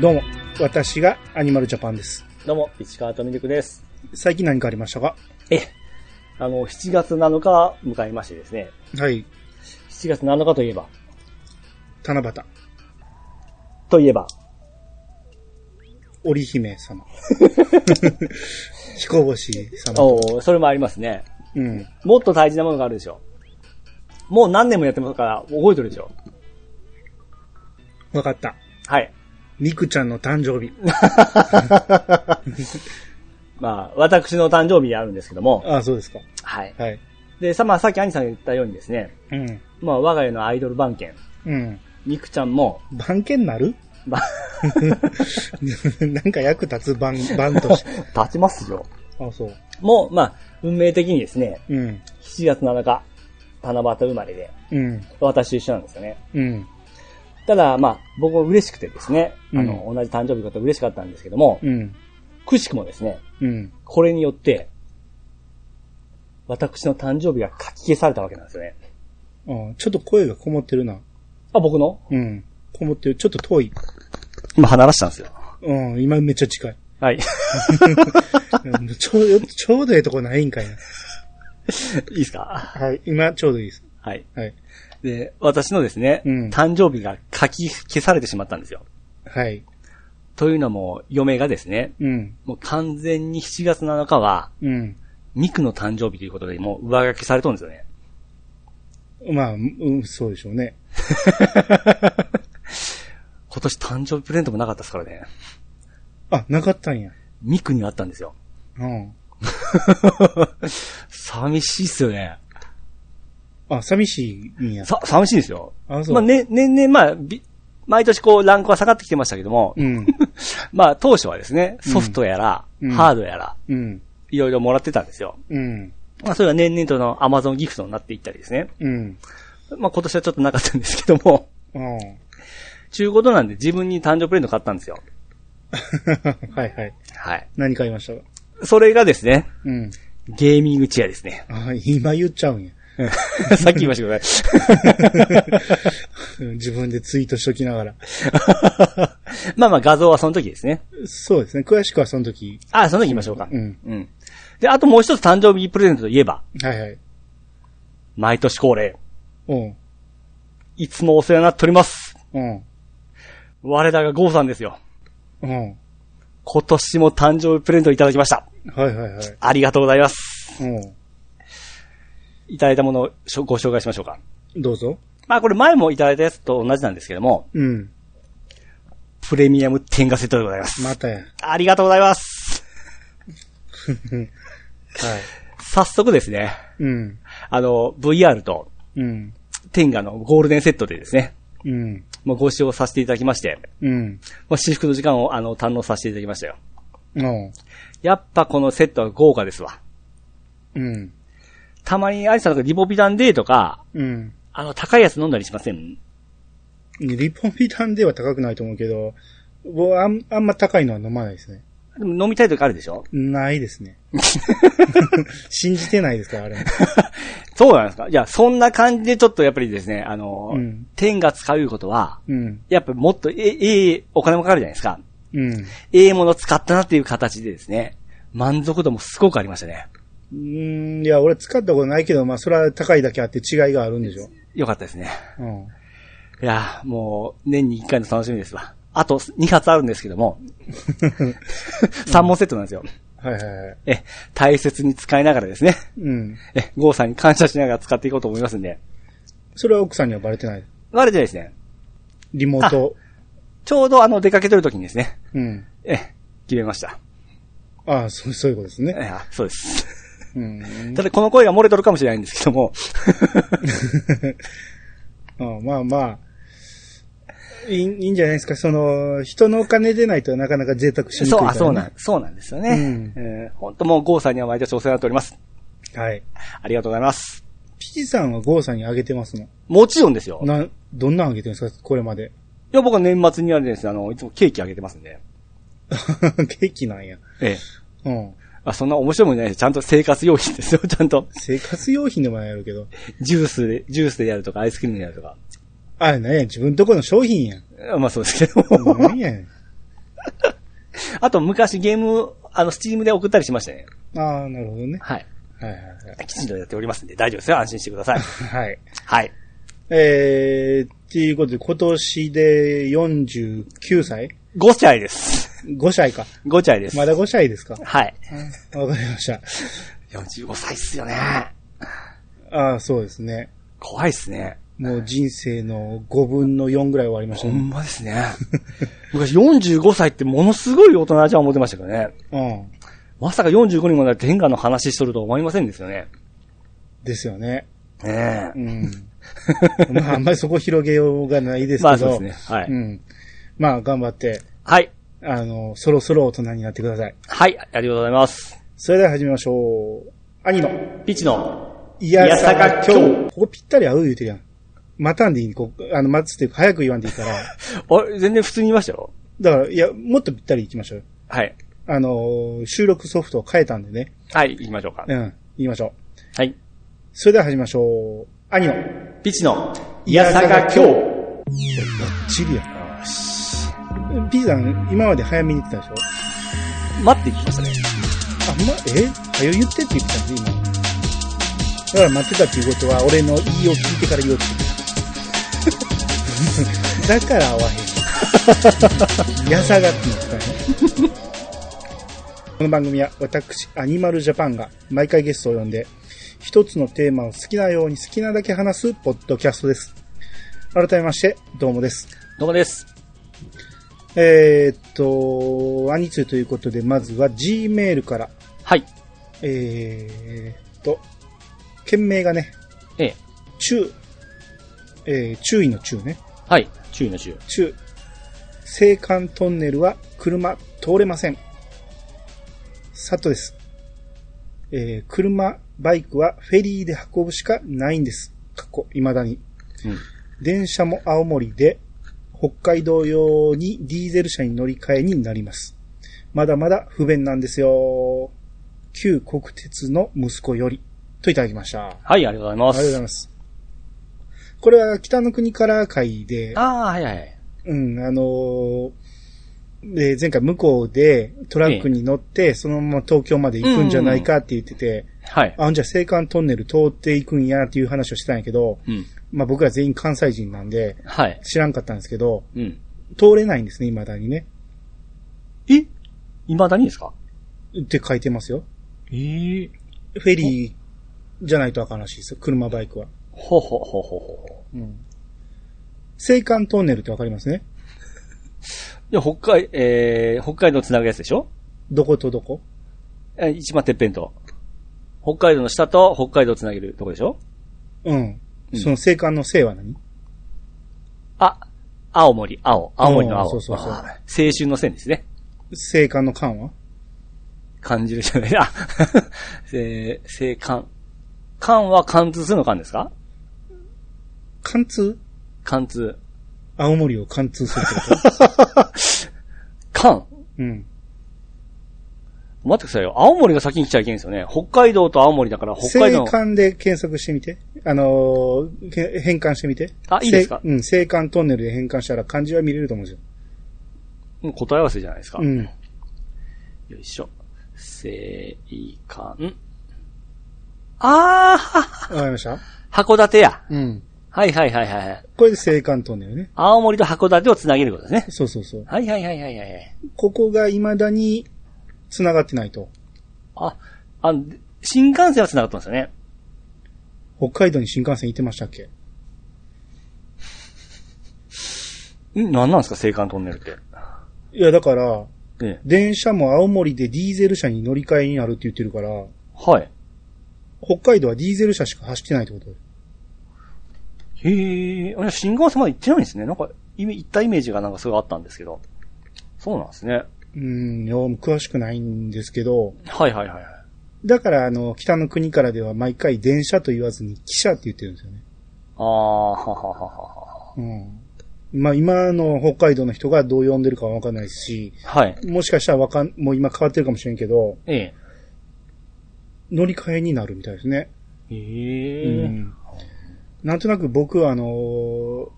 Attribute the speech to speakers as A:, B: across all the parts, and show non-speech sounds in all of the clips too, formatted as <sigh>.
A: どうも、私がアニマルジャパンです。
B: どうも、市川とみるくです。
A: 最近何かありましたか
B: え、あの、7月7日迎えましてですね、
A: はい、
B: 7月7日といえば、
A: 七夕、
B: といえば、
A: 織姫 <laughs> 様。彦星様。
B: おーそれもありますね。
A: うん。
B: もっと大事なものがあるでしょ。もう何年もやってますから、覚えてるでしょ。
A: わかった。
B: はい。
A: ミクちゃんの誕生日。
B: まあ、私の誕生日であるんですけども、
A: ああ、そうですか。
B: はい。
A: はい。
B: で、さ、まあ、さっき兄さんが言ったようにですね、
A: うん。
B: まあ、我が家のアイドル番犬、
A: うん。
B: みくちゃんも、
A: 番犬なる <laughs>
B: ば、
A: なんか役立つ番、番として。
B: <laughs> 立ちますよ。
A: <laughs> あそう。
B: もう、まあ、運命的にですね、
A: うん。
B: 7月7日、七夕生まれで、
A: うん。
B: 私と一緒なんですよね。
A: うん。
B: ただ、まあ、僕は嬉しくてですね、あの、
A: う
B: 同じ誕生日だと嬉しかったんですけども、
A: うん。
B: くしくもですね、
A: うん。
B: これによって、私の誕生日が書き消されたわけなんですよね。
A: ああちょっと声がこもってるな。
B: あ、僕の
A: うん。こもってる。ちょっと遠い。
B: 今、離したんですよ。
A: うん。今めっちゃ <laughs> 近い。
B: はい。
A: うんちょう、ちょうどええとこないんかいな。
B: <laughs> いいですか
A: はい。今ちょうどいいです。
B: はい。
A: はい。
B: で、私のですね、
A: うん
B: 誕生日が書き消されてしまったんですよ。
A: はい。
B: というのも、嫁がですね、
A: うん。
B: もう完全に7月7日は、
A: うん。
B: ミクの誕生日ということで、もう上書きされとるんですよね。
A: まあ、うん、そうでしょうね。
B: 今年誕生日プレゼントもなかったですからね、
A: あ、なかったんや。
B: ミクにあったんですよ。
A: うん。
B: 寂しいっすよね。
A: あ、寂しいんや。
B: さ、寂しいですよ。
A: あ、そう。
B: まあ、ね、年々、まあ、び毎年こう、ランクは下がってきてましたけども、
A: うん。
B: <laughs> まあ、当初はですね、ソフトやら、
A: うん
B: ハードやら、
A: うん。
B: いろいろもらってたんですよ。
A: うん。
B: まあ、それが年々との Amazon ギフトになっていったりですね。
A: うん。
B: まあ、今年はちょっとなかったんですけども、
A: うん。 <laughs>
B: ちゅうことなんで自分に誕生日プレゼント買ったんですよ。
A: はいはい。
B: はい。
A: 何買いましたか
B: それがですね、
A: うん。
B: ゲーミングチェアです
A: <laughs>
B: ね。
A: あ、今言っちゃうんや。 <laughs>
B: さっき言いましたけどね。
A: うん自分でツイートしときながら。
B: <laughs> まあまあ画像はその時ですね。
A: そうですね。詳しくはその時。
B: あ、その時言いましょうか。
A: うん。
B: うん。で、あともう一つ誕生日プレゼントといえば、
A: はいはい。
B: 毎年恒例、
A: うん。
B: いつもお世話になっております。
A: うん。
B: 我らがゴーさんですよ。
A: うん。
B: 今年も誕生日プレゼントをいただきました。
A: はいはいはい。
B: ありがとうございます。
A: う
B: いただいたものをしょご紹介しましょうか。
A: ん。どうぞ。
B: まあこれ前もいただいたやつと同じなんですけども、
A: うん。
B: プレミアム天下セットでございます。
A: またや。はい。
B: ありがとうございます。早速ですね、
A: うん。
B: あの、VR と
A: うん。
B: 天下のゴールデンセットでですね、
A: うん。
B: もうご使用させていただきまして、
A: うん。
B: もう私服の時間をあの堪能させていただきましたよ。
A: うん。
B: やっぱこのセットは豪華ですわ。
A: うん。
B: たまにアイさんとかリボビタン D とか、
A: うん。
B: あの、高いやつ飲んだりしません
A: リポビタンでは高くないと思うけど、僕あん、あんま高いのは飲まないですね。
B: でも飲みたい時あるでしょ
A: ないですね。 <laughs> 信じてないですから、あれ。
B: そうなんですかいや、そんな感じでちょっとやっぱりですね、あの、
A: うん
B: 天が使ういうことは、
A: うん。
B: やっぱりもっとえ、ええ、お金もかかるじゃないですか。
A: うん。う
B: ええもの使ったなっていう形でですね、満足度もすごくありましたね。
A: ーん、いや、俺使ったことないけど、まあ、それは高いだけあって違いがあるんでしょ。
B: よかったですね。
A: うん。 <laughs>
B: いや、もう、年に1回の楽しみですわ。あと2発あるんですけども、3本セットなんですよ。
A: はいはいはい。
B: え、大切に使いながらですね、
A: うん。
B: え、ゴーさんに感謝しながら使っていこうと思いますんで。
A: それは奥さんにはバレてない。
B: あれじゃないですね。
A: リモート。
B: ちょうどあの、出かけとる時にですね、 <laughs>
A: うん。
B: え、決めました。
A: ああ、そう、そういうことです
B: え
A: ね。
B: あそうです。 <laughs>
A: うん。
B: ただこの声が漏れとるか <laughs> もしれないんですけども、
A: <laughs> うん、まあまあ、いいいいんじゃないですか。その、人のお金でないとなかなか贅沢しにくいか
B: そう、
A: ら、
B: あ、
A: ね。
B: そうなん、そうなんですよね。
A: う
B: え本当もうゴーさんには毎年お世話になっております。
A: はい。
B: ありがとうございます。
A: ピチさんはゴーさんにあげてますの。
B: もちろんですよ。い
A: な、どんなんあげてるんですかこれまで。 <laughs>
B: や、僕は年末にあれですね、あの、いつもケーキあげてますんで。
A: ケーキなんや。
B: ええ。
A: うん。
B: あ、そんな面白いもんじゃないです。ちゃんと生活用品ですよ。 <laughs> ちゃんと、
A: 生活用品でもないやろうけど。
B: ジュースで、ジュースでやるとか、アイスクリームでやるとか。
A: あれなんや、自分とこの商品やん。
B: あまあそうですけども。
A: 何やねん。
B: <laughs>
A: <laughs>
B: あと昔ゲーム、あの、スチームで送ったりしましたね。
A: ああ、なるほどね。
B: はい。
A: はいは
B: きちんとやっておりますんで大丈夫ですよ。安心してください。
A: いはい。はい。
B: はい。
A: えー、っていうことで、今年で49歳
B: 5歳です。
A: ?5 歳か。
B: 5歳です。
A: まだ5歳ですか
B: はい。
A: わかりました。
B: 45歳っすよね。
A: ああ、そうですね。
B: 怖いっすね。
A: もう人生の5分の4ぐらい終わりました
B: ほ
A: ね。
B: んまですね。 <laughs> 昔45歳ってものすごい大人じゃ思ってましたけどね。
A: うん。
B: まさか45にもなって天下の話しとるとは思いませんですよね。
A: ですよね。
B: ね
A: う
B: え。
A: ん。まあ、あんまりそこ広げようがないですけど。
B: <laughs> まあそうですね。は
A: う
B: い。
A: ん。まあ、頑張って、
B: はい。
A: あの、そろそろ大人になってください。
B: はい。ありがとうございます。
A: それでは始めましょう。兄の、
B: ピチの。
A: いやさ
B: い
A: か
B: やさか
A: 今
B: 今
A: 日。ここぴったり合う言うてるやん。待たんでいいこうあの、待つっていうか、早く言わんでいいから。
B: あれ、全然普通に言いましたよ。
A: だから、いや、もっとぴったり行きましょうよ。
B: はい。
A: あの、収録ソフトを変えたんでね。
B: はい、行きましょうか。
A: うん、言いましょう。
B: はい。
A: それでは始めましょう。兄の、
B: ピチの。いやさか今日。
A: チリやな。ピザン、今まで早めに言ってたでしょ
B: 待ってきましたね。
A: あ、ま、え早言ってって言ってたんで、今。だから待ってたっていうことは、俺の言いを聞いてから言おうって言ってた <laughs> だから合わへん。 <laughs> やさがっての使いね。この番組は私、アニマルジャパンが毎回ゲストを呼んで、一つのテーマを好きなように好きなだけ話すポッドキャストです。改めまして、どうもです。
B: どうもです。
A: えーっと、アニツーということで、まずは Gmail から、
B: はい。
A: えーっと、件名がね、
B: ええ。
A: 注、えー注意の注ね、
B: はい。注意の注意。
A: 注、青函トンネルは車通れません。サットです。えー車、バイクはフェリーで運ぶしかないんです。過去、未だに。
B: うん。
A: 電車も青森で、北海道用にディーゼル車に乗り換えになります。まだまだ不便なんですよ。旧国鉄の息子より、といただきました。あ
B: はい、ありがとうご
A: りがと
B: ざ
A: う
B: い
A: ござい
B: ます。
A: ます。これは北の国から会で、
B: ああ、はいはい。
A: うん、あのーで、前回向こうでトラックに乗って、そのまま東京まで行くんじゃないかって言ってて、
B: はい。
A: あ、じゃあ青函トンネル通っていくんやっていう話をしてたんやけど、
B: うん。
A: まあ僕ら全員関西人なんで、
B: はい。
A: 知らんかったんですけど、
B: うん。
A: 通れないんですね、未だにね。
B: え未だにですか
A: って書いてますよ。
B: ええ
A: フェリーじゃないとあかんらしいですよ、車バイクは。
B: ほうほうほうほうほう。
A: うん。青函トンネルってわかりますね
B: いや、北海、えー、北海道つなぐやつでしょ
A: どことどこ
B: えー一番てっぺんと。北海道の下と北海道つなげるとこでしょ
A: うん。
B: うん
A: その青函の青は何
B: あ、青森、青、青森の青。
A: うんそうそうそう
B: あー青春の線ですね。
A: 青函の間は
B: 感じるじゃない。あ、 <laughs> えー、青函。缶は貫通するの缶ですか
A: 貫通
B: 貫通。
A: 青森を貫通するって
B: <laughs>
A: こと
B: 缶
A: うん。
B: 待ってくださいよ。青森が先に来ちゃいけないんですよね。北海道と青森だから、北海道
A: 青
B: の。
A: 函で検索してみて。あのーけ変換してみて。
B: あいいですか
A: せうん、青函トンネルで変換したら漢字は見れると思うんですよ。
B: うん答え合わせじゃないですか。
A: うん。
B: よいしょ。青函。あー、
A: わかりました
B: 函館や。
A: うん。
B: はいはいはいはいはい。
A: これで青函トンネルね。
B: 青森と函館をつなげることですね。
A: そうそうそう。
B: はいはいはいはいはい。
A: ここが未だに繋がってないと。
B: あ、あの、新幹線は繋がったんですよね。
A: 北海道に新幹線行ってましたっけ
B: ん何なんですか青函トンネルって。
A: いや、だから、
B: ええ。
A: 電車も青森でディーゼル車に乗り換えになるって言ってるから、
B: はい。
A: 北海道はディーゼル車しか走ってないってこと
B: へえ、あれ新幹線まで行ってないんですね。なんか、イメ行ったイメージがなんかすごいあったんですけど。そうなんですね。
A: うーん、よう詳しくないんですけど、
B: はいはいはいはい。
A: だからあの、北の国からでは毎回電車と言わずに汽車って言ってるんですよね。
B: あー、ははははは。
A: うん。まあ今の北海道の人がどう呼んでるかはわかんないですし、
B: はい。
A: もしかしたらわかん、もう今変わってるかもしれんけど、
B: ええ。
A: 乗り換えになるみたいですね。
B: へえ、
A: うんなんとなく僕はあのー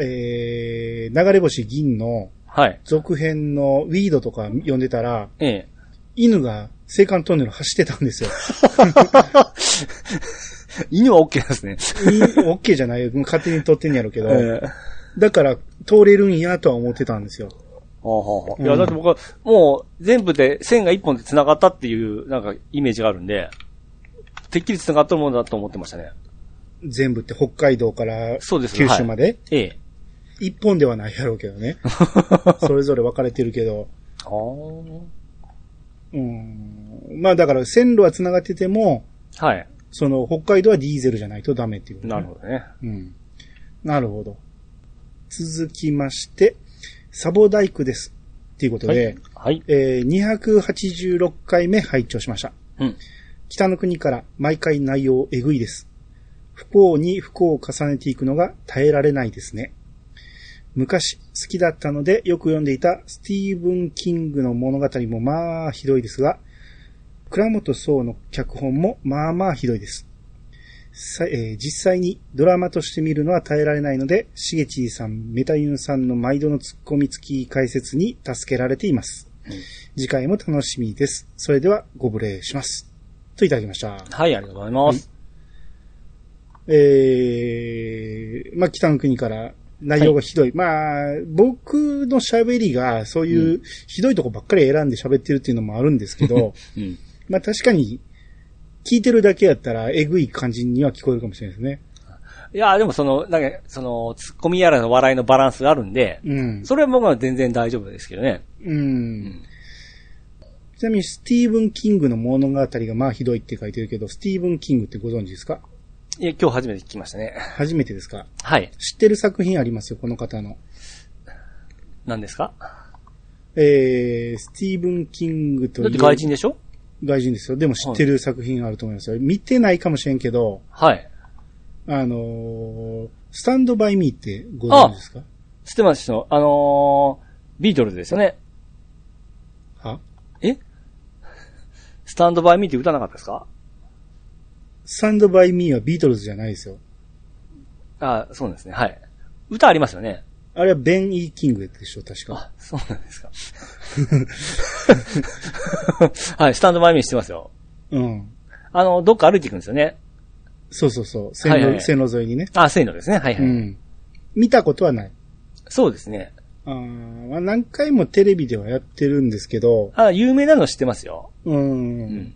A: えー、流れ星銀の
B: はい。
A: 続編のウィードとか読んでたら、
B: ええ。
A: 犬が青函トンネル走ってたん
B: <laughs>
A: ですよ。
B: 犬は OK なんですね。
A: いオッケーじゃないよ。勝手に撮ってんやろうけど。
B: ええ。
A: だから、通れるんやとは思ってたんですよ。
B: ほうほうほういうや、
A: ん
B: だって僕は、もう、全部で、線が一本で繋がったっていう、なんか、イメージがあるんで、てっきり繋がったものだと思ってましたね。
A: 全部って北海道から
B: そうです
A: 九州まで。
B: ええ。
A: 一、本ではないやろうけど
B: <laughs>
A: ね。それぞれ分かれてるけど。
B: あー
A: うん。まあだから線路は繋がってても、
B: はい。
A: その北海道はディーゼルじゃないとダメっていうことね、
B: なるほどね。
A: うん。なるほど。続きまして、サボ大工です。っていうことで、
B: はい。
A: えー286回目拝聴しました。
B: うん。
A: 北の国から毎回内容えぐいです。不幸に不幸を重ねていくのが耐えられないですね。昔好きだったのでよく読んでいたスティーブン・キングの物語もまあひどいですが、倉本壮の脚本もまあまあひどいです。さえー実際にドラマとして見るのは耐えられないので、しげちーさん、メタユンさんの毎度のツッコミ付き解説に助けられています。次回も楽しみです。それではご無礼します。といただきました。
B: はい、ありがとうございます。
A: えー、まあ、北の国から内容がひどい。まあ、僕の喋りがそういううひどいとこばっかり選んで喋ってるっていうのもあるんですけ <laughs> ど、
B: うん。
A: まあ確かに聞いてるだけやったらえぐい感じには聞こえるかもしれないですね。
B: いや、でもその、なんか、その、ツッコミやらの笑いのバランスがあるんで、
A: うん。
B: それは僕は全然大丈夫ですけどね。
A: うん。ちなみにスティーブン・キングの物語がまあひどいって書いてるけど、スティーブン・キングってご存知ですか
B: いや、今日初めて聞きましたね。
A: 初めてですか
B: はい。
A: 知ってる作品ありますよ、この方の。
B: 何ですかだ
A: えー、スティーブン・キングという
B: って外人でしょ
A: 外人ですよ。でも知ってる作品があると思いますよ。見てないかもしれんけど、
B: はい。
A: あのースタンドバイミーってご存知ですか
B: ステマシの、あのー、ビートルズですよね。
A: は
B: えスタンドバイミーって歌なかったですか
A: スタンドバイミーはビートルズじゃないですよ。
B: あそうですね。はい。歌ありますよね。
A: あれはベン・イー・キングでしょ、確か。
B: あ、そうなんですか。 <laughs> はい、スタンドバイミーしてますよ。
A: うん。
B: あの、どっか歩いていくんですよね。
A: そうそうそう。線路,、
B: はいはい
A: 線路沿いにね。
B: あ、線路ですね。はいは
A: う
B: い。
A: ん。見たことはない。
B: そうですね。
A: あーまあ何回もテレビではやってるんですけど、
B: あ、有名なの知ってますよ。
A: うー。
B: うんん。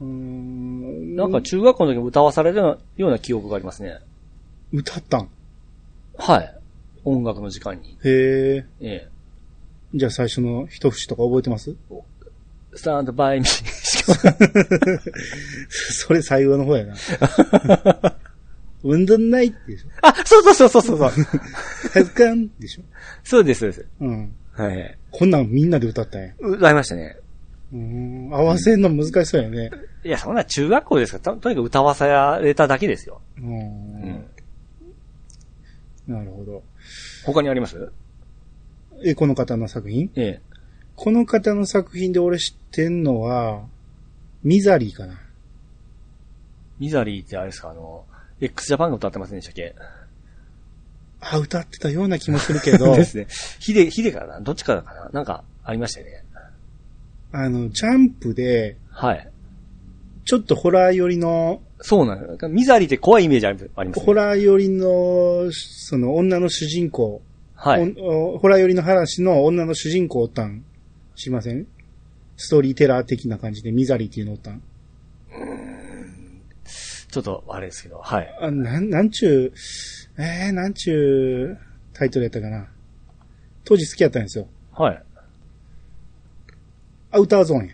A: うーん
B: なんか中学校の時も歌わされたような記憶がありますね。
A: 歌ったん。
B: はい。音楽の時間に。
A: へえ。
B: ええ。
A: じゃあ最初の一節とか覚えてます
B: スタンドバイミー <laughs> しか
A: <laughs> それ最後の方やな。運動ないってでしょ
B: あ、そうそうそうそうそうそう。
A: 恥ずかんでしょ
B: そうです、そうです。
A: うん。
B: はい。
A: こんなんみんなで歌ったんや。
B: 歌いましたね。
A: うーん。合わせんの難しそうやね。
B: いや、そんな中学校ですから、ととにかく歌わされただけですよ。
A: うーん。ん、なるほど。
B: 他にあります
A: え、この方の作品
B: ええ。
A: この方の作品で俺知ってんのは、ミザリーかな。
B: ミザリーってあれですか、あの、x ジャパンが歌ってませんでしたっけ
A: あ、歌ってたような気もするけど
B: <laughs> で、すね。ヒデ、ヒデかなどっちかかななんか、ありましたよね。
A: あの、ジャンプで、
B: はい。
A: ちょっとホラー寄りの、
B: そうなの。ミザリーって怖いイメージありあります
A: ホ
B: ね。
A: ラー寄りの、その女の主人公、
B: は
A: お
B: い。
A: おホラー寄りの話の女の主人公おったんしませんストーリーテラー的な感じでミザリーっていうのおったん
B: ちょっと、あれですけど、はい。
A: あ、なん、なんちゅう、えー、なんちゅうタイトルやったかな。当時好きやったんですよ。
B: はい。
A: アウターゾーンや。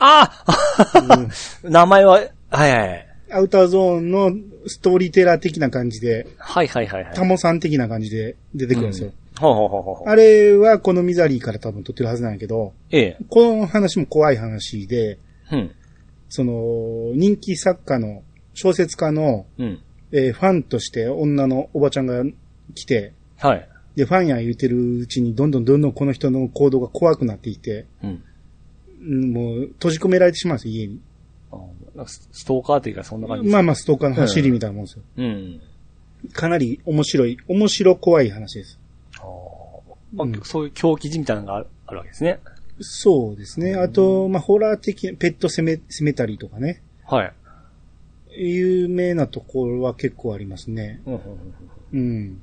B: ああ <laughs> 名前は、はいはいはい。
A: アウターゾーンのストーリーテラー的な感じで、
B: はいはいはいはい。
A: タモさん的な感じで出てくるんですよ。
B: ほうほうほうほうほう。
A: あれはこのミザリーから多分撮ってるはずなんやけど、
B: ええ。
A: この話も怖い話で、
B: うん。
A: その、人気作家の、小説家の、
B: うん。
A: えーファンとして女のおばちゃんが来て、
B: はい。
A: で、ファンや言うてるうちに、どんどんどんどんこの人の行動が怖くなっていて、
B: うん。
A: うんもう閉じ込められてしまうんですよ、家に。
B: あなんかスストーカーというかそんな感じです
A: まあまあ、ストーカーの走りみたいなもんですよ。
B: うん。
A: かなり面白い、面白怖い話です。
B: あーまあ
A: うん
B: そういう狂気じみたいなのがあるあるわけですね。
A: そうですね。あと、まあ、ホラー的な、ペットセメ、セメタリーとかね。
B: はい。
A: 有名なところは結構ありますね。
B: うんうんうん
A: うん。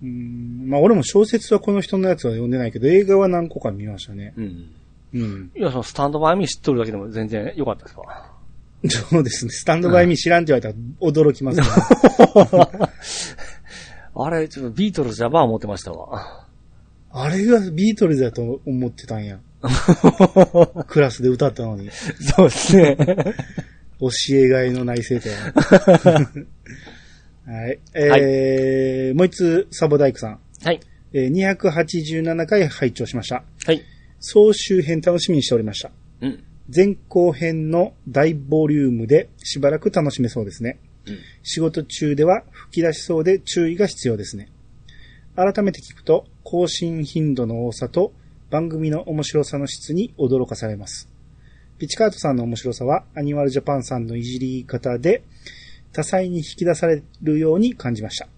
A: うん、まあ、俺も小説はこの人のやつは読んでないけど、映画は何個か見ましたね。
B: うんうん。
A: うん。
B: いや、そのスタンドバイミー知っとるだけでも全然良かったですわ。
A: そうですね。スタンドバイミー知らんって言われたら驚きますね。
B: あれ、ちょっとビートルズやばい思ってましたわ。
A: あれがビートルズだと思ってたんや。クラスで歌ったのに。
B: <laughs> そうですね。
A: 教えがいのない生徒やなはい。えーもう一つ、サボダイクさん。
B: はい。
A: えー287回拝聴しました。
B: はい。
A: 総集編楽しみにしておりました。
B: うん。
A: 前後編の大ボリュームでしばらく楽しめそうですね。
B: うん
A: 仕事中では吹き出しそうで注意が必要ですね。改めて聞くと、更新頻度の多さと番組の面白さの質に驚かされます。ピチカートさんの面白さはアニマルジャパンさんのいじり方で多彩に引き出されるように感じました。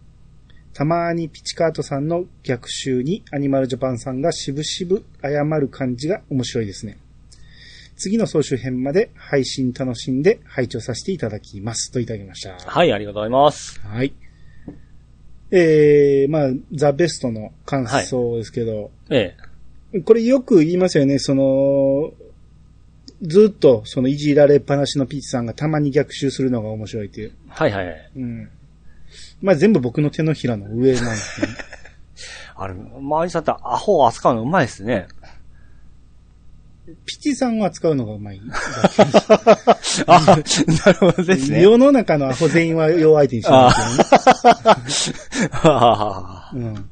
A: たまにピチカートさんの逆襲にアニマルジャパンさんがしぶしぶ謝る感じが面白いですね。次の総集編まで配信楽しんで拝聴させていただきます。といただきました。
B: はい、ありがとうございます。
A: はい。えー、まあ、ザ・ベストの感想ですけど、
B: ええ。
A: これよく言いますよね、その、ずっとそのいじられっぱなしのピーチさんがたまに逆襲するのが面白いっていう。
B: はいはい。
A: うん。まあ全部僕の手のひらの上
B: <laughs>
A: なんですね。
B: あれ、周りさんってアホを扱うのうまいですね。
A: ピチさんを扱うのがうまい。
B: あ、なるほどです <laughs> ね。
A: 世の中のアホ全員は弱い手にしてます
B: あ
A: よね。うん。
B: ー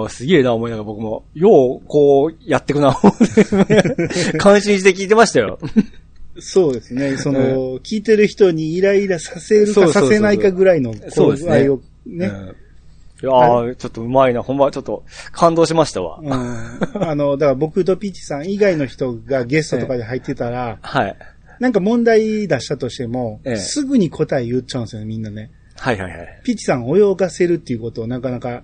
B: いやすげえな、思いながら僕も、よう、こう、やってくな、 <laughs> 感心して聞いてましたよ。
A: そうですね。その、聞いてる人にイライラさせるか
B: そうそうそう
A: させないかぐらいの
B: そうですね
A: 合いを
B: うん、い
A: ね。
B: やーちょっとうまいな、ほんま、ちょっと、感動しましたわ。
A: うん。あの、だから僕とピーチさん以外の人がゲストとかで入ってたら、
B: はい。
A: なんか問題出したとしても
B: ええ、
A: すぐに答え言っちゃうんですよね、みんなね。
B: はい <laughs> はいはい。
A: ピーチさんを泳がせるっていうことをなかなか、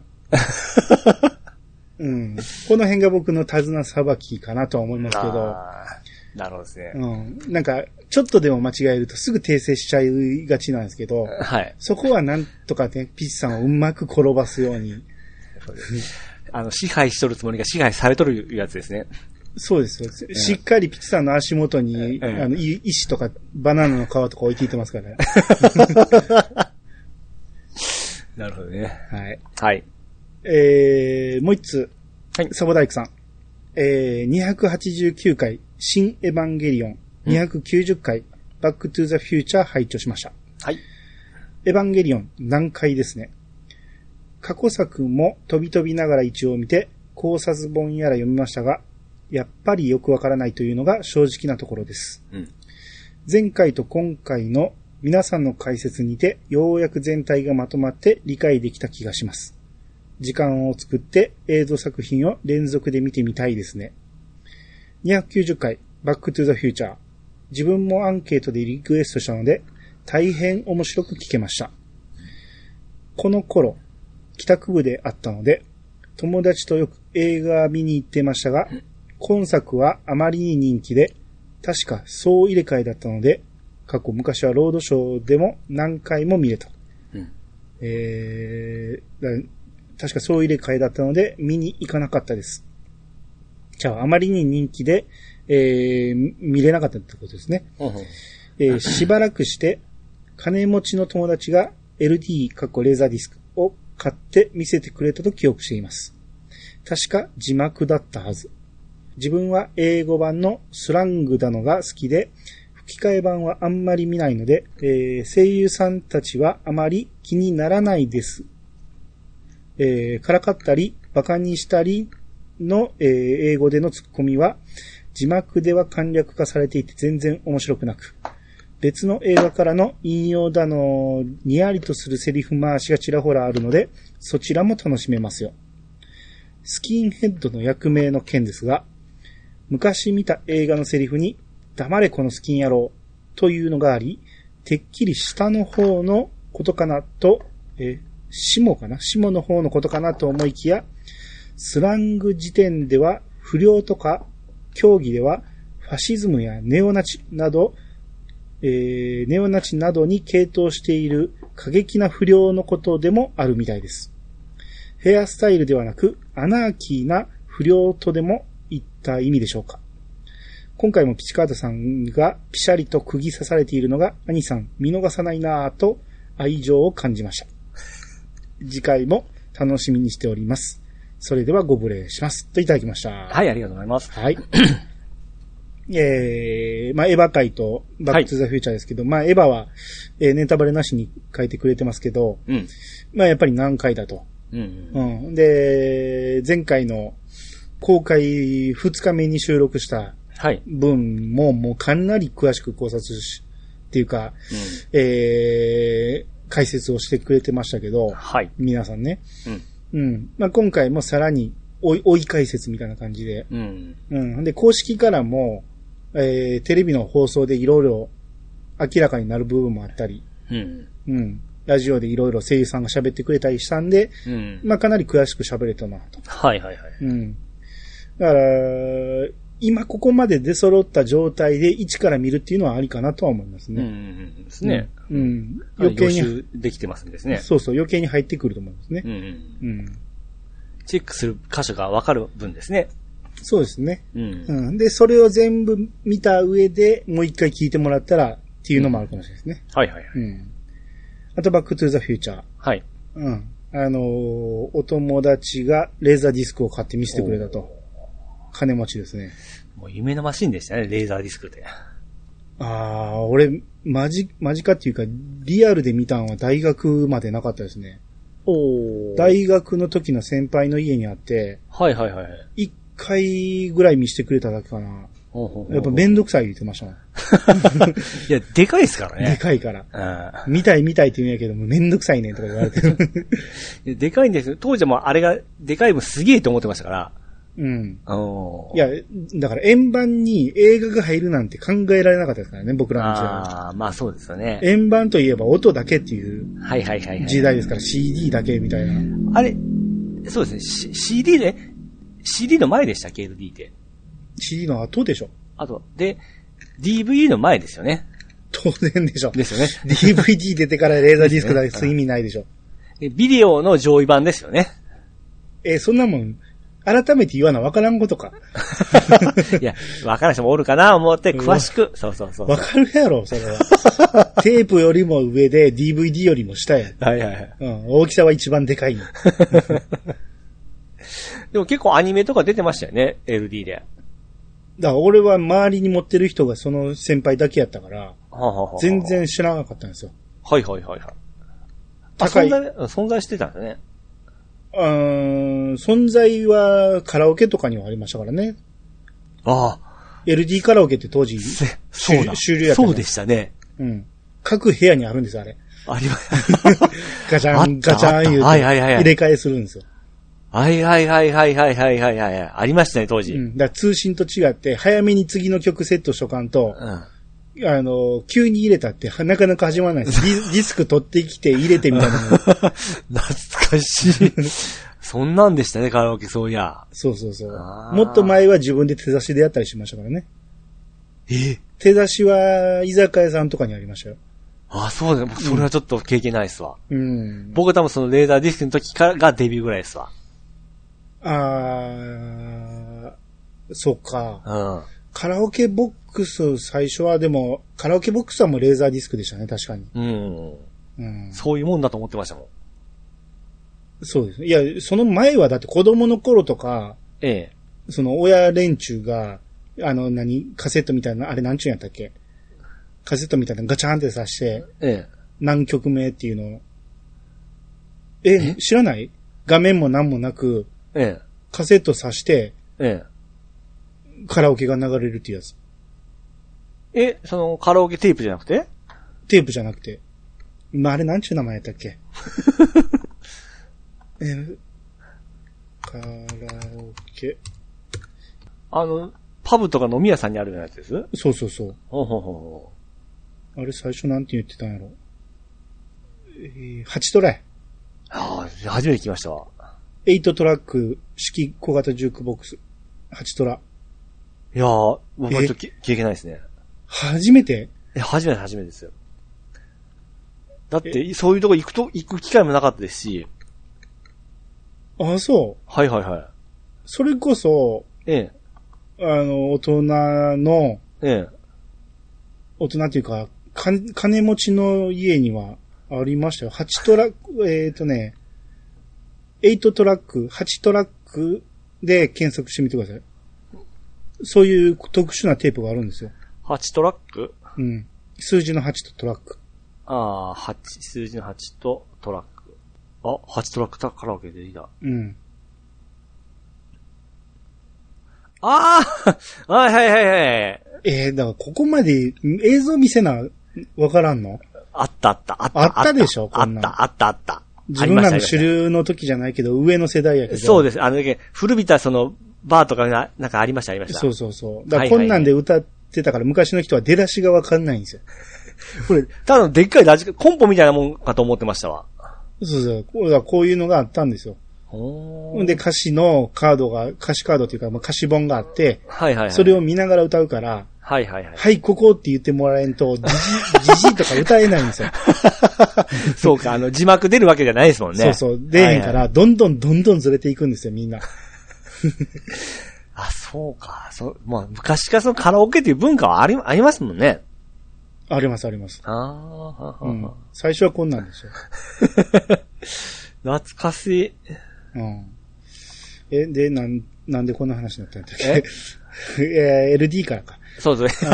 A: うん。この辺が僕の手綱さばきかなとは思いますけど、
B: あーなるほどですね。
A: うん。なんか、ちょっとでも間違えるとすぐ訂正しちゃいがちなんですけど、
B: はい。
A: そこはなんとかね、ピッチさんをうまく転ばすように。
B: あの、支配しとるつもりが支配されとるやつですね。
A: そうですよ。しっかりピッチさんの足元に、
B: ええ
A: あの、い石とかバナナの皮とか置いていってますから。
B: なるほどね。
A: はい。
B: はい。
A: えー、もう一つ。
B: はい
A: サボダイクさん。えー、289回、新エヴァンゲリオン。290回、バックトゥーザフューチャー拝聴しました。
B: はい。
A: エヴァンゲリオン難解ですね。過去作も飛び飛びながら一応見て、考察本やら読みましたが、やっぱりよくわからないというのが正直なところです。
B: うん
A: 前回と今回の皆さんの解説にて、ようやく全体がまとまって理解できた気がします。時間を作って映像作品を連続で見てみたいですね。290回、バックトゥザフューチャー。自分もアンケートでリクエストしたので、大変面白く聞けました。この頃、帰宅部であったので、友達とよく映画見に行ってましたが、今作はあまりに人気で、確か総入れ替えだったので、過去昔はロードショーでも何回も見れた。
B: うん
A: えーだ確か総入れ替えだったので、見に行かなかったです。じゃあ、あまりに人気で、えー見れなかったってことですね。えーしばらくして、金持ちの友達が LD、過去レーザーディスクを買って見せてくれたと記憶しています。確か字幕だったはず。自分は英語版のスラングだのが好きで、吹き替え版はあんまり見ないので、えー声優さんたちはあまり気にならないです。えーからかったり、馬鹿にしたりの、えー英語でのツッコミは、字幕では簡略化されていて全然面白くなく、別の映画からの引用だの、にやりとするセリフ回しがちらほらあるので、そちらも楽しめますよ。スキンヘッドの役名の件ですが、昔見た映画のセリフに、黙れこのスキン野郎というのがあり、てっきり下の方のことかなと、えー下かな下の方のことかなと思いきや、スラング時点では不良とか、競技ではファシズムやネオナチなど、えー、ネオナチなどに傾倒している過激な不良のことでもあるみたいです。ヘアスタイルではなく、アナーキーな不良とでも言った意味でしょうか。今回もピチカートさんがピシャリと釘刺されているのが、兄さん見逃さないなぁと愛情を感じました。次回も楽しみにしております。それではご無礼します。といただきました。は
B: はい、ありがとうございます。
A: はい。 <coughs> えー、まあ、エヴァ界とバックトゥザフューチャーですけど、まあ、エヴァは、えーネタバレなしに書いてくれてますけど、
B: うん。
A: まあ、やっぱり何回だと。
B: うんうん。
A: うん。で、前回の公開2日目に収録した
B: はい。
A: 分ももうかなり詳しく考察し、っていうか、えー、解説をしてくれてましたけど、
B: はい。
A: 皆さんね。
B: うん。
A: うん。まあ、今回もさらに追い、追い解説みたいな感じで、
B: うん。
A: うん。で、公式からも、えー、テレビの放送でいろいろ明らかになる部分もあったり、
B: うん。
A: うん。ラジオでいろいろ声優さんが喋ってくれたりしたんで、
B: うん。
A: まあかなり詳しく喋れたなと。
B: はいはいはい。
A: うん。だから、今ここまで出揃った状態で一から見るっていうのはありかなとは思います
B: うんう
A: ね。
B: ん。うんですね。
A: うん。うん。余
B: 余計
A: 計
B: に。
A: に、
B: 予習できてますんですね。
A: そうそう、余計に入ってくると思いますね
B: う。んうん。
A: うん。
B: チェックする箇所がわかる分ですね。
A: そうですね。
B: うん。
A: うん。で、それを全部見た上でもう一回聞いてもらったらっていうのもあるかもしれないですね。
B: はいはいはい。
A: うん。あと、バックトゥーザフューチャー。
B: はい。
A: うん。あのーお友達がレーザーディスクを買って見せてくれたと。金持ちですね。
B: もう夢のマシンでしたね、レーザーディスクって。
A: あー、俺、マジ、マジかっていうか、リアルで見たんは大学までなかったですね。
B: おお。
A: 大学の時の先輩の家にあって、
B: はいはいはい。
A: 一回ぐらい見せてくれただけかな。
B: ほうほうほう
A: やっぱめんどくさい言ってましたもん。
B: <laughs> いや、でかいですから
A: で
B: ね。
A: かいから。
B: う
A: 見たい見たいって言うんやけども、めんどくさいねんとか言われてる。
B: んいやでかいんですよ。当時はもうあれが、でかい分すげえと思ってましたから。
A: うん。
B: おー
A: いや、だから円盤に映画が入るなんて考えられなかったですからね、僕らの時代は。
B: ああ、まあそうですよね。
A: 円盤といえば音だけっていう
B: はいはいはい、はい。
A: 時代ですから、CD だけみたいな。
B: あれ、そうですね、C、CD で、CD の前でしたっけ ?LD って。
A: CD の後でしょ。
B: あと、で、DVD の前ですよね。
A: 当然でしょ。
B: ですよね。
A: DVD 出てからレーザーディスクだけ意味ないでしょ。
B: でビデオの上位版ですよ <laughs> ね。
A: え、そんなもん、改めて言わな分からんこと
B: <laughs>
A: か。
B: いや、わからん人もおるかな思って、詳しく、そうそうそう。
A: 分かるやろ、それは。テープよりも上で DVD よりも下や。
B: はいはいはい。
A: うん、大きさは一番でかいの。
B: <laughs> でも結構アニメとか出てましたよね、LD で。
A: だから俺は周りに持ってる人がその先輩だけやったから、
B: はあはあはあ
A: 全。然知らなかったんですよ。
B: はいはいはいはい。あ
A: 高い
B: 存在、うん存在してたんだね。
A: うーん、存在はカラオケとかにはありましたからね。
B: ああ、
A: LD カラオケって当時、
B: そうだ。
A: 終了やったね
B: そうでしたね。
A: うん。各部屋にあるんですよ、あれ。
B: あ <laughs> ります。
A: ガチ
B: あ
A: ャ
B: った
A: ン、ガチャ
B: あっ
A: ン
B: た
A: 言うて、
B: はいはいはいはい
A: 入れ替えするんですよ。
B: はいはいはいはいはいはいはいはい。ありましたね、当時。
A: う
B: うん。
A: ん。だから通信と違って、早めに次の曲セットしとかんと、あの、急に入れたって、なかなか始まら
B: <laughs>
A: ないです。ディディスク取ってきて入れてみたいな。
B: <laughs> 懐か <laughs> しい。そんなんでしたね、カラオケ、そういや。
A: そうそうそう
B: あ。ー
A: もっと前は自分で手差しでやったりしましたからね。
B: え
A: 手差しは居酒屋さんとかにありましたよ。
B: あ、そうだね。それはちょっと経験ないっすわ。
A: うん。
B: 僕多分そのレーダーディスクの時からがデビューぐらいですわ。
A: あー、そうか。
B: うん。
A: カラオケボックス最初はでも、カラオケボックスはもうレーザーディスクでしたね、確かに。
B: うん。
A: うん。
B: そういうもんだと思ってましたもん。
A: そうですね。いや、その前はだって子供の頃とか、
B: ええ。
A: その親連中が、あの何、カセットみたいな、あれなんちゅうんやったっけカセットみたいなのガチャンって刺して、
B: ええ。
A: 何曲目っていうのを。え、知らない画面も何もなく、
B: ええ。
A: カセット刺して、
B: え
A: カラオケが流れるっていうやつ。
B: え。え、そのカラオケテープじゃなくて
A: テープじゃなくて。まあ、あれなんちゅう名前やったっけえ、カラオケ。
B: あの、パブとか飲み屋さんにあるようなやつです
A: そうそうそう。
B: ほうほうほうほ
A: あれ最初なんて言ってたんやろ。えー、8トライ。
B: うああ、初めて聞きましたわ。
A: 8トラック式小型ジュークボックス。8トラ。
B: いやー、僕はちょっとき経験ないですね。
A: 初めて
B: え、初めて初めてですよ。だって、そういうとこ行くと、行く機会もなかったですし、
A: あ、そう。
B: はいはいはい。
A: それこそ、
B: ええ、
A: あの、大人の、
B: ええ。
A: 大人というか、か金持ちの家にはありましたよ。8トラック、えっ、とね、8トラック、8トラックで検索してみてください。そういう特殊なテープがあるんですよ。
B: 8トラック
A: うん。数字の8とトラック。
B: ああ、8、数字の8とトラック。あ、8トラックたカラオケでいいだ。
A: うん。
B: ああ <laughs> はいはいはいはい。
A: えー、だからここまで映像見せな、わからんの
B: あったあった、あった。
A: あったでしょ
B: あ
A: こんな
B: っ
A: ん
B: た、あった、あった。
A: 自分らの主
B: 種類
A: 流の時じゃないけど、上の世代やけど。
B: そうです。あの、だけ古びたその、バーとかな、なんかありました、ありました。
A: そうそうそう。だからこんなんで歌ってたから昔の人は出だしがわかんないんですよ。
B: これ、ただのでっかいラジカ、コンポみたいなもんかと思ってましたわ。
A: そうそう。こうだからこういうのがあったんですよ。
B: ほ
A: で、、歌詞のカードが、歌詞カードというか、まあ、歌詞本があって、
B: はいはいはい。
A: それを、見ながら歌うから、
B: はいはい <laughs> はい。
A: はい、ここって言ってもらえんと、じじ、じじとか歌えないん
B: <laughs>
A: ですよ。
B: そうか、あの、字幕出るわけじゃないですもんね。
A: そうそう。出えへんか
B: はいはい
A: ら、どんどんどんどんずれていくんですよ、みんな。
B: あ、そうか。そう、まあ、昔からそのカラオケっていう文化はあり、ありますもんね。
A: あります、あります。
B: ああ、は
A: う
B: あは
A: ん
B: あ。
A: 最初はこんなんですよ。
B: 懐かしい。
A: うん。え、で、なん、なんでこんな話になったんだっ
B: え
A: け <laughs> えー ?LD からか。
B: そうですね。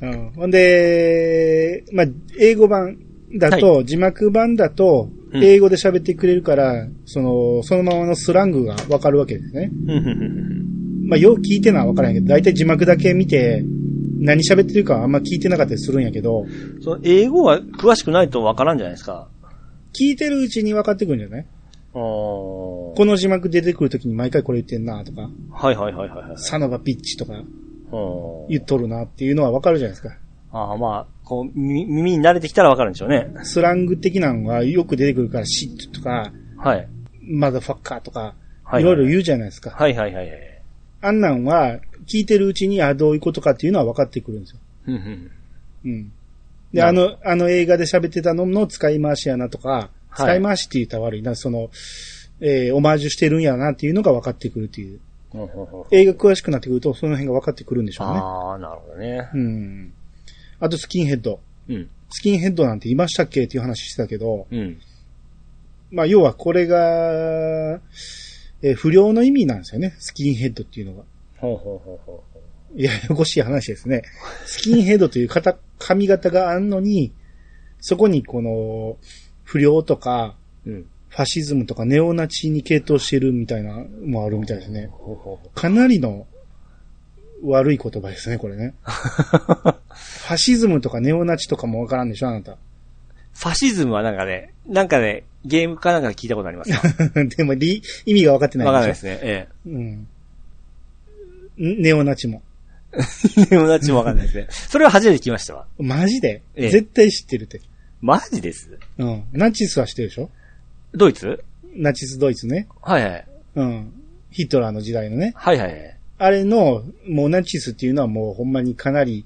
A: <laughs> うん。ほんで、まあ、英語版だと、字幕版だと、
B: うん
A: 英語で喋ってくれるから、その、そのままのスラングがわかるわけですね。
B: うんうんうん
A: まあ、よう聞いてのはわからんけど、だいたい字幕だけ見て、何喋ってるかはあんま聞いてなかったりするんやけど、
B: うん <laughs> その英語は詳しくないとわからんじゃないですか。
A: 聞いてるうちに分かってくるんじゃない
B: こ
A: この字幕出てくるときに毎回これ言ってんなとか、
B: はいはいはいはいはい。
A: サノバピッチとか
B: うん
A: 言っとるなっていうのはわかるじゃないですか。
B: ああ、まあ、こう、耳耳に慣れてきたらわかるんでしょうね。
A: スラング的なのがよく出てくるから、シットとか、
B: はい。
A: マザファッカーとか、
B: はい
A: いろいろ言うじゃないですか。
B: はいはいはいはい。
A: あんなんは、聞いてるうちに、あ、どういうことかっていうのは分かってくるんですよ。
B: うんうん
A: うん。で、
B: な
A: あ
B: る
A: の、あの映画で喋ってたのの使い回しやなとか、
B: はい
A: 使い回しって言ったら悪いな、その、えーオマージュしてるんやなっていうのが分かってくるっていう。
B: ほうほうほう
A: 映画詳しくなってくると、その辺が分かってくるんでしょうね。
B: ああ、なるほどね。
A: うん。あと、スキンヘッド。
B: うん。
A: スキンヘッドなんていましたっけっていう話してたけど、
B: うん。
A: まあ、要はこれが、えー不良の意味なんですよね。スキンヘッドっていうのが。
B: ほうほうほうほうほ
A: ややこしい話ですね。スキンヘッドという型、髪型があんのに、そこにこの、不良とか、
B: う。うん。
A: ファシズムとかネオナチに傾倒してるみたいな、もあるみたいですね。
B: ほうほうほ
A: かなりの、悪い言葉ですね、これね。
B: う。 <laughs>
A: ファシズムとかネオナチとかもわからんでしょ、あなた。 <laughs>
B: ファシズムはなんかね、なんかね、ゲームかなんかで聞いたことありますか
A: でも、り意味が分かってな
B: わ
A: い
B: かんない
A: で
B: で
A: し
B: すね。え
A: ょ。うん。ネオナチも。
B: え。友達もわかんないですね。それは初めて聞きましたわ。
A: マジで、
B: ええ
A: 絶対知ってるって。
B: マジです
A: うん。ナチスは知ってるでしょ
B: ドイツ
A: ナチスドイツね。
B: はいはい。
A: うん。ヒトラーの時代のね。
B: はいはいはい。
A: あれの、もうナチスっていうのはもうほんまにかなり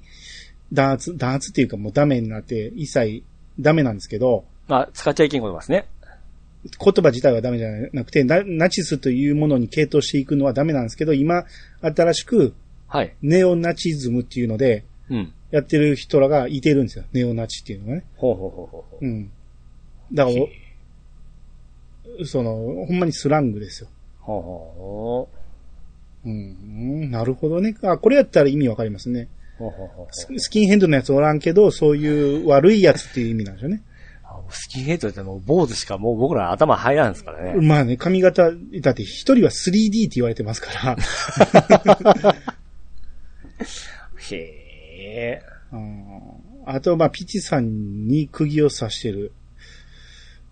A: 弾圧、弾圧っていうかもうダメになって、一切ダメなんですけど、
B: まあ、使っちゃいけんことますね。
A: 言葉自体はダメじゃなくて、ナナチスというものに傾倒していくのはダメなんですけど、今、新しく
B: はい。
A: ネオナチズムっていうので、
B: うん。
A: やってる人らがいてるんですよ。ネオナチっていうのがね。
B: ほうほうほうほうほう。
A: うん。だから
B: へ
A: お、その、ほんまにスラングですよ。
B: ほうほう
A: うんうん、なるほどね。あ、これやったら意味わかりますね。
B: ほう。ほうほうほう
A: ススキンヘッドのやつおらんけど、そういう悪いやつっていう意味なんですよね。
B: あもうスキンヘッドってもう坊主しかもう僕ら頭入らんですからね。
A: まあね、髪型、だって一人は 3D って言われてます
B: <laughs>
A: から、
B: へえ。
A: うんあと、まあ、ピチさんに釘を刺してる。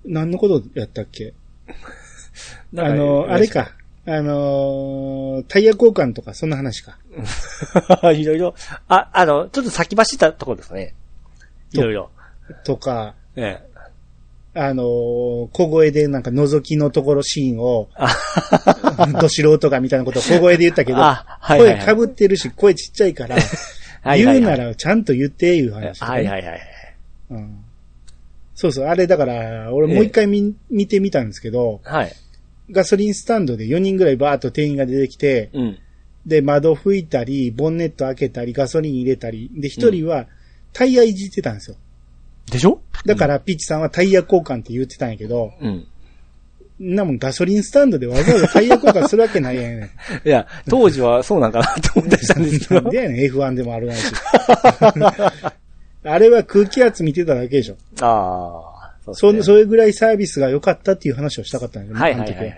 A: 何のことやったっけあの、あれ。か。あのータイヤ交換とか、そんな話か。
B: いろいろ。あ、あの、ちょっと先走ったところですね。いろいろ。
A: とか、
B: ええ。
A: あのー小声でなんか覗きのところシーン
B: <laughs>
A: を、
B: あ、
A: ど素人がみたいなことを小声で言ったけど、
B: あはいはいはい
A: 声被ってるし、声ちっちゃいから、
B: はいはいはい
A: 言うならちゃんと言って、いう話、
B: はいはいはい。
A: うんそうそう、あれだから、俺もう一回見、見てみたんですけど、
B: はい。
A: ガソリンスタンドで4人ぐらいバーっと店員が出てきて、
B: うん。
A: で、窓拭いたり、ボンネット開けたり、ガソリン入れたり、で、一人はタイヤいじってたんですよ。
B: でしょ
A: だから、ピッチさんはタイヤ交換って言ってたんやけど、
B: うん。
A: んなもんガソリンスタンドでわざわざタイヤ交換するわけないやねん。
B: <laughs> いや、当時はそうなんかなと思ったりしたんですけ
A: なん
B: ど。
A: でや <laughs> ねん、F1 でもあるないし。
B: <laughs>
A: あれは空気圧見てただけでしょ。
B: ああ、そうです
A: そ
B: ね
A: それぐらいサービスが良かったっていう話をしたかったんだけど、
B: はいは
A: あ
B: い
A: の時
B: はいはい。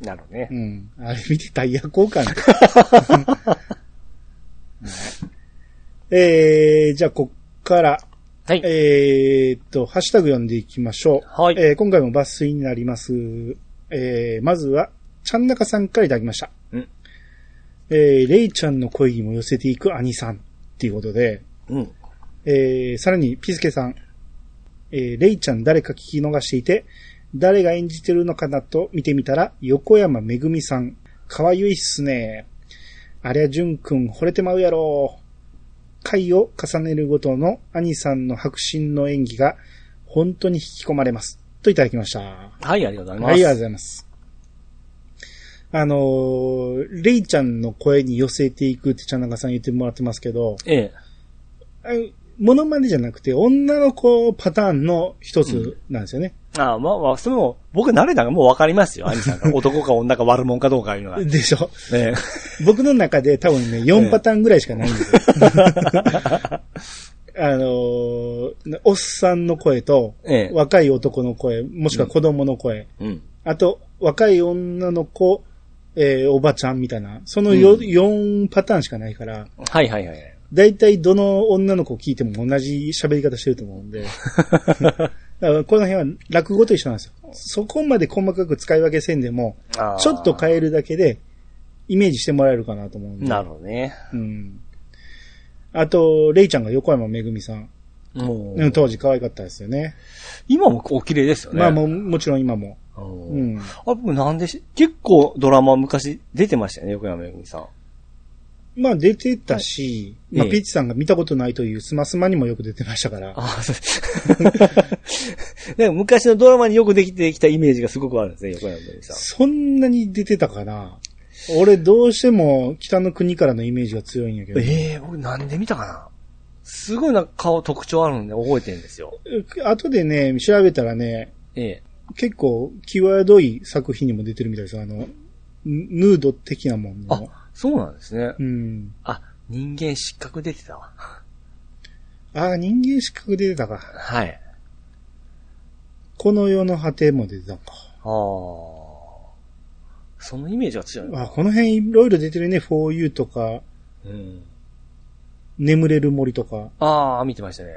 B: なるほどね
A: う。ん。あれ見てタイヤ交
B: <laughs>
A: 換って。えー、じゃあ、こっから、
B: はい。
A: えーっと、ハッシュタグ読んでいきましょう。
B: はい
A: えー今回も抜粋になります。えー、まずは、ちゃんなかさんからいただきました。
B: うん
A: えー、レイちゃんの恋にも寄せていく兄さんっていうことで、
B: うん。
A: えー、さらに、ピスケさん。えー、レイちゃん誰か聞き逃していて、誰が演じてるのかなと見てみたら、横山めぐみさん。かわゆいっすね。ありゃ、じゅんくん、惚れてまうやろ。回を重ねるごとの兄さんの迫真の演技が、本当に引き込まれます。といただきました。はい、
B: はい、ありがとうござい
A: あ
B: ます。
A: りがとうございます。あのーレイちゃんの声に寄せていくって、ちゃんなかさん言ってもらってますけど、
B: ええ。
A: あモノマネじゃなくて、女の子パターンの一つなんですよね。
B: ああ、まあまあ、それも、僕慣れたらもうわかりますよ、兄さ
A: <laughs>
B: んが。男か女か悪者かどうかいうのが。ね
A: でしょ <laughs>
B: え。
A: 僕の中で多分ね、4パターンぐらいしかないんですよ。あのーおっさんの声と、 <laughs>
B: ええ
A: 若い男の声、もしくは子供の声、
B: うん。
A: あと、若い女の子、えーおばちゃんみたいな、その 4,、4パターンしかないから、
B: はいはいはい。
A: だいたいどの女の子を聞いても同じ喋り方してると思うんで。
B: <laughs>
A: だからこの辺は落語と一緒なんですよ。そこまで細かく使い分けせんでも、
B: ああ
A: ちょっと変えるだけで、イメージしてもらえるかなと思うんで。
B: なるほどね。
A: うん。あと、レイちゃんが横山めぐみさん。
B: も
A: うん
B: う、
A: 当時可愛かったですよね。
B: 今もお綺麗ですよね。
A: まあもう、もちろん今も。
B: うん
A: うん。
B: あ、僕なんでし、結構ドラマ昔出てましたよね、横山めぐみさん。
A: まあ出てたし、
B: はい
A: まあ
B: ええ
A: ピッチさんが見たことないというスマスマにもよく出てましたから。
B: ああ、そう <laughs> です。なんか昔のドラマによくできてきたイメージがすごくあるんですね、横山めぐみさん。
A: そんなに出てたかな俺どうしても北の国からのイメージが強いんやけど。
B: ええ僕なんで見たかなすごいなんか顔特徴あるんで覚えてるんですよ。
A: 後でね、調べたらね、
B: ええ。
A: 結構際どい作品にも出てるみたいですよあの、ヌヌード的なもん
B: あ
A: の。、
B: そうなんですね。
A: うん。
B: あ、人間失格出てたわ。
A: ああ、人間失格出てたか。
B: はい。
A: この世の果ても出てたか。
B: ああ。そのイメージが強いな。
A: あこの辺いろいろ出てるね。For You とか、
B: うん。
A: 眠れる森とか、
B: ああ、見てましたね。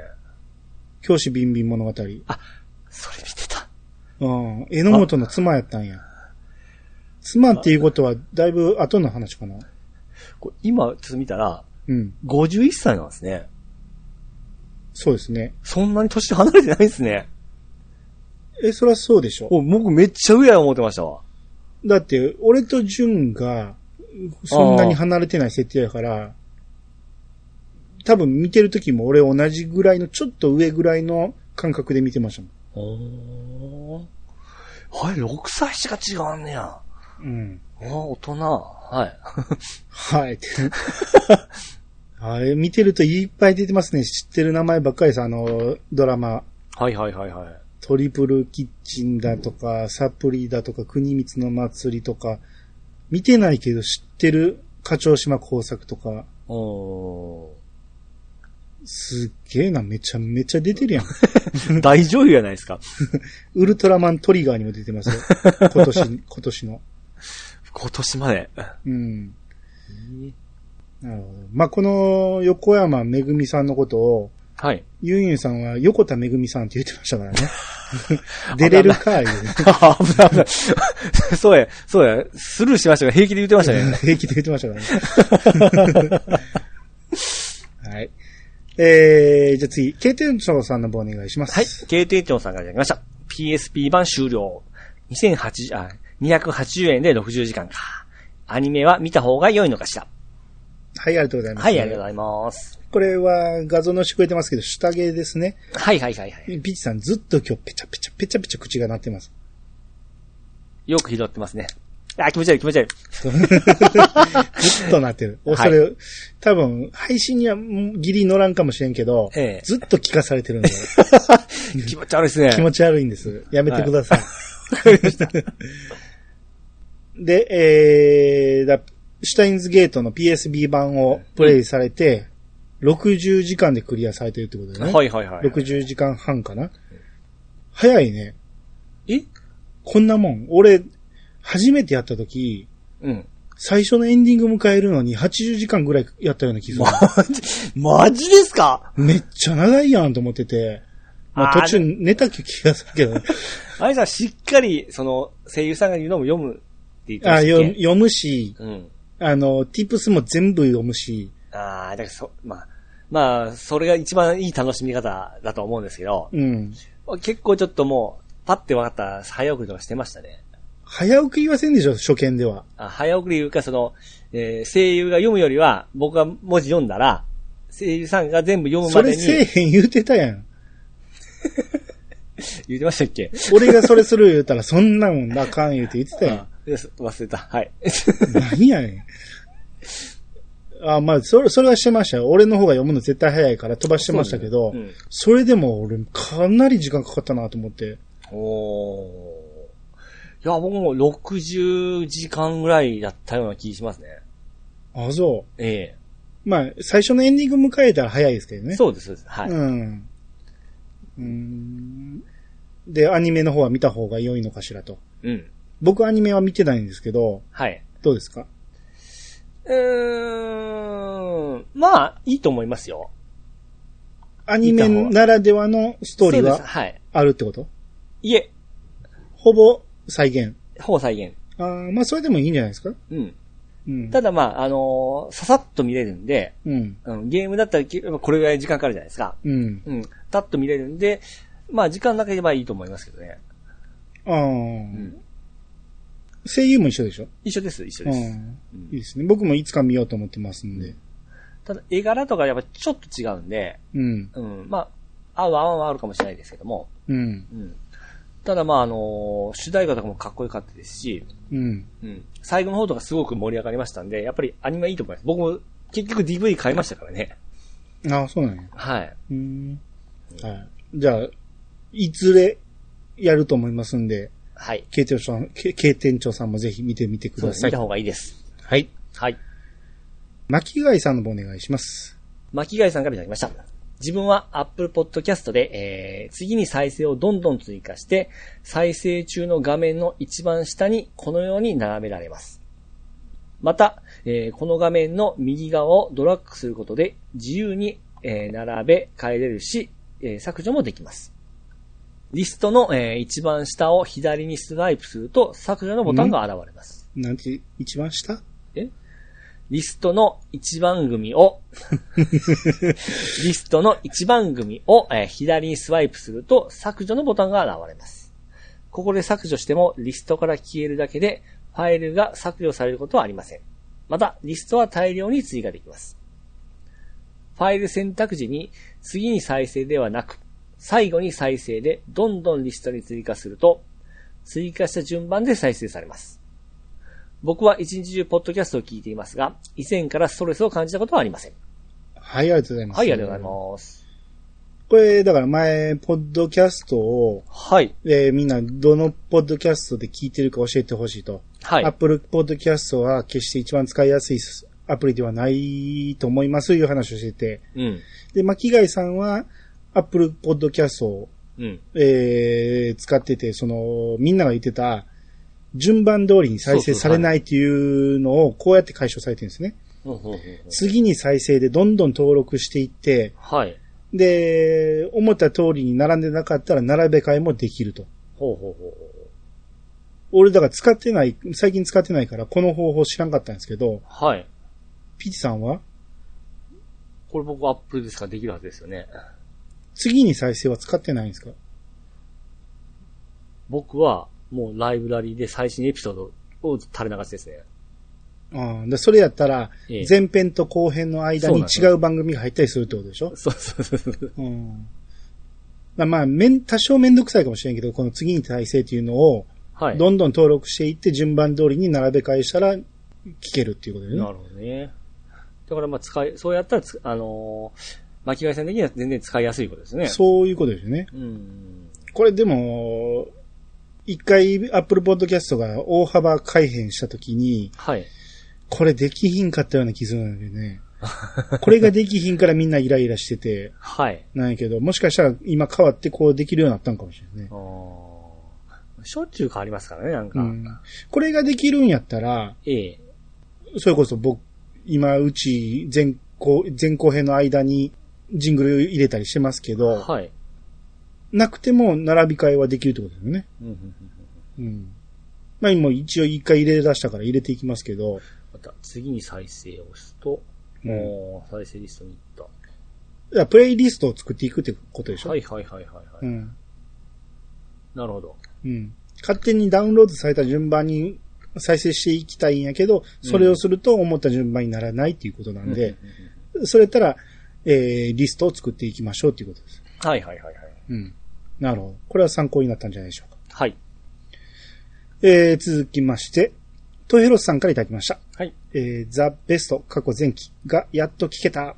A: 教師ビンビン物語。
B: それ見てた。
A: うん。榎本の妻やったんや。妻っていうことは、だいぶ後の話かな。
B: これ今、ちょっと見たら、
A: うん。
B: 51歳なんですね。
A: そうですね。
B: そんなに年離れてないですね。
A: え、そりゃそうでしょ。
B: お僕めっちゃ上や思ってましたわ。
A: だって、俺と純が、そんなに離れてない設定やから、多分見てる時も俺同じぐらいの、ちょっと上ぐらいの感覚で見てましたも
B: おー。はい、6歳しか違うんねや。
A: ん。うん。
B: あー大人。はい。
A: はい。 <laughs> ってあれ、見てるといっぱい出てますね。知ってる名前ばっかりです。あの、ドラマ。
B: はいはいはいはい。
A: トリプルキッチンだとか、サプリだとか、国光の祭りとか、見てないけど知ってる課長島工作とか、
B: お
A: すっげえな、めちゃめちゃ出てるやん。 <laughs>
B: ー。 <laughs> 大女優やないですか。
A: ウルトラマントリガーにも出てます
B: <laughs>
A: よ。今年、今年の。
B: 今年まで。
A: うん。なるほど。まあ、この横山めぐみさんのことを、
B: はい。
A: ユンユンさんは横田めぐみさんって言ってました
B: <laughs>
A: からね。出れるか、いうね。
B: あ危ない危ない。そうや、そうや、スルーしましたが平気で言ってましたね。
A: 平気で言ってましたからね。 <laughs> はい。えー、じゃあ次、K 店長さんの方お願いします。
B: はい。。経営店長さんからいただきました。 PSP 版終了。2080、あ、280円で60時間か。アニメは見た方が良いのかしら。
A: はい、ありがとうございます。
B: はい、ありがとうございます。
A: これは画像のしてくれてますけど、下着ですね。
B: はいはいはいはい。
A: ピッチさんずっと今日ペチャペチャペチャペチャ口が鳴って
B: <laughs>
A: ます。
B: よく拾ってますね。あ、気持ち悪い気持ち悪い。
A: ずっと鳴ってる。おそれ、多分、配信にはうんギリ乗らんかもしれんけど、
B: ええ
A: ずっと聞かされてるん
B: <laughs>
A: で、
B: 気持ち悪いですね。
A: 気持ち悪いんです。やめてください。 <laughs> で、えーだ、シュタインズゲートの PSB 版をプレイされて、60時間でクリアされてるってことだよね。
B: はいはいはい。
A: 60時間半かな。早いね。
B: え
A: こんなもん。俺、初めてやった時、
B: うん。
A: 最初のエンディング迎えるのに80時間ぐらいやったような気がす
B: <laughs> マジですか
A: る。めっちゃ長いやんと思ってて。まあ、
B: あー
A: 途中寝た気がするけど、
B: <laughs>
A: ね、
B: あれさん、しっかり、その、声優さんが言うのも読むって言ってま
A: あ
B: したっ
A: よ
B: け
A: 読むし、
B: うん。
A: あの、ティップスも全部読むし、
B: ああ、だからそ、まあ、まあ、それが一番いい楽しみ方だと思うんですけど、
A: うん。
B: 結構ちょっともう、パッて分かった早送りとかしてましたね。
A: 早送り言わせんでしょ、初見では。
B: あ早送りいうか、その、えー声優が読むよりは、僕が文字読んだら、声優さんが全部読む
A: そ
B: まで
A: れ
B: に
A: せえへん言うてたやん。
B: 言ってましたっけ
A: 俺がそれする言うたら、そんなもんだかん言うて言ってたやん
B: あ。です忘れた。はい。
A: 何やねん。あ、まあ、それ、それはしてましたよ。俺の方が読むの絶対早いから飛ばしてましたけど、
B: そ
A: そ,、
B: うね
A: れでも俺かなり時間かかったなと思って。
B: おー。いや、僕も60時間ぐらいだったような気しますね。
A: あ、そ
B: え
A: う。まあ、最初のエンディング迎えたら早いですけど
B: え
A: ね。
B: そうです、そうです。はい。
A: うん。うーん。で、アニメの方は見た方が良いのかしらと。
B: うん。
A: 僕アニメは見てないんですけど、
B: はい。
A: どうですか
B: うーん。まあ、いいと思いますよ。
A: アニメならではのストーリー
B: そうで
A: は
B: すはい。
A: あるってこと
B: いえ、
A: ほぼ再現。
B: ほぼ再現。
A: あーまあ、それでもいいんじゃないですか
B: うん。
A: うん。
B: ただまあ、あのーささっと見れるんで、
A: うん。
B: うん、ゲームだったらきこれぐらい時間かかるじゃないですか。
A: うん。
B: うん。たっと見れるんで、まあ、時間なければいいと思いますけどね。
A: ああ、
B: ん
A: 声優も一緒でしょ
B: 一緒です、一緒
A: う
B: です。
A: ん。
B: うん
A: いいですね。僕もいつか見ようと思ってますんで。
B: ただ、絵柄とかやっぱちょっと違うんで、
A: うん。
B: うん、まあ、合う合わんはあるかもしれないですけども、
A: うん。
B: うん。ただまあ、あのー主題歌とかもかっこよかったですし、
A: うん。
B: うん。最後の方とかすごく盛り上がりましたんで、やっぱりアニメいいと思います。僕も結局 DV 買いましたからね。
A: ああ、そうなんや。
B: はい。
A: うん。はい。じゃあ、いずれやると思いますんで、
B: はい。
A: 経店長さん、経経店長さんもぜひ見てみてく
B: そう
A: だ
B: です。
A: さ
B: 見
A: い
B: た。方がいいです。
A: はい。
B: はい。
A: 巻貝さんの方お願いします。
B: 巻貝さんからいただきました。自分は Apple Podcast で、えー、次に再生をどんどん追加して、再生中の画面の一番下にこのように並べられます。また、えーこの画面の右側をドラッグすることで自由に、えー並べ変えれるし、えー削除もできます。リストの、えー一番下を左にスワイプすると削除のボタンが現れます。
A: なんて、一番下
B: リストの一番組を、リストの一番組を、えー左にスワイプすると削除のボタンが現れます。ここで削除してもリストから消えるだけでファイルが削除されることはありません。また、リストは大量に追加できます。ファイル選択時に次に再生ではなく、最後に再生でどんどんリストに追加すると、追加した順番で再生されます。僕は一日中ポッドキャストを聞いていますが、以前からストレスを感じたことはありません。
A: はい、ありがとうございます。
B: はい、ありがとうございます。
A: これ、だから前、ポッドキャストを、
B: はい。
A: えーみんな、どのポッドキャストで聞いてるか教えてほしいと。
B: はい。
A: アップルポッドキャストは決して一番使いやすいアプリではないと思いますという話をしてて。
B: うん。
A: で、巻貝さんはアップルポッドキャストを、
B: うん。
A: えー使ってて、その、みんなが言ってた、順番通りに再生されないっていうのをこうやって解消されてるんですね。
B: うんうんうん
A: 次に再生でどんどん登録していって、
B: はい。
A: で、思った通りに並んでなかったら並べ替えもできると。
B: ほうほうほ
A: 俺だから使ってない、最近使ってないからこの方法知らんかったんですけど、
B: う。はい。
A: ピチさんは
B: これ僕アップルですからできるはずですよね。
A: 次に再生は使ってないんですか
B: 僕はもうライブラリーで最新エピソードを垂れ流しですね。
A: ああ、でそれやったら
B: ええ、
A: 前編と後編の間に
B: そう
A: 違
B: なん
A: う番組が入ったりするってことでしょ
B: そうそうそうそう。
A: うん。まあまあ、めん、多少めんどくさいかもしれんけど、この次に体制っていうのを、
B: はい。
A: どんどん登録していって、順番通りに並べ替えしたら、聞けるっていうことでね。
B: なるほどね。だからまあ使い、そうやったらつ、あのー巻き返せ的には全然使いやすいことですね。
A: そういうことですよね。
B: う。うん。
A: これでも、一回 Apple Podcast が大幅改変したときに、
B: はい。
A: これできひんかったような気するんだよ
B: <laughs>
A: ね。これができひんからみんなイライラしてて、
B: はい。
A: なんやけど、もしかしたら今変わってこうできるようになったんかもしれないね
B: あ。ーしょっちゅう変わりますからね、なん
A: う
B: か。
A: んこれができるんやったら、
B: ええ。
A: それこそ僕、今、うち前後、前後編の間にジングル入れたりしてますけど、
B: はい。
A: なくても並び替えはできるってことだよね。
B: うんうんうん
A: うん。まあ今一応一回入れ出したから入れていきますけど、
B: また次に再生を押すと、
A: うん
B: もう再生リストに行っ。
A: いやプレイリストを作っていくってことでしたょ
B: はいはいはいはい、はい
A: うん。
B: なるほど。
A: うん。勝手にダウンロードされた順番に再生していきたいんやけど、それをすると思った順番にならないっていうことなんで、
B: うんうんうん
A: それやったら、えー、リストを作っていきましょうっていうことです。
B: うんはいはいはいはい。
A: うん。なるほど。これは参考になったんじゃないでしょうか。
B: はい。
A: えー、続きまして、トヘロスさんからいただきました。
B: はい。
A: えー、ザ・ベスト過去前期がやっと聞けた。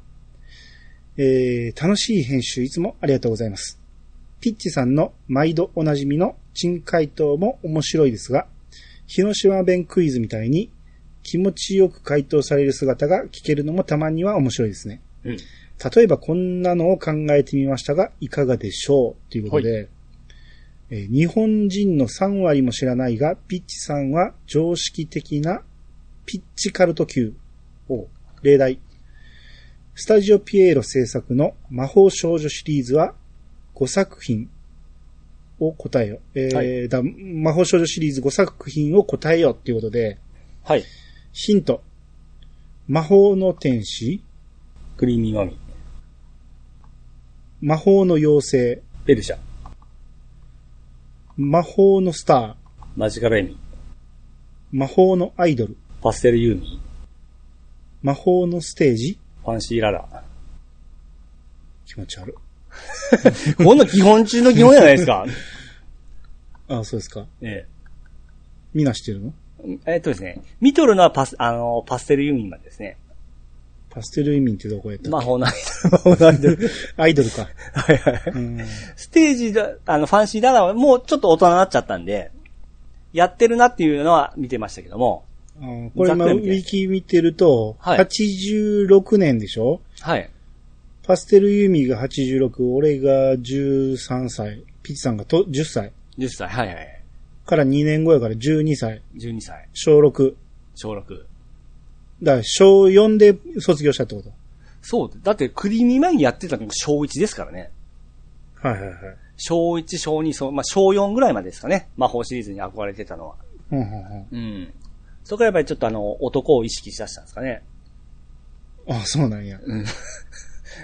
A: えー、楽しい編集いつもありがとうございます。ピッチさんの毎度おなじみの珍回答も面白いですが、広島弁クイズみたいに気持ちよく回答される姿が聞けるのもたまには面白いですね。
B: うん。
A: 例えばこんなのを考えてみましたが、いかがでしょうということで、えー日本人の3割も知らないが、ピッチさんは常識的なピッチカルト級を例題。スタジオピエーロ制作の魔法少女シリーズは5作品を答えよ。えー
B: はい
A: だ魔法少女シリーズ5作品を答えよっていうことで、
B: はい。
A: ヒント。魔法の天使、
B: クリーミーマミ。
A: 魔法の妖精、
B: ペルシャ。
A: 魔法のスター、
B: マジカルエミ。
A: 魔法のアイドル、
B: パステルユーミ
A: 魔法のステージ
B: ー。ファンシーララ。
A: 気持ち悪い。
B: <laughs> こんな基本中の基本じゃないです <laughs> か。
A: あそうですか。
B: え
A: みんな知ってるの
B: え。えっとですね。見とるのはパス、あの、パステルユーミーまでですね。
A: パステル移民ってどこやった
B: 魔法のアイドル。魔法のアイドル。
A: <laughs> アイド
B: <laughs>
A: ルか。
B: はいはい。
A: うん。
B: ステージだ、あの、ファンシーダラはもうちょっと大人になっちゃったんで、やってるなっていうのは見てましたけども。
A: あーこれ今、
B: ざ
A: ウ
B: っくりね
A: ィキ見てると、
B: はい
A: 86年でしょ
B: はい。
A: パステルユーミーが86、俺が13歳、ピッチさんがと10歳、
B: 10歳、はいはい。
A: から2年後やから12歳、
B: 12歳、
A: 小6。
B: 小6。
A: だから小4で卒業したってこと
B: そう、だってクリーミー前にやってたのが小1ですからね。
A: はいはいはい。
B: 小1、小2、そうまあ、小4ぐらいまでですかね。魔法シリーズに憧れてたのは。
A: うんうん
B: うん。そこからやっぱりちょっとあの、男を意識しだしたんですかね。
A: うん、あ、そうなんや。
B: うん。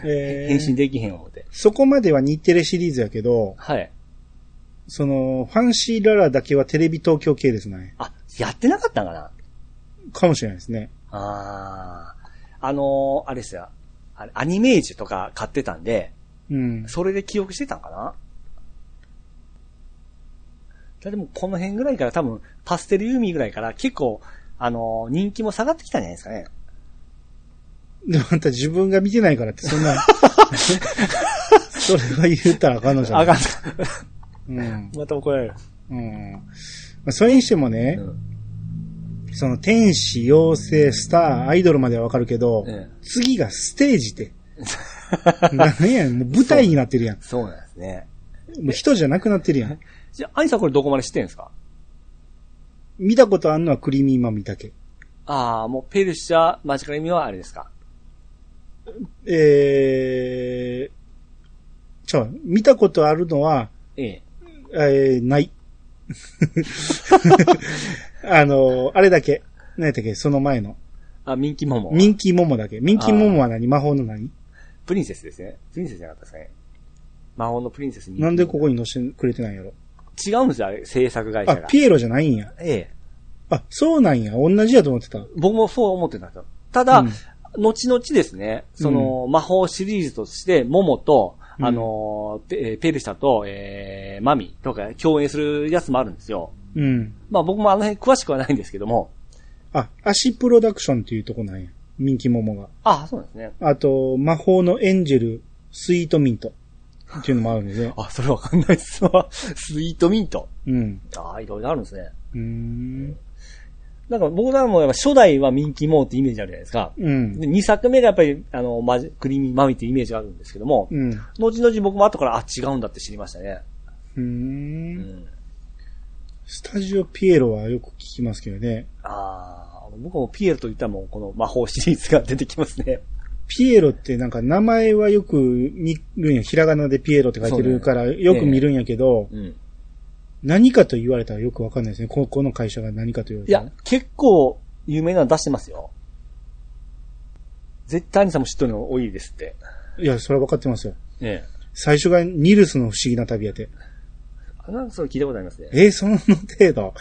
A: え
B: 変
A: ー
B: 身できへん思って。
A: そこまでは日テレシリーズやけど、
B: はい。
A: その、ファンシーララだけはテレビ東京系ですね。
B: あ、やってなかったんかな
A: かもしれないですね。
B: ああ。あのーあれですよ。あれアニメージュとか買ってたんで、
A: うん。
B: それで記憶してたんかなだでもこの辺ぐらいから多分、パステルユーミーぐらいから結構、あのー人気も下がってきたんじゃないですかね。
A: でもあんた自分が見てないからって、そん
B: <laughs>
A: な、それは言ったらあかんのじゃ
B: あ
A: ん。
B: かん。
A: うん。
B: また怒られる。
A: うん。まあ、それにしてもね
B: う、ん。
A: その、天使、妖精、スター、アイドルまではわかるけど、
B: え
A: 次がステージって。何やねん、もう舞台になってるやん。
B: <laughs> そうなんですね。
A: もう人じゃなくなってるやん。
B: じゃあ、アニさんこれどこまで知ってんですか
A: 見たことあんのはクリーミーマミだけ。
B: ああ、もうペルシャ、マジカル意味はあれですか。
A: えー、ちょ、見たことあるのは、
B: ええ。
A: えー、ない。 <laughs> あの、あれだけ。何やったっけその前の。
B: あ、ミンキモモ。
A: ミンキーモモだけ。ミンキーモモは何魔法の何
B: プリンセスですね。プリンセスじゃなかったですかね。魔法のプリンセスミンキモ
A: な
B: モ
A: んでここに載せてくれてないんやろ
B: 違うんですよ、あれ、制作会社
A: あ、
B: が。
A: ピエロじゃないんや。
B: ええ。
A: あ、そうなんや。同じやと思ってた。
B: 僕もそう思ってたんですよ。ただ、
A: うん
B: 後々ですね、その、魔法シリーズとして、モモと、あの、ペペルシャと、えー、マミとか共演するやつもあるんですよ。
A: うん。
B: まあ僕もあの辺詳しくはないんですけども。
A: あ、足プロダクションっていうとこなんや。ミンキモモが。
B: あ、そうなんですね。
A: あと、魔法のエンジェル、スイートミント。っていうのもあるんでね。
B: あ、それわかんないっすわ。スイートミント。
A: うん。
B: ああ、いろいろあるんですね。
A: うーん。
B: なんか僕らもやっぱ初代はミンキーモーってイメージあるじゃないですか。
A: うん。
B: で、2作目がやっぱり、あの、マジ、クリーミーマミってイメージがあるんですけども、
A: うん。う
B: 後々僕も後から、あ、違うんだって知りましたね。
A: ー。
B: うんん。
A: スタジオピエロはよく聞きますけどね。
B: ああ、僕もピエロと言ったらもうこの魔法シリーズが出てきますね。
A: ピエロってなんか名前はよく見るんや。ひらがなでピエロって書いてるからよく見るんやけど、
B: うん。
A: 何かと言われたらよくわかんないですね。ここの会社が何かと言われ
B: い
A: たら。
B: や、結構有名なの出してますよ。絶対兄さんも知っとるの多いですって。
A: いや、それは分かってますよ。
B: ええ。
A: 最初がニルスの不思議な旅やて。
B: あなんかそれ聞いたことありますね。
A: えーその程度。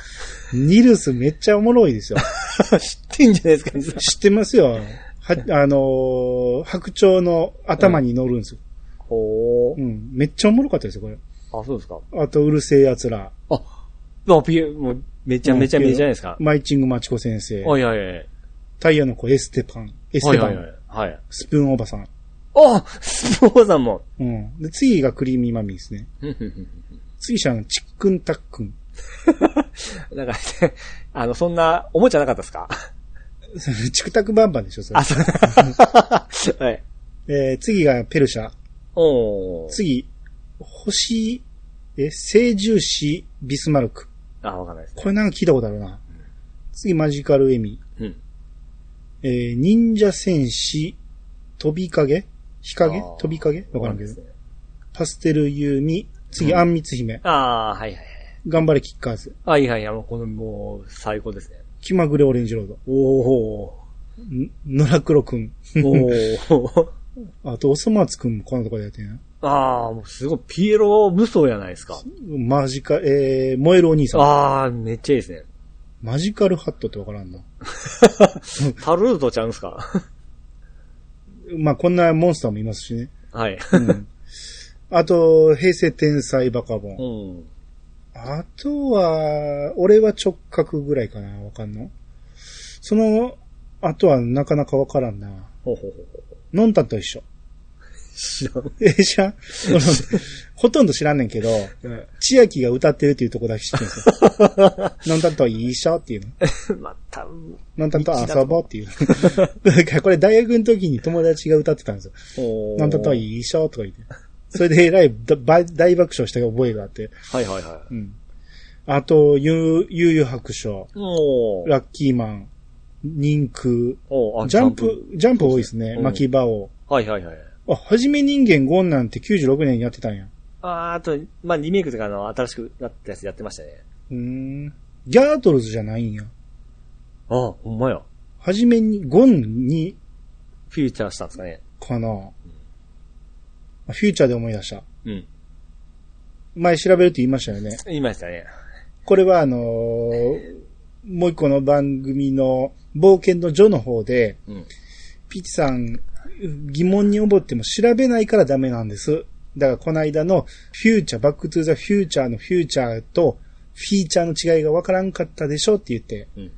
A: ニルスめっちゃおもろいですよ。
B: <laughs> 知ってんじゃないですか、兄さん。
A: 知ってますよ。は、 <laughs> あのー白鳥の頭に乗るんですよ。
B: ほ
A: うん、めっちゃおもろかったですよ、これ。
B: あ、そうですか。
A: あと、うるせえ奴ら。
B: あ、あピエロ、もうめちゃめちゃめちゃじゃないですか。
A: マイチングマチコ先生。
B: はいはいはい。
A: タイヤの子エステパン。エス
B: はい
A: テパ
B: は
A: ン。
B: いはい。はい。
A: スプーンおばさん。
B: あスポーさんも。 <laughs>
A: うん。で、次がクリーミーマミーですね。次じゃん、チックンタックン。 <laughs>
B: なんか、ね、あの、そんな、おもちゃなかったですか
A: チクタクバンバンでしょ、それ
B: あ、。それ。 <laughs> はい。
A: えー、次がペルシャ。
B: おー。
A: 次、星、え、聖獣士、ビスマルク。
B: あ、わかんないですね。
A: これなんか聞いたことあるな。次、マジカルエミ。
B: うん。
A: えー、忍者戦士、飛び影日
B: あ
A: 影
B: ー
A: 飛び影わからんけど
B: わな。いですね
A: パステルユーミ。次、
B: うん
A: あんみつ姫。
B: あー、はいはいはい。
A: 頑張れキッカーズ。
B: あ、いやいや、もうこの、もう、最高ですね。
A: 気まぐれオレンジロード。
B: おー。
A: ん野良黒くん。 <laughs>
B: おー。
A: あと、おそ松くんもこんなとこでやってんな。
B: あー、もうすごい、ピエロ無双やないですか。
A: マジカ、えー、燃えるお兄さん。
B: あー、めっちゃいいですね。
A: マジカルハットってわからんな。
B: タルートちゃうんすか <laughs>
A: まあ、こんなモンスターもいますしね。
B: はい。
A: うん。 <laughs> あと、平成天才バカボン
B: う。ん。
A: あとは、俺は直角ぐらいかな、わかんの。その、あとはなかなかわからんな。
B: ほうほうほう。
A: のんたんと一緒。
B: 知らん。
A: え、知らん俺ほとんど知らんねんけど、千秋が歌ってるっていうとこだけ知ってるんです <laughs> よ。のんたんと一緒っていうの。
B: また、
A: のんたんと遊ぼうっていう。だからこれ大学の時に友達が歌ってたんですよ。
B: おー
A: のんたんと一緒とか言って。それでえらいだば大爆笑した覚えがあって。
B: はいはいは
A: うん。あと、ゆう、ゆうゆう白書。
B: い。おー。
A: ラッキーマン、人空、
B: おーあ
A: ジャンプ、ジャンプ多いですね
B: う。ん
A: 巻き場を。
B: はいはいはい。
A: あ、はじめ人間ゴンなんて96年にやってたんや。
B: あーあと、まあ、リメイクとかあの、新しくなったやつやってましたね。
A: うーん。ギャートルズじゃないんや。
B: ああ、ほんまや。
A: はじめに、ゴンに、
B: フューチャーしたんですかね。
A: かな。あフューチャーで思い出した。
B: うん。
A: 前調べるって言いましたよね。
B: 言いましたね。
A: これはあのーもう一個の番組の冒険のジョの方で、
B: うん。
A: ピッチさん、疑問に思っても調べないからダメなんです。だからこの間のフューチャー、バックトゥーザフューチャーのフューチャーとフィーチャーの違いがわからんかったでしょって言って。
B: うん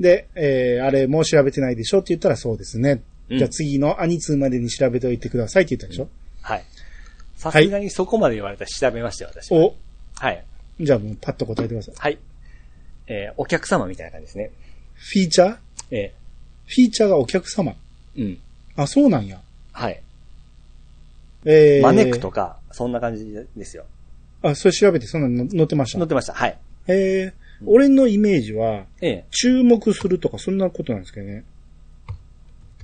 A: で、えー、あれもう調べてないでしょって言ったらそうですね。
B: うん
A: じゃあ次のアニツーまでに調べておいてくださいって言ったでしょ、
B: はい。さすがにそこまで言われたら調べましたよ、私は。
A: お、
B: はい。
A: じゃあもうパッと答えてください。
B: はい。えーお客様みたいな感じですね。
A: フィーチャーフ
B: え
A: ィーチャーがお客様。
B: ーうん。
A: あ、そうなんや。
B: はい。
A: えー、
B: マネックとか、そんな感じですよ。
A: あ、それ調べてそんなの載ってまし。
B: 載ったてました。はい。
A: えー、俺のイメージは、
B: ええ。
A: 注目するとかそんなことなんですけどね。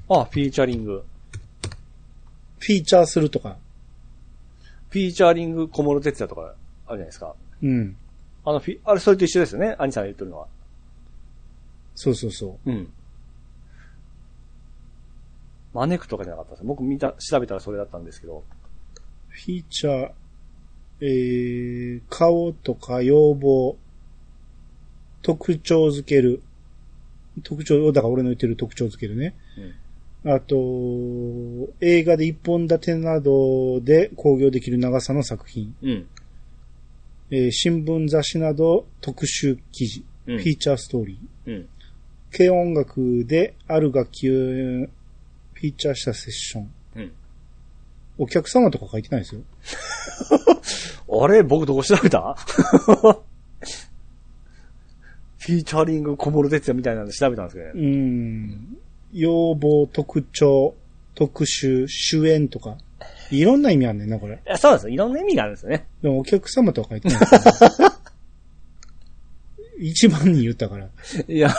B: あ、フィーチャリング。
A: フィーチャーするとか。
B: フィーチャリング小室哲也とか、あるじゃないですか。
A: うん。
B: あのフィ、あれ、それと一緒ですよね。兄さんが言ってるのは。
A: そうそうそ
B: うん。マネックとかじゃなかったです。僕見た、調べたらそれだったんですけど。
A: う。フィーチャー、えー、顔とか要望、特徴づける。特徴、だから俺の言ってる特徴づけるね。あと、映画で一本立てなどで興行できる長さの作品。
B: うん。うん。
A: えー新聞雑誌など特集記事。
B: うん
A: フィーチャーストーリー。
B: うん。
A: 軽音楽である楽器をフィーチャーしたセッション。
B: うん。
A: お客様とか書いてないですよ。
B: あれ僕どこ調べた <laughs> フィーチャリング小室哲也みたいなの調べたんですけど
A: う
B: ね。
A: ーん。要望、特徴、特集、主演とか。いろんな意味あんねんな、これ。
B: いやそうなんですよ。いろんな意味があるんですよね。
A: でもお客様とは書いて <laughs> ないですよね。一番に言ったから。
B: いや、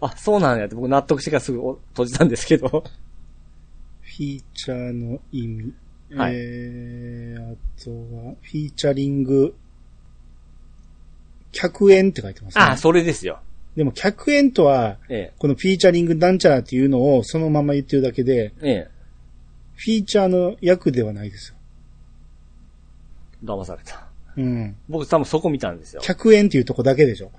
B: あ、そうなんやって僕納得してからすぐお閉じたんですけど。
A: フィーチャーの意味。
B: はい
A: えー、あとは、フィーチャリング、客演って書いてますね。
B: あ、それですよ。
A: でも客演とは、
B: え
A: このフィーチャリングなんちゃらっていうのをそのまま言ってるだけで、
B: え。ええ。
A: フィーチャーの役ではないですよ。
B: 騙された。
A: うん。
B: 僕多分そこ見たん <laughs> ですよ。
A: 客演っていうとこだけでしょ。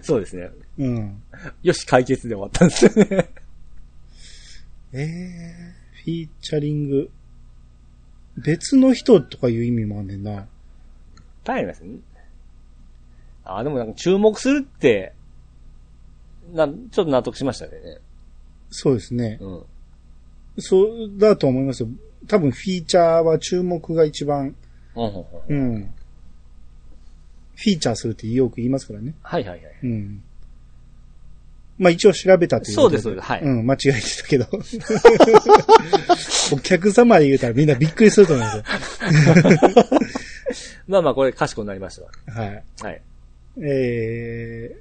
B: そうですね。
A: うん。
B: よし、解決で終わったんですよね。
A: えー、フィーチャリング。別の人とかいう意味もあんねんな。
B: 大変ですね。あ、でもなんか注目するって、な、ちょっと納得しましたね。
A: そうですね。
B: うん。
A: そうだと思いますよ。多分フィーチャーは注目が一番、うん。フィーチャーするってよく言いますからね。
B: はいはいはい。
A: うん。まあ一応調べたということ
B: そうですそうですはい
A: うん、間違えてたけど。 <laughs> お客様で言うたらみんなびっくりすると思うんです
B: まあまあ、これ賢くなりまし
A: よ。はい。
B: たわ。はい。
A: え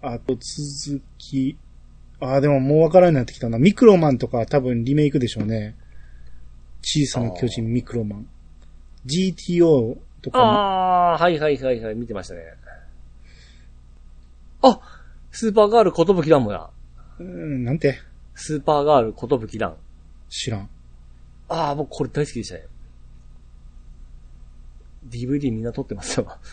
A: ー、あと続き。あーでももうわからんようになってきたな。ミクロマンとか多分リメイクでしょうね。小さな巨人ミクロマン。GTO とか
B: ああ、はいはいはいはい、見てましたね。あスーパーガールことぶきだもんや。
A: も、うん、なんて
B: スーパーガールことぶきだん。
A: 知らん。
B: ああ、僕これ大好きでしたね。DVD みんな撮ってますよ。 <laughs>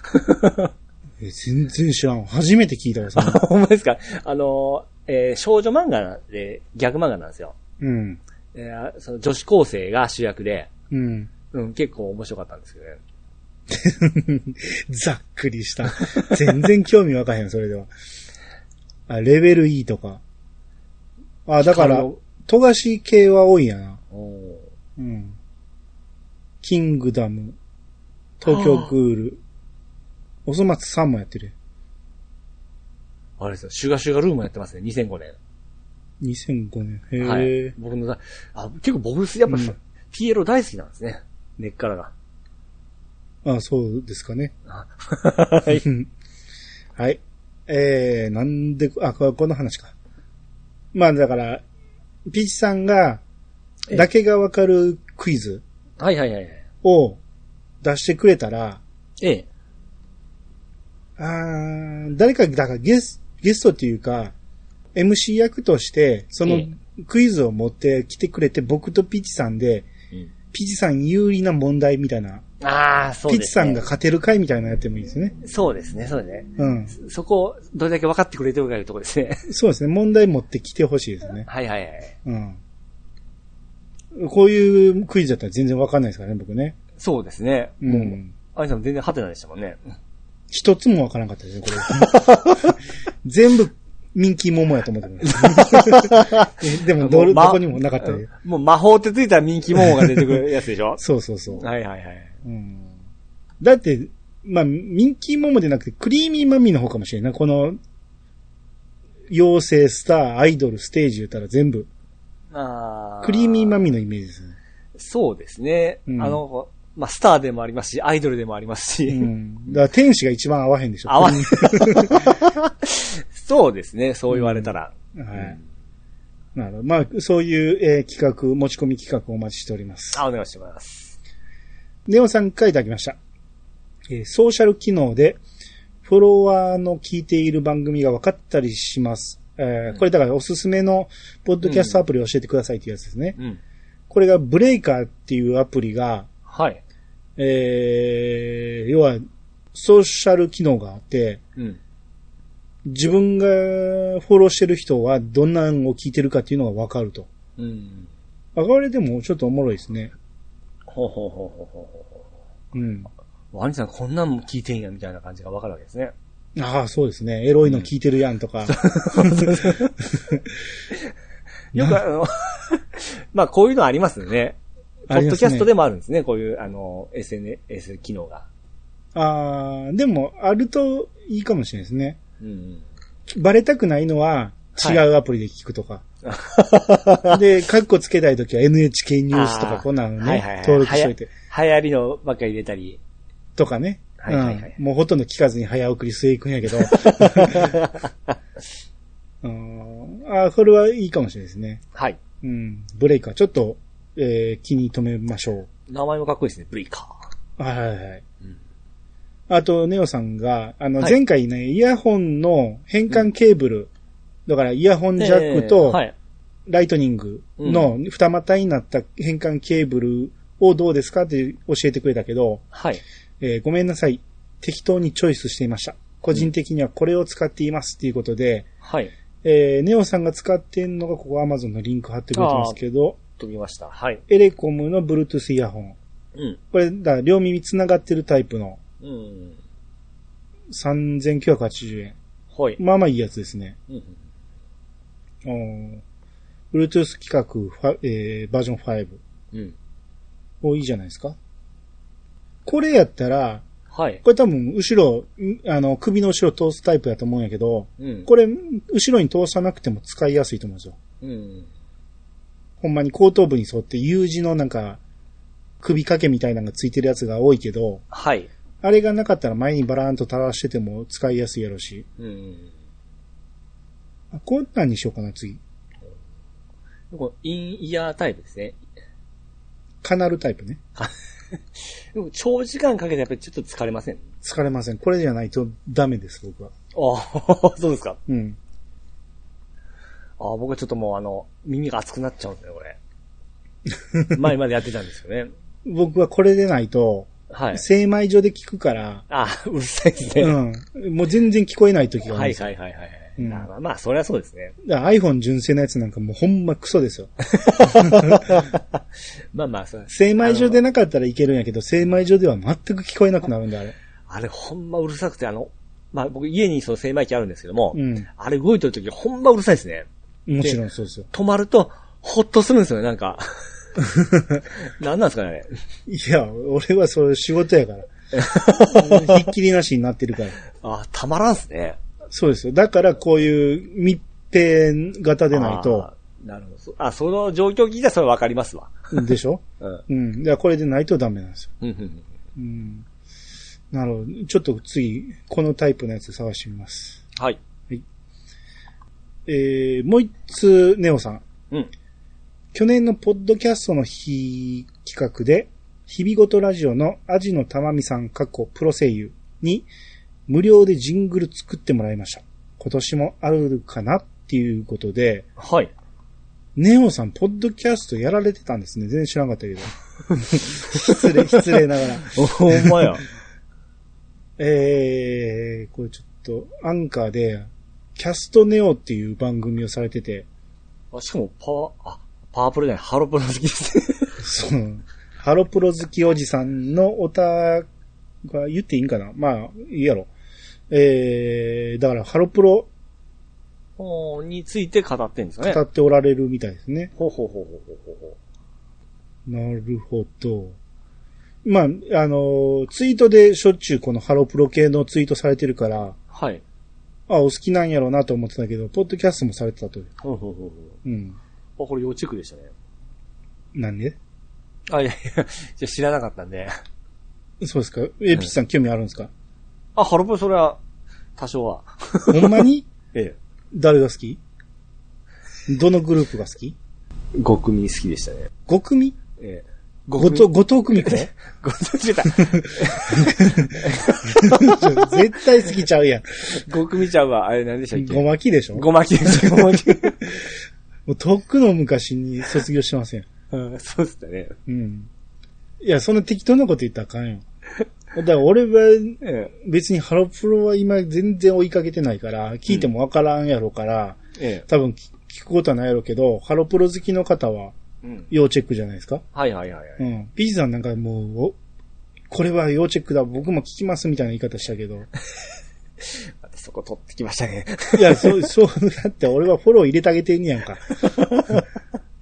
A: えー全然知らん。初めて聞いたわ、
B: <laughs>
A: そんな
B: ほんまですかあのー、えー少女漫画で、ギャグ漫画なんですよ。
A: うん。
B: えーその女子高生が主役で、
A: うん。 <laughs>
B: うん、結構面白かったんですけどね。
A: ざっくりした。全然興味わかへん、それでは。あ、レベル E とか。あ、だから
B: 光の、
A: 富樫系は多いんやな。
B: おー
A: うん。キングダム、東京グール、おそ松さんもやってる。
B: あれですよ、シュガシュガルームやってますね、2005年。
A: 2005年。へえ、
B: はい。僕のだ、あ、結構僕、やっぱ、
A: うん
B: ピエロ大好きなんですね。根っからが。
A: あ、そうですかね。。
B: はいう
A: ん <laughs> はい。えー、なんで、あ、ここの話か。まあだから、ピーチさんが、
B: え
A: だけがわかるクイズ
B: はいはいはいはい。
A: を出してくれたら、
B: ええ。
A: あー誰か、だからゲスゲストというか、MC 役として、その
B: え
A: クイズを持ってきてくれて、僕とピーチさんで、ピーチさん有利な問題みたいな、
B: ああ、そう
A: ピー
B: ですね。
A: チさんが。勝てる回みたいなのやってもいいですね。
B: そうですね、そうですね。
A: うん。
B: そこをどれだけ分かってくれてるかいうところで
A: <laughs>
B: すね。
A: そうですね。問題持ってきてほしいですね。
B: はいはいはい。
A: うん。こういうクイズだったら全然わかんないですからね、僕ね。
B: そうですね。
A: うん。
B: もう。アイさんも全然ハテナでしたもんね。
A: 一つもわからなかったですね、こ
B: <laughs>
A: れ。全部、ミンキーモモやと思って
B: <laughs>
A: ます。でもどれ、
B: ま
A: どこにもなかったで。
B: もう魔法ってついたら人気モモが出てくるやつでしょ
A: <laughs> そうそうそう。
B: はいはいはい。
A: うん、だって、まあ、ミンキーモモじゃなくて、クリーミーマミーの方かもしれんない。この、妖精、スター、アイドル、ステージ言ったら全部、
B: あ
A: クリーミーマ
B: ま
A: ミーのイメージですね。
B: そうですね。
A: うん
B: あの、まあ、スターでもありますし、アイドルでもありますし。
A: うん。だから天使が一番合わへんでしょ。
B: 合わ <laughs> そうですね、そう言われたら。
A: はい。なるほど。まあ、そういう、えー企画、持ち込み企画をお待ちしております。
B: あ、お願いします。
A: ネオさんからいただきました。えーソーシャル機能で、フォロワーの聞いている番組が分かったりします。えーこれだからおすすめの、ポッドキャストアプリを教えてくださいっていうやつですね。
B: うん。
A: これがブレイカーっていうアプリが、
B: はい。
A: えー、要は、ソーシャル機能があって、
B: うん。
A: 自分がフォローしてる人はどんなのを聞いてるかっていうのがわかると。
B: うん。
A: あこれでもちょっとおもろいですね。
B: ほうほうほうほうほう
A: うん。
B: ほう。ワニさんこんなんも聞いてんや、みたいな感じがわかるわけですね。
A: ああ、そうですね。エロいの聞いてるやんとか。
B: よくあの、 <laughs> まあこういうのありますね。ポ
A: あり
B: ッ
A: ま
B: ド
A: す
B: キ
A: ね
B: ャストでもあるんですね、こういう、あの、SNS 機能が。
A: ああ、でも、あるといいかもしれないですね。
B: うん。
A: バレたくないのは、違うアプリで聞くと
B: <laughs>
A: か。で、カッコつけたいときは NHK ニュースと
B: あ
A: か
B: ー
A: こんなの
B: はいはいは
A: ね
B: い、
A: 登録しといて。
B: 流行りのばっかり入れたり。
A: とかね。
B: はいはいはい
A: うんもうほとんど聞かずに早送りしていくん
B: <laughs>
A: やけど。うんあーこれはいいかもしれないですね。
B: はい。
A: うん。ブレイカー、ちょっと、えー気に留めましょ
B: 名前もかっこいいですね、ブリカ
A: う。はいはいはい。
B: うん
A: あと、ネオさんが、あの、
B: はい
A: 前回ね、イヤホンの変換ケーブル、だからイヤホン
B: ー。
A: ジャック
B: えー
A: と
B: はい。
A: ライトニングの二股になった変換ケーブルをどうですかって教えてくれたけど、
B: はい。
A: えーごめんなさい。適当にチョイスしていました。個人的にはこれを使っていますっていうことで、
B: はい。
A: えーネオさんが使ってんのが、ここ Amazon のリンク貼ってくれてますけど、
B: 飛びました。はい。
A: エレコムの Bluetooth イヤホン。
B: うん。
A: これ、だから両耳繋がってるタイプの
B: うん。
A: 3980円。
B: はい。
A: まあまあいいやつですね。
B: うん。
A: おー Bluetooth 規格、ファえーバージョン5。
B: うん。
A: おいいじゃないですか。これやったら、
B: はい。
A: これ多分、後ろ、んあの、首の後ろ通すタイプやと思うんやけど、
B: うん。
A: これ、後ろに通さなくても使いやすいと思うんですよ。
B: うん。
A: ほんまに後頭部に沿って U 字のなんか、首掛けみたいなのがついてるやつが多いけど、
B: はい。
A: あれがなかったら前にバラーンと垂らしてても使いやすいやろうし。
B: うん。
A: あこんなんにしようかな、次。
B: このインイヤータイプですね。
A: カナルタイプね。
B: でも長時間かけてやっぱりちょっと疲れません。
A: 疲れません。これじゃないとダメです、僕は。
B: ああ、そうですか。
A: うん。
B: ああ、僕はちょっともうあの、耳が熱くなっちゃうんですね、これ。前までやってたんですよね。
A: 僕はこれでないと、
B: はい。
A: 精米所で聞くから、
B: <laughs> ああ、うるさいですね。
A: うん。もう全然聞こえない時があるん
B: はい
A: ですよ。
B: はいはいはい。
A: うん
B: まあまあまあ、それはそうです <laughs> ね。
A: だから iPhone 純正のやつなんかもうほんまクソですよ。
B: まあまあ、そうです。
A: 精米所でなかったらいけるんやけど、精米所では全く聞こえなくなるんだ、あれ。
B: あれほんまうるさくて、あの、まあ僕家にその精米機あるんですけども、
A: うん。
B: あれ動いてるときほんまうるさいですね。
A: もちろんそうですよ。
B: 止まると、ほっとするんですよね、な
A: <laughs>
B: んか。なんなんですかね、あれ。
A: いや、俺はそれ仕事や <laughs> から。ひっきりなしになってるから。
B: ああ、たまらんっすね。
A: そうですよ。だからこういう密閉型でないと
B: あ、ー。なるほどそ。あ、その状況聞いたらそれわかりますわ。
A: でしょ
B: うん。
A: うん。だからこれでないとダメなんですよ。
B: うんうん
A: うん。なるほど。ちょっと次、このタイプのやつ探してみます。
B: はい。
A: えー、もう一つ、ネオさん。
B: うん。
A: 去年のポッドキャストの日企画で、日々ごとラジオのアジのたまみさん、かっこプロ声優に、無料でジングル作ってもらいました。今年もあるかなっていうことで、 <laughs>
B: はい。
A: ネオさん、ポッドキャストやられてたんですね。全然知らなかったけど。失礼、失礼ながら。
B: ほんまや。
A: えー、これちょっと、アンカーで、キャストネオっていう番組をされてて、
B: あしかも、パワー、あ、パワープロじゃない、ハロプロ好きですね。 <laughs>
A: その、ハロプロ好きおじさんのおたが言っていいんかなまあ、いいやろ。えー、だからハロプロ
B: ほうについて語ってんですかね
A: 語。っておられるみたいですね。
B: ほうほうほうほうほうほうほ
A: なるほど。まあ、あの、ツイートでしょっちゅうこのハロプロ系のツイートされてるから、
B: う。はい。
A: あ、お好きなんやろうなと思ってたけど、ポッドキャストもされてたという。
B: ほうほうほう
A: うん。
B: ほう。あ、これ要チェックでしたね。
A: なんで
B: あ、いやいや、じゃあ知らなかったんで。
A: そうですかエピさん興味あるんですか、
B: あ、ハロプロそれは、多少は。
A: ほんまに
B: え
A: 誰が好きどのグループが好き
B: え。5組好きでしたね。
A: ?5 組
B: ええ。
A: 後藤、後藤久美子
B: <laughs> ご組違った。
A: 絶対好きちゃうやん。
B: 5組ちゃんは、あれ何でしたっ
A: ご
B: け
A: まきでしょも
B: ごまきでした、ごま <laughs> き。
A: うとっくの昔に卒業してません。
B: うんそうでしたね。
A: うん。いや、そんな適当なこと言ったらあかんよ。だから俺は
B: え
A: 別にハロプロは今全然追いかけてないから、聞いてもわからんやろから、
B: え。え
A: 多分聞聞くことはないやろうけど、ハロプロ好きの方は
B: え。うん。
A: 要チェックじゃないですか。
B: はいはいはいは
A: う
B: い。
A: ん。P さんなんかもう、おこれは要チェックだ、僕も聞きますみたいな言い方したけど。
B: そこ取ってきましたね。
A: いや、そう、そう、だって俺はフォロー入れてあげてんねやんか。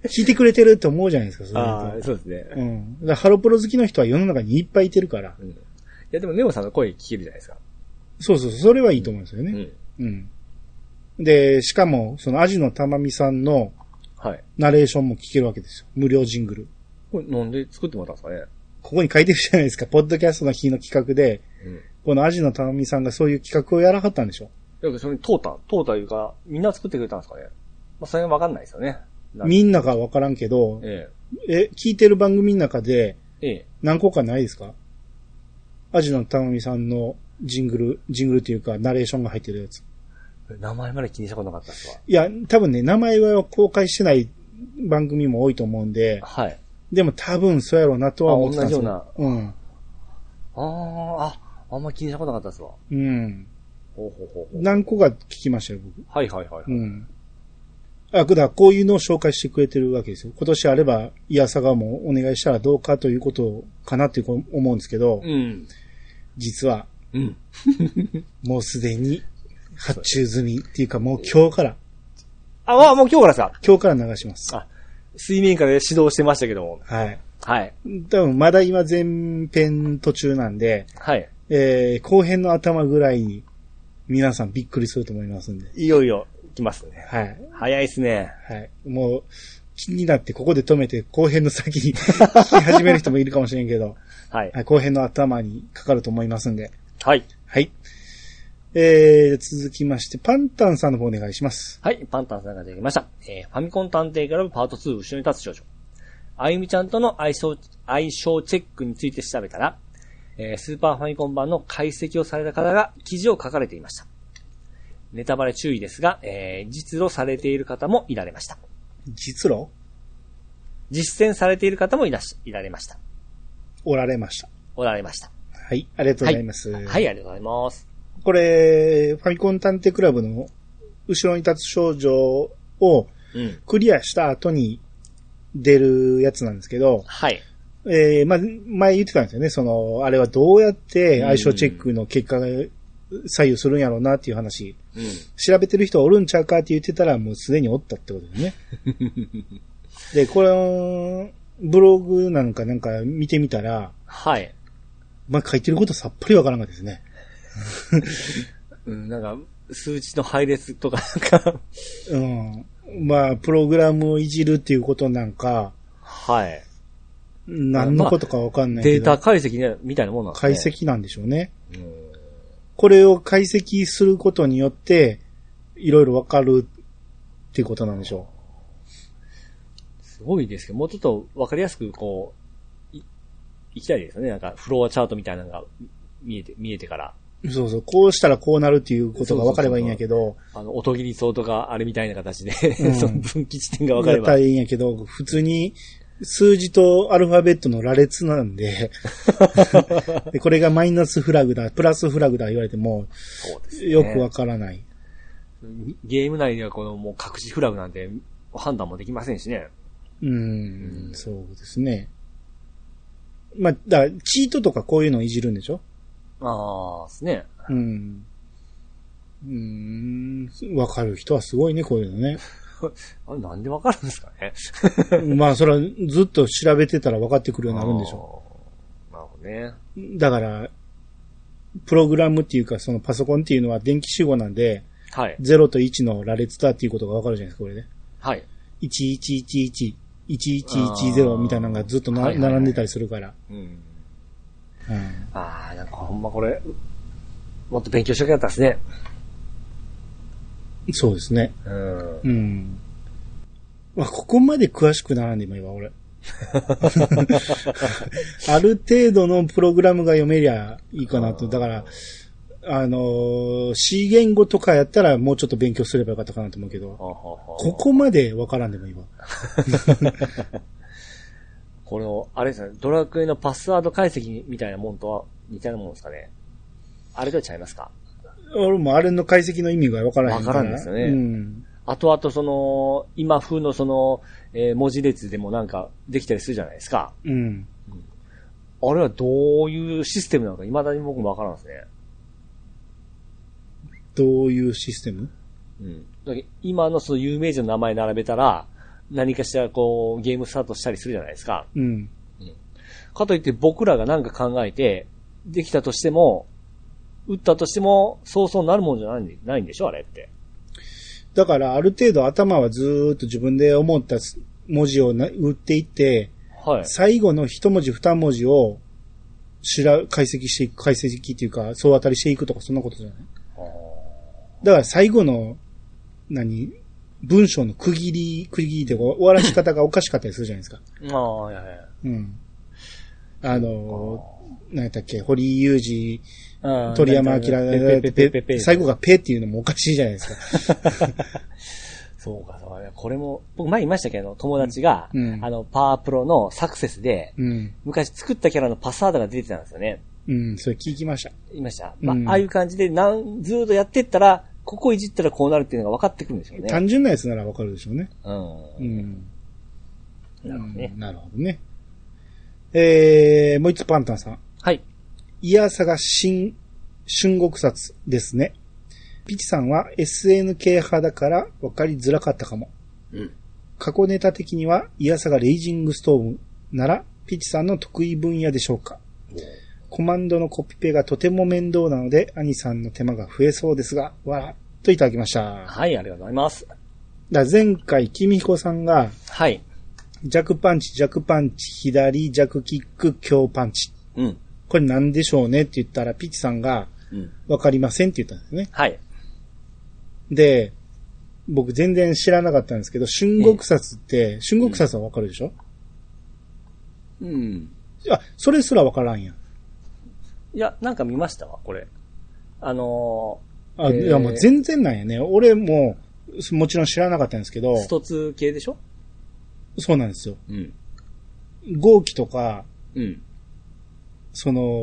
A: 聞いてくれてるって思うじゃないですか、それ
B: あ
A: だ
B: あ、そうですね。
A: と。うん。だからハロプロ好きの人は世の中にいっぱいいてるから。
B: うん。いや、でもネオさんの声聞けるじゃないですか。
A: そうそう、それはいいと思うんですよ
B: う
A: ね。
B: ん。
A: うん。で、しかも、そのアジのたまみさんの
B: はい。
A: ナレーションも聞けるわけですよ。無料ジングル。
B: これなんで作ってもらったんです
A: ここに書いてるじゃないですか。ポッドキャストの日の企画で、
B: かね。うん。
A: このアジのたまみさんがそういう企画をやらはったんでしょ。
B: だけど、それに通った、通ったいうか、みんな作ってくれたんですかね。まあ、それはわかんないですよね。なん
A: みんながわからんけど、
B: え
A: え、聞いてる番組の中で、
B: え。ええ。
A: 何個かないですかアジのたまみさんのジングル、ジングルっていうか、ナレーションが入ってるやつ。
B: 名前まで気にしたことなかったですわ。
A: いや、多分ね、名前は公開してない番組も多いと思うんで、
B: はい。
A: でも多分そうやろうなとは思ってたんです
B: あ
A: よ。うん。
B: ああ、あ、あんま気にしたことなかったですわ。
A: うん。
B: ほうほうほうほう。
A: 何個か聞きましたよ、僕。
B: はいはいはい。
A: うん。あ、くだ、こういうのを紹介してくれてるわけですよ。今年あれば、いやさがもお願いしたらどうかということかなっていう思うんですけど、
B: うん。
A: 実は、
B: うん。
A: もうすでに発注済みっていうか、もう今日から、
B: あ、わあ、もう今日からさ、
A: 今日から流します。
B: あ水面下で指導してましたけども。
A: はい。
B: はい。
A: 多分まだ今前編途中なんで、
B: はい。
A: えー、後編の頭ぐらいに皆さんびっくりすると思いますんで。
B: いよいよ来ますね。
A: はい。
B: 早いっすね。
A: はい。もう、気になってここで止めて後編の先に <laughs> 聞き始める人もいるかもしれんけど、
B: はい。
A: はい、後編の頭にかかると思いますんで。
B: はい。
A: はい。えー、続きまして、パンタンさんの方お願いします。
B: はい、パンタンさんが出てきました。えー、ファミコン探偵クラブパート2、後ろに立つ少女。あゆみちゃんとの相性、相性チェックについて調べたら、えースーパーファミコン版の解析をされた方が記事を書かれていました。ネタバレ注意ですが、えー実露されている方もいられました。
A: 実路
B: 実践されている方もいらし、いられました。
A: おられました。
B: おられました。
A: はい。ありがとうございます。
B: はい、ありがとうございます。
A: これ、ファミコン探偵クラブの後ろに立つ少女を
B: うん。
A: クリアした後に出るやつなんですけど、
B: はい。
A: えー、まあ、前言ってたんですよね。その、あれはどうやって相性チェックの結果が左右するんやろうなっていう話。
B: うん。
A: 調べてる人おるんちゃうかって言ってたらもうすでにおったってことですね。で、この、ブログなんかなんか見てみたら、
B: はい。
A: まあ、書いてることさっぱりわからんかったですね。
B: うん、なんか、数値の配列とか、なんか、
A: うん。まあ、プログラムをいじるっていうことなんか、
B: はい。
A: 何のことかわかんないけ
B: デー
A: ど、
B: タ解析ねみたいなもんなんです
A: 解
B: ね。
A: 析なんでしょうね。
B: うん。
A: これを解析することによって、いろいろわかるっていうことなんでしょ
B: すごいですけど、もうちょっとわかりやすく、こう、い、いきたいですよね。なんか、フロアチャートみたいなのが見えて、見えてから。
A: う。そうそう、こうしたらこうなるっていうことがわかればいいんやけど、
B: あの、音切り層とか、あれみたいな形で、
A: うん
B: <laughs> その分岐地点がわか
A: だ
B: れ
A: った
B: ば
A: ら。いいんやけど、普通に数字とアルファベットの羅列なん
B: <laughs>
A: でで、これがマイナスフラグだ、プラスフラグだ言われても、
B: そうですね
A: よくわからない。
B: ゲーム内ではこの、もう隠しフラグなんて、判断もできませんしね。
A: うん、そうですね。まあ、だからチートとかこういうのをいじるんでしょ
B: ああ、ですね。
A: うん。うーん、わかる人はすごいね、こういうの
B: <laughs>
A: ね。
B: あれ、なんでわかるんですかね。
A: まあ、それはずっと調べてたら分かってくるようになるんでしょ
B: ょう。なるほどね。
A: う。だから、プログラムっていうか、そのパソコンっていうのは電気集合なんで、
B: はい。
A: 0と1の羅列だっていうことが分かるじゃないですか、これね。
B: はい。
A: 1111、1110みたいなのがずっとな、
B: はいはいはい
A: 並んでたりするから。
B: うん。
A: うん
B: ああ、なんかほんまこれ、もっと勉強しときゃよかったですね。
A: そうですね。
B: うん。
A: うん。まあ、ここまで詳しくならんでもいいわ、
B: <laughs>
A: 俺。ある程度のプログラムが読めりゃいいかなと。だから、あのー C 言語とかやったらもうちょっと勉強すればよかったかなと思うけど、
B: こ
A: ここまでわからんでもいいわ。
B: この、あれですね、ドラクエのパスワード解析みたいなもんとは似たようなもんですかね。あれとは違いますか
A: 俺もあれの解析の意味がわからへん
B: わからんですよね
A: うん。
B: あとあとその、今風のその、えー文字列でもなんかできたりするじゃないですか。
A: うん。
B: あれはどういうシステムなのか未だに僕もわからんですね。
A: どういうシステム
B: うん。だけど今のその有名人の名前並べたら、何かしらこう、ゲームスタートしたりするじゃないですか。
A: うん。
B: かといって僕らが何か考えて、できたとしても、打ったとしても、そうそうなるもんじゃないんでないんでしょあれって。
A: だから、ある程度頭はずーっと自分で思った文字をな打っていって、
B: はい。
A: 最後の一文字二文字を知ら、解析していく、解析っていうか、総当たりしていくとか、そんなことじゃないだから最後の、何文章の区切り、区切りで終わらし方がおかしかったりするじゃないですか。
B: ああ、いやいや。
A: うん。あのー、何やったっけ、堀井雄
B: あ
A: 二、
B: ー
A: 鳥山明
B: ペペペペペペ、
A: 最後がペっていうのもおかしいじゃないですか。
B: そうか、そうか。これも、僕前言いましたけど、友達が、
A: うんうん
B: あの、パワープロのサクセスで、
A: うん。
B: 昔作ったキャラのパスワードが出てたんですよね。
A: うん、それ聞きました。
B: 言いました。まあ、
A: うん
B: ああいう感じで、なん、ずーっとやってったら、ここいじったらこうなるっていうのが分かってくるんですよね。
A: 単純なやつならわかるでしょうね。
B: う。
A: うんん。
B: なるほどね
A: うん。なるほどね。えー、もう一つパンタンさん。
B: はい。
A: いやさが新、春国札ですね。ピチさんは SNK 派だから分かりづらかったかも。
B: うん。
A: 過去ネタ的には、イヤサがレイジングストームなら、ピチさんの得意分野でしょうか。コマンドのコピペがとても面倒なので、兄さんの手間が増えそうですが、わらっといただきました。だか
B: はい、ありがとうございます。
A: ら前回、君彦さんが、
B: はい。
A: ジャクパンチ、ジャクパンチ、左、ジャクキック、強パンチ。
B: うん。
A: これなんでしょうねって言ったら、ピチさんが、
B: うん。
A: わかりませんって言ったんですね。
B: はい。
A: で、僕全然知らなかったんですけど、春国札って、春国札はわかるでしょ、
B: うん。
A: あ、それすらわからんやん。
B: いや、なんか見ましたわ、これ。あの
A: あ、
B: えー
A: いやもう全然なんやね。俺も、すもちろん知らなかったんですけど
B: ー、、スト2系でしょ
A: そうなんですよ。
B: うん。
A: 号機とか、
B: うん。
A: その、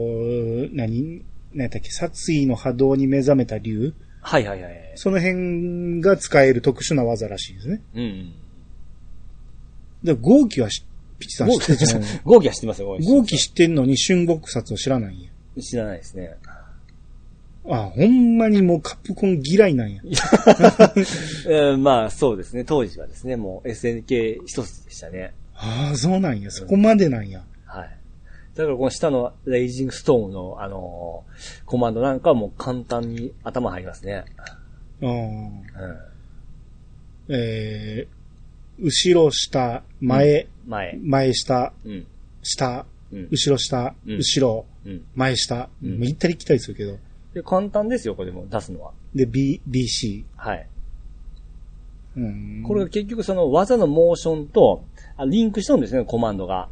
A: 何何やったっけ、殺意の波動に目覚めた竜
B: はいはいはい。
A: その辺が使える特殊な技らしいんですね。
B: うん。
A: で、号機はしピチさん
B: ゴ
A: 知ってるじゃ
B: ー
A: ん。
B: キ、ゴーキは知ってますよ、ゴーキ
A: 号機知ってんのに春国殺を知らないんや。
B: 知らないですね。 <laughs>
A: あ、ほんまにもうカプコン嫌いなんや。
B: うん、まあ、そうですね。当時はですね、もう SNK 一つでしたね。
A: ああ、そうなんや。そこまでなんや。
B: はい。だからこの下のレイジングストーンの、あのーコマンドなんかはもう簡単に頭入りますね。
A: うん。
B: うん。
A: えー、後ろ、下、前、
B: 前。
A: 前下、
B: うん。
A: 下、
B: うん。
A: 後ろ下、
B: うん
A: 後ろ、
B: うん。
A: 前下、
B: うん
A: 行ったり来たりするけど。
B: で、簡単ですよ、これも出すのは。
A: で、B、BC。
B: はい。
A: うん
B: これが結局その技のモーションと、あリンクしとるんですね、コマンドが。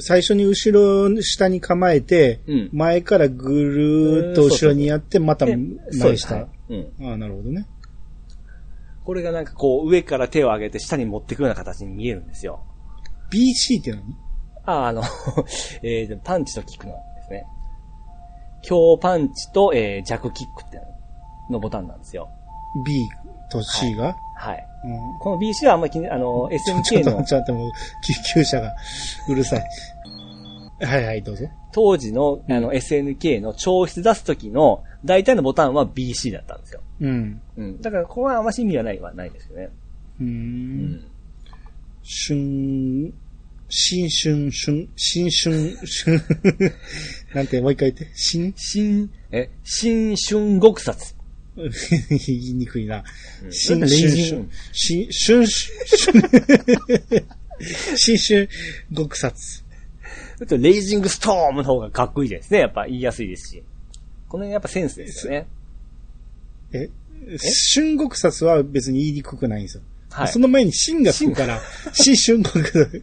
A: 最初に後ろ、下に構えて、
B: うん
A: 前からぐるーっと後ろにやって、また
B: でそう
A: 前
B: ですは
A: 下。
B: いうん。
A: ああ、なるほどね。
B: これがなんかこう、上から手を上げて下に持ってくような形に見えるんですよ。
A: BC って何
B: あ、あの、 <laughs> えー、パンチとキックのですね。強パンチと、えー、弱キックってのボタンなんですよ。
A: ?B と C が、
B: はい。
A: うん
B: この BC はあんまり気に、あの、
A: ちょっ
B: SNK
A: と待
B: の
A: って、ちょっともう、救急車がうるさい。はいはい、どうぞ。
B: 当時のあの SNK の調出出す時の大体のボタンは BC だったんですよ。
A: うん。
B: うん。だからここはあんまし意味はないはないんですよね。
A: うー。。
B: うん
A: 春、新春、春、新春、春、なんて、もう一回言って。新、
B: 新、え、新春極殺。
A: 言いにくいな。新
B: なんか
A: 春
B: レイジ
A: 春
B: ン、
A: 新春、春、新春、極殺。
B: だってレイジングストームの方がかっこいいですね。やっぱ言いやすいですし。この辺やっぱセンスですよね。
A: え春極殺は別に言いにくくないんですよ。
B: はい
A: そ。の前に新がつくから、新春極殺、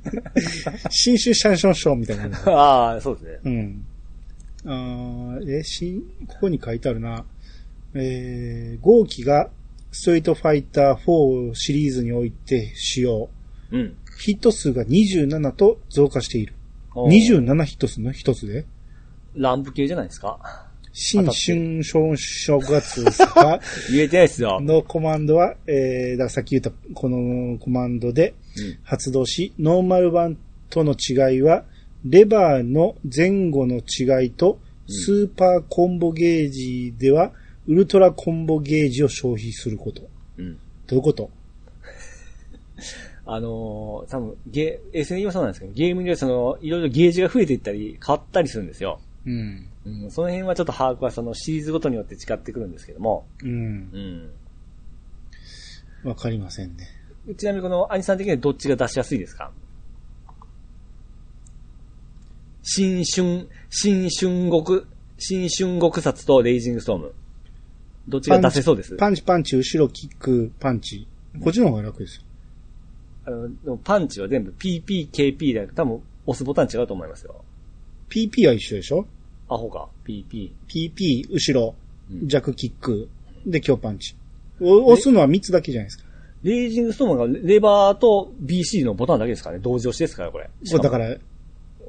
A: 新春シャンションショーみたいな。
B: <laughs> ああ、そうですね。
A: うん。あーえ、新、ここに書いてあるな。えー、号機がストリートファイター4シリーズにおいて使用。
B: うん。
A: ヒット数が27と増加している。
B: おー
A: 27ヒット数の一つで、
B: ランプ系じゃないです <laughs> か。
A: 新春正正月さ
B: 言えてないですよ。
A: のコマンドは、えー、だからさっき言ったこのコマンドで
B: うん
A: 発動し、ノーマル版との違いは、レバーの前後の違いと、スーパーコンボゲージでは、ウルトラコンボゲージを消費すること。ど
B: うん。
A: ういうこと
B: あのー、多分ゲー、SNE もそうなんですけど、ゲームでその、いろいろゲージが増えていったり、変わったりするんですよ。
A: うん。
B: うん、その辺はちょっと把握はそのシリーズごとによって違ってくるんですけども。
A: うん。
B: うん。
A: わかりませんね。
B: ちなみにこのアニさん的にはどっちが出しやすいですか新春、新春国、新春国札とレイジングストーム。どっちが出せそうです
A: パンチパンチ、後ろキック、パンチ。こっちの方が楽ですよ。
B: あのでもパンチは全部 PPKP でなく多分押すボタン違うと思いますよ。
A: PP は一緒でしょ
B: アホか。PP。
A: PP、後ろ、
B: うん
A: 弱キック、で、強パンチ。お押すのは3つだけじゃないですか。
B: レイジングストームがレバーと BC のボタンだけですからね。同時押しですから、これ。。
A: そうだからら、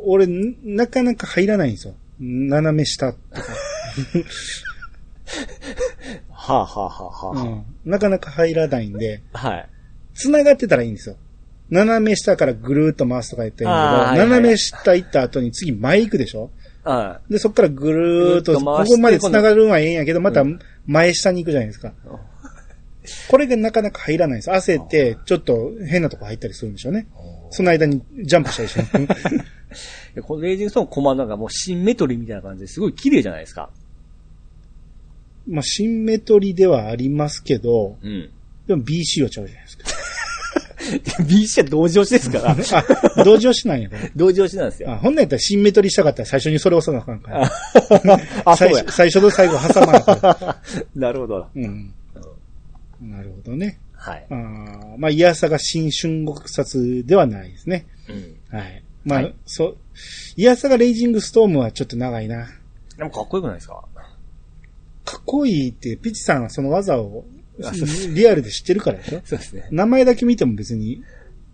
A: 俺、なかなか入らないんですよ。斜め下。
B: はあ、はあはあは
A: う
B: あ
A: ん。なかなか入らないんで、
B: はい。
A: 繋がってたらいいんですよ。斜め下からぐるーっと回すとかやった
B: あー
A: らいいんだ
B: はい
A: けど、
B: はい
A: 斜め下行った後に次前行くでしょ
B: は
A: で、そっからぐるーっと、
B: ぐるっと
A: こ
B: 回して
A: こまで繋がるのはええんやけど、また
B: う
A: 前下に行くじゃないですか。これがなかなか入らないんです。焦って、ちょっと変なとこ入ったりするんでしょうね。その間にジャンプしたりします。
B: <laughs> いで。このレイジングストームコマンドがもうシンメトリーみたいな感じですごい綺麗じゃないですか。
A: まあ、シンメトリではありますけど、
B: うん。
A: でも BC はちゃうじゃないです
B: BC は同時押しですから。
A: か。あ、 <laughs> 同情しないんやこれ。
B: <laughs> 同時押しなんですよ。
A: あ、ほんなんやったらシンメトリしたかったら最初にそれ押さなあかんから。
B: <laughs> あ、そ
A: 最
B: うや
A: 初。最初と最後挟まなあかん
B: <laughs> なるほど。
A: うん。なるほどね。
B: はい
A: あ。ーまあ、いやさが新春国殺ではないですね。
B: うん。
A: はい。まあ、
B: はい
A: そう、いやさがレイジングストームはちょっと長いな。
B: でもかっこよくないですか
A: かっこいいって、ピチさんはその技をリアルで知ってるからでしょ
B: そうですね。
A: 名前だけ見ても別に、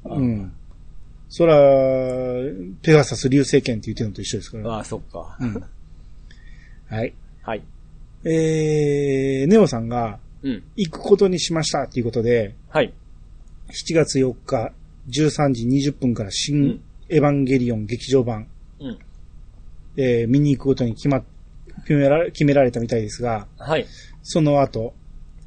A: うん。そら、ペガサス流星剣って言ってるのと一緒ですから。
B: ああ、そっか。
A: うん。はい。
B: はい。
A: えー、ネオさんが
B: うん。
A: 行くことにしましたっていうことで、
B: はい。
A: 7月4日13時20分から
B: う
A: 新
B: ん
A: エヴァンゲリオン劇場版、
B: うん。
A: えー見に行くことに決まっ、決められ、決められたみたいですが、
B: <laughs> はい。
A: その後、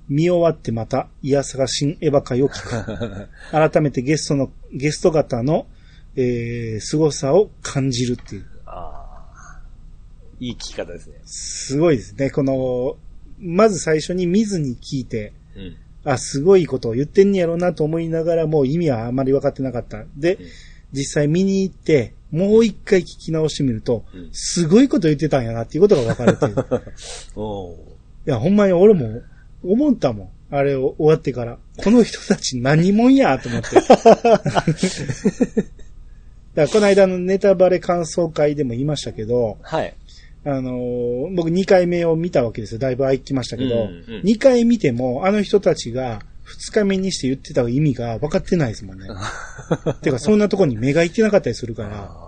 A: 見終わってまた、いやさが新エヴァ会を聞く。改めてゲストの、ゲスト方の、えー、凄さを感じるっていう。
B: ああ。いい聞き方ですね。
A: すごいですね。この、まず最初に見ずに聞いて、
B: うん。
A: あ、すごいことを言ってんねやろうなと思いながらもう意味はあまり分かってなかった。で、
B: ん
A: 実際見に行って、もう一回聞き直してみると、
B: うん
A: すごいこと言ってたんやなっていうことが分かるってい
B: <laughs>
A: う。
B: おー
A: いや、ほんまに俺も思ったもん。あれを終わってから。この人たち何もんやと思
B: <laughs>
A: って。だからこの間のネタバレ感想会でも言いましたけど、
B: はい。
A: あのー僕2回目を見たわけですよ。だいぶ空きましたけど、
B: うんうん
A: 2回見てもあの人たちが2日目にして言ってた意味が分かってないですもん
B: <laughs>
A: ね。てかそんなとこに目が行ってなかったりするから、
B: ああ。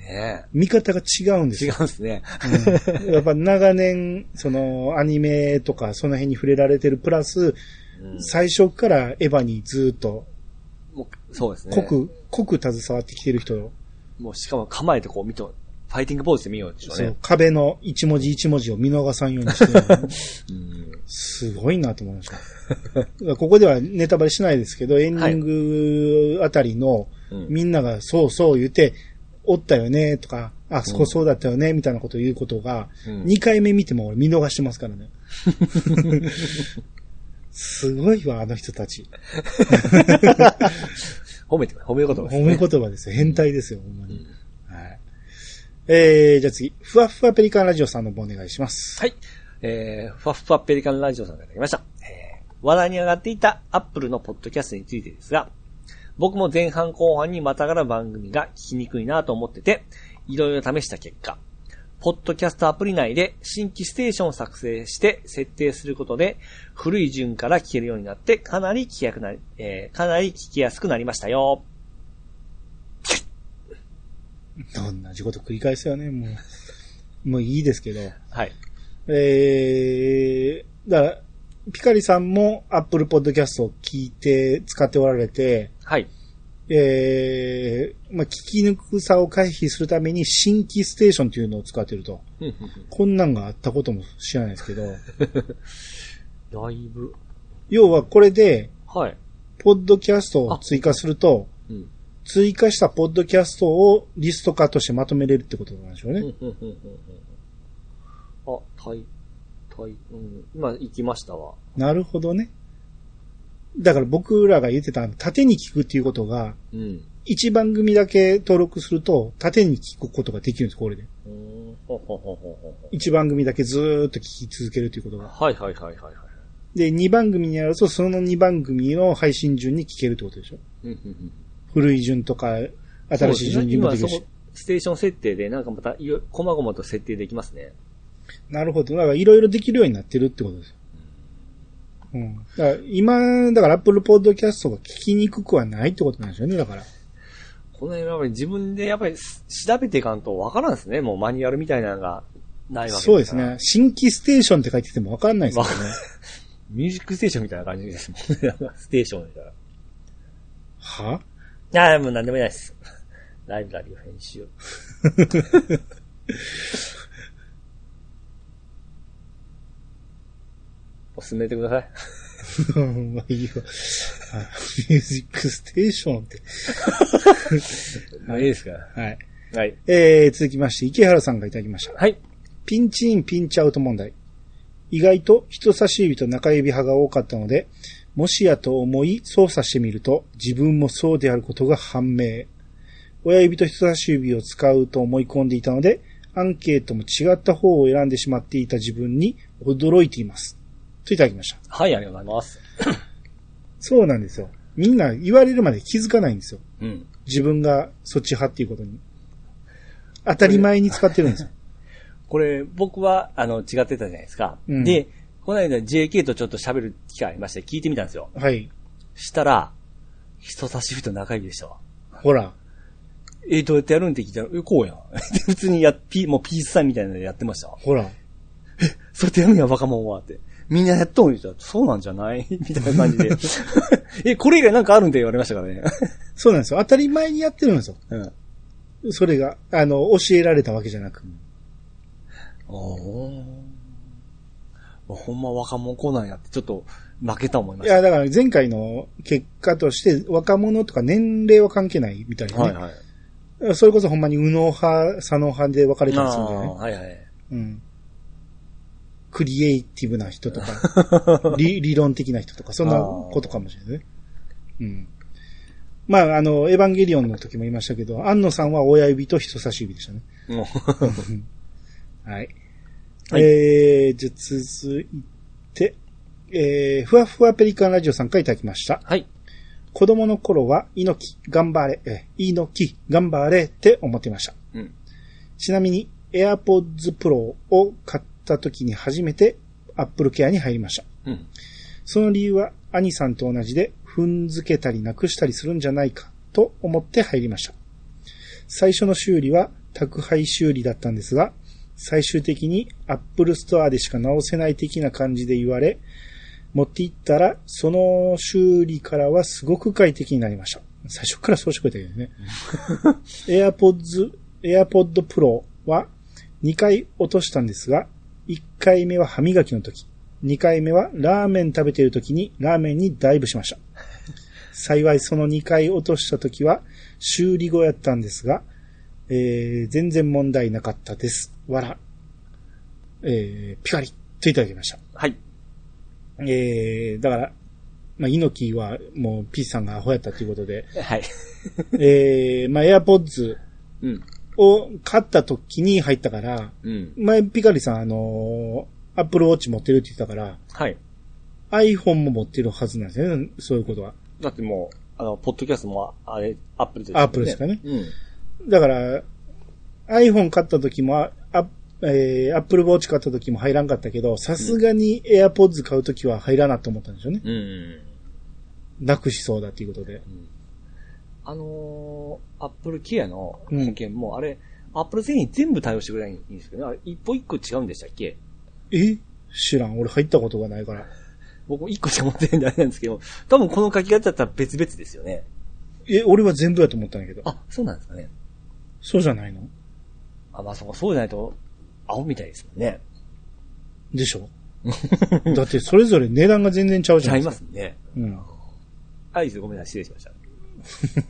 B: ね
A: 見方が違うんです
B: 違
A: よ。
B: うんですね。
A: うんやっぱ長年、そのアニメとかその辺に触れられてるプラス、
B: うん
A: 最初からエヴァにずっと
B: もうそうですね。
A: 濃く、濃く携わってきてる人、
B: もうしかも構えてこう見て、ファイティングポーズで見ようでしょう
A: そ
B: ね
A: う。壁の一文字一文字を見逃さんようにしてるの
B: うん。
A: すごいなと思いました。 <laughs> ここではネタバレしないですけど、エンディングあたりの
B: うん
A: みんながそうそう言って、おったよねとか、あそこそうだったよねみたいなことを言うことが、
B: うん
A: 2回目見ても俺見逃してますからね。 <laughs> すごいわ、あの人たち。
B: 褒めてくれ、褒めることです
A: 褒
B: ね。
A: め言葉ですよ。変態ですよ、ほんまに。はい。えー、じゃあ次、ふわっふわペリカンラジオさんの方お願いします。
B: はい。えー、ふわっふわペリカンラジオさんがいただきました。えー、話題に上がっていたアップルのポッドキャストについてですが、僕も前半後半にまたがる番組が聞きにくいなと思ってて、いろいろ試した結果、ポッドキャストアプリ内で新規ステーションを作成して設定することで、古い順から聞けるようになって、かなり聞きやくなり、えーかなり聞きやすくなりましたよ。
A: 同じこと繰り返すよね、もう。もういいですけど。
B: はい。
A: えー、だから、ピカリさんも Apple Podcast を聞いて使っておられて、
B: はい。
A: えー、まあ、聞きにくさを回避するために新規ステーションというのを使ってると。
B: うんうん
A: こんなんがあったことも知らないですけど、
B: <laughs> うんだいぶ。
A: 要はこれで、
B: はい。
A: ポッドキャストを追加すると、
B: うん。
A: 追加したポッドキャストをリスト化としてまとめれるってことなんでしょう
B: う
A: ね。
B: んうんうんうん <laughs> うん。あ、タイ、タイ、うん。今行きましたわ。
A: なるほどね。だから僕らが言ってた、縦に聞くっていうことが、
B: うん。
A: 一番組だけ登録すると、縦に聞くことができるんです、これで。
B: うーん。ほほほほほ
A: 一番組だけずーっと聞き続けるということが。
B: はいはいはいはいはい。
A: で、二番組にやると、その二番組の配信順に聞けるってことでしょ。
B: うんうんうん。
A: 古い順とか、新しい順にもできる
B: そう
A: し
B: ですね今そこ。、ステーション設定でなんかまた、いろ、こまごまと設定できますね。
A: なるほど。だからいろいろできるようになってるってことですよ。うん。だから今、だから Apple Podcast が聞きにくくはないってことなんですよね、だから。
B: この辺はやっぱり自分でやっぱりす調べていかんとわからんですね。もうマニュアルみたいなのがないわけだから
A: そうですね。。新規ステーションって書いててもわかんないですよね。
B: <laughs> ミュージックステーションみたいな感じですもんね。
A: <laughs>
B: なんかステーションみたいな。
A: は <laughs>
B: ああ、もうなんでもないです。 <laughs> ライブラリを編 <laughs> 集。進めてください。
A: うんまあいいよ。あミュージックステーションって。
B: いいですか
A: はい。
B: はい。
A: えー、続きまして、池原さんがいただきました。
B: はい。
A: ピンチイン、ピンチアウト問題。意外と人差し指と中指派が多かったので、もしやと思い操作してみると、自分もそうであることが判明。親指と人差し指を使うと思い込んでいたので、アンケートも違った方を選んでしまっていた自分に驚いています。といただきました。
B: はい、ありがとうございます。
A: そうなんですよ。みんな言われるまで気づかないんですよ。
B: うん。
A: 自分がそっち派っていうことに。当たり前に使ってるんですよ。
B: これ、僕は、あの、違ってたじゃないですか。
A: うん
B: で、この間 JK とちょっと喋る機会ありまして、聞いてみたんですよ。
A: はい。
B: したら、人差し指と中指でしたわ。
A: ほら。
B: え、どうやってやるんって聞いたら、え、こうやん。 <laughs> 普通にや、ピ、もうピースサインみたいなのでやってましたわ。
A: ほら。
B: そうやってやるんや、バカモンは、って。みんなやっとんじゃそうなんじゃない <laughs> みたいな感じで。え、これ以外なんかあるんって言われましたからね。 <laughs>
A: そうなんですよ。当たり前にやってるんですよ。
B: うん。
A: それが、あの、教えられたわけじゃなく。
B: おーほんま若者こうなんやって、ちょっと負けた思いま
A: い
B: した。
A: や、だから前回の結果として、若者とか年齢は関係ないみたいなね。
B: はいはい。
A: それこそほんまに右脳派、左脳派で分かれて
B: あ
A: ますよ
B: あ
A: ね。
B: はいはい。
A: うん。クリエイティブな人と
B: <laughs>
A: か、理理論的な人とか、そんなことかもしれないね。うん。まあ、あの、エヴァンゲリオンの時も言いましたけど、安野さんは親指と人差し指でしたね。 <laughs>
B: もう <laughs>
A: はい。
B: はい
A: えー、じゃあ続いて、えー、ふわふわペリカンラジオさんからいただきました。
B: はい。
A: 子供の頃は、猪木、頑張れ、えー、猪木、頑張れって思っていました。
B: うん。
A: ちなみに、AirPods Pro を買った時に初めて Apple Care に入りました。
B: うん。
A: その理由は、兄さんと同じで、踏んづけたりなくしたりするんじゃないか、と思って入りました。最初の修理は、宅配修理だったんですが、最終的に Apple Store でしか直せない的な感じで言われ、持って行ったら、その修理からはすごく快適になりました。最初からそうしてくれたけどね。AirPods、AirPod Pro は2回落としたんですが、1回目は歯磨きの時、2回目はラーメン食べている時にラーメンにダイブしました。幸いその2回落とした時は修理後やったんですが、えー、全然問題なかったです。わら。えー、ピカリといただきました。
B: はい。
A: えー、だから、まあ、猪木はもうピースさんがアホやったということで、
B: はい。
A: えー、まあ、エアポッズ
B: うん。
A: を買った時に入ったから、
B: うん。
A: 前ピカリさんあのー、アップルウォッチ持ってるって言ってたから、
B: はい。
A: iPhone も持ってるはずなんですよね、そういうことは。
B: だってもう、あの、ポッドキャストも、あれ、アップルです、
A: アップルですかね
B: うん。
A: だから、iPhone 買った時も、あえー、Apple Watch 買った時も入らんかったけど、さすがに AirPods 買う時は入らなと思ったんでしょうね。
B: うん。
A: なくしそうだっていうことで。
B: あのー、Apple Care の
A: うん
B: 保険も、あれ、Apple 製品全部対応してくれないんですけどね、あれ、一歩一個違うんでしたっけ
A: え知らん。俺入ったことがないから。
B: 僕一個しか持ってないんであれなんですけど、多分この書き方だったら別々ですよね。
A: え、俺は全部やと思ったんやけど。
B: あ、そうなんですかね。
A: そうじゃないの
B: あ、まあそうか、そうじゃないと、青みたいですもんね。
A: でし
B: <laughs>
A: ょだってそれぞれ値段が全然ちゃうじ
B: ち
A: ゃな
B: ゃ
A: い
B: い
A: で
B: ます
A: か。
B: すね。
A: うん。
B: あ、いいですごめんなさい、失礼し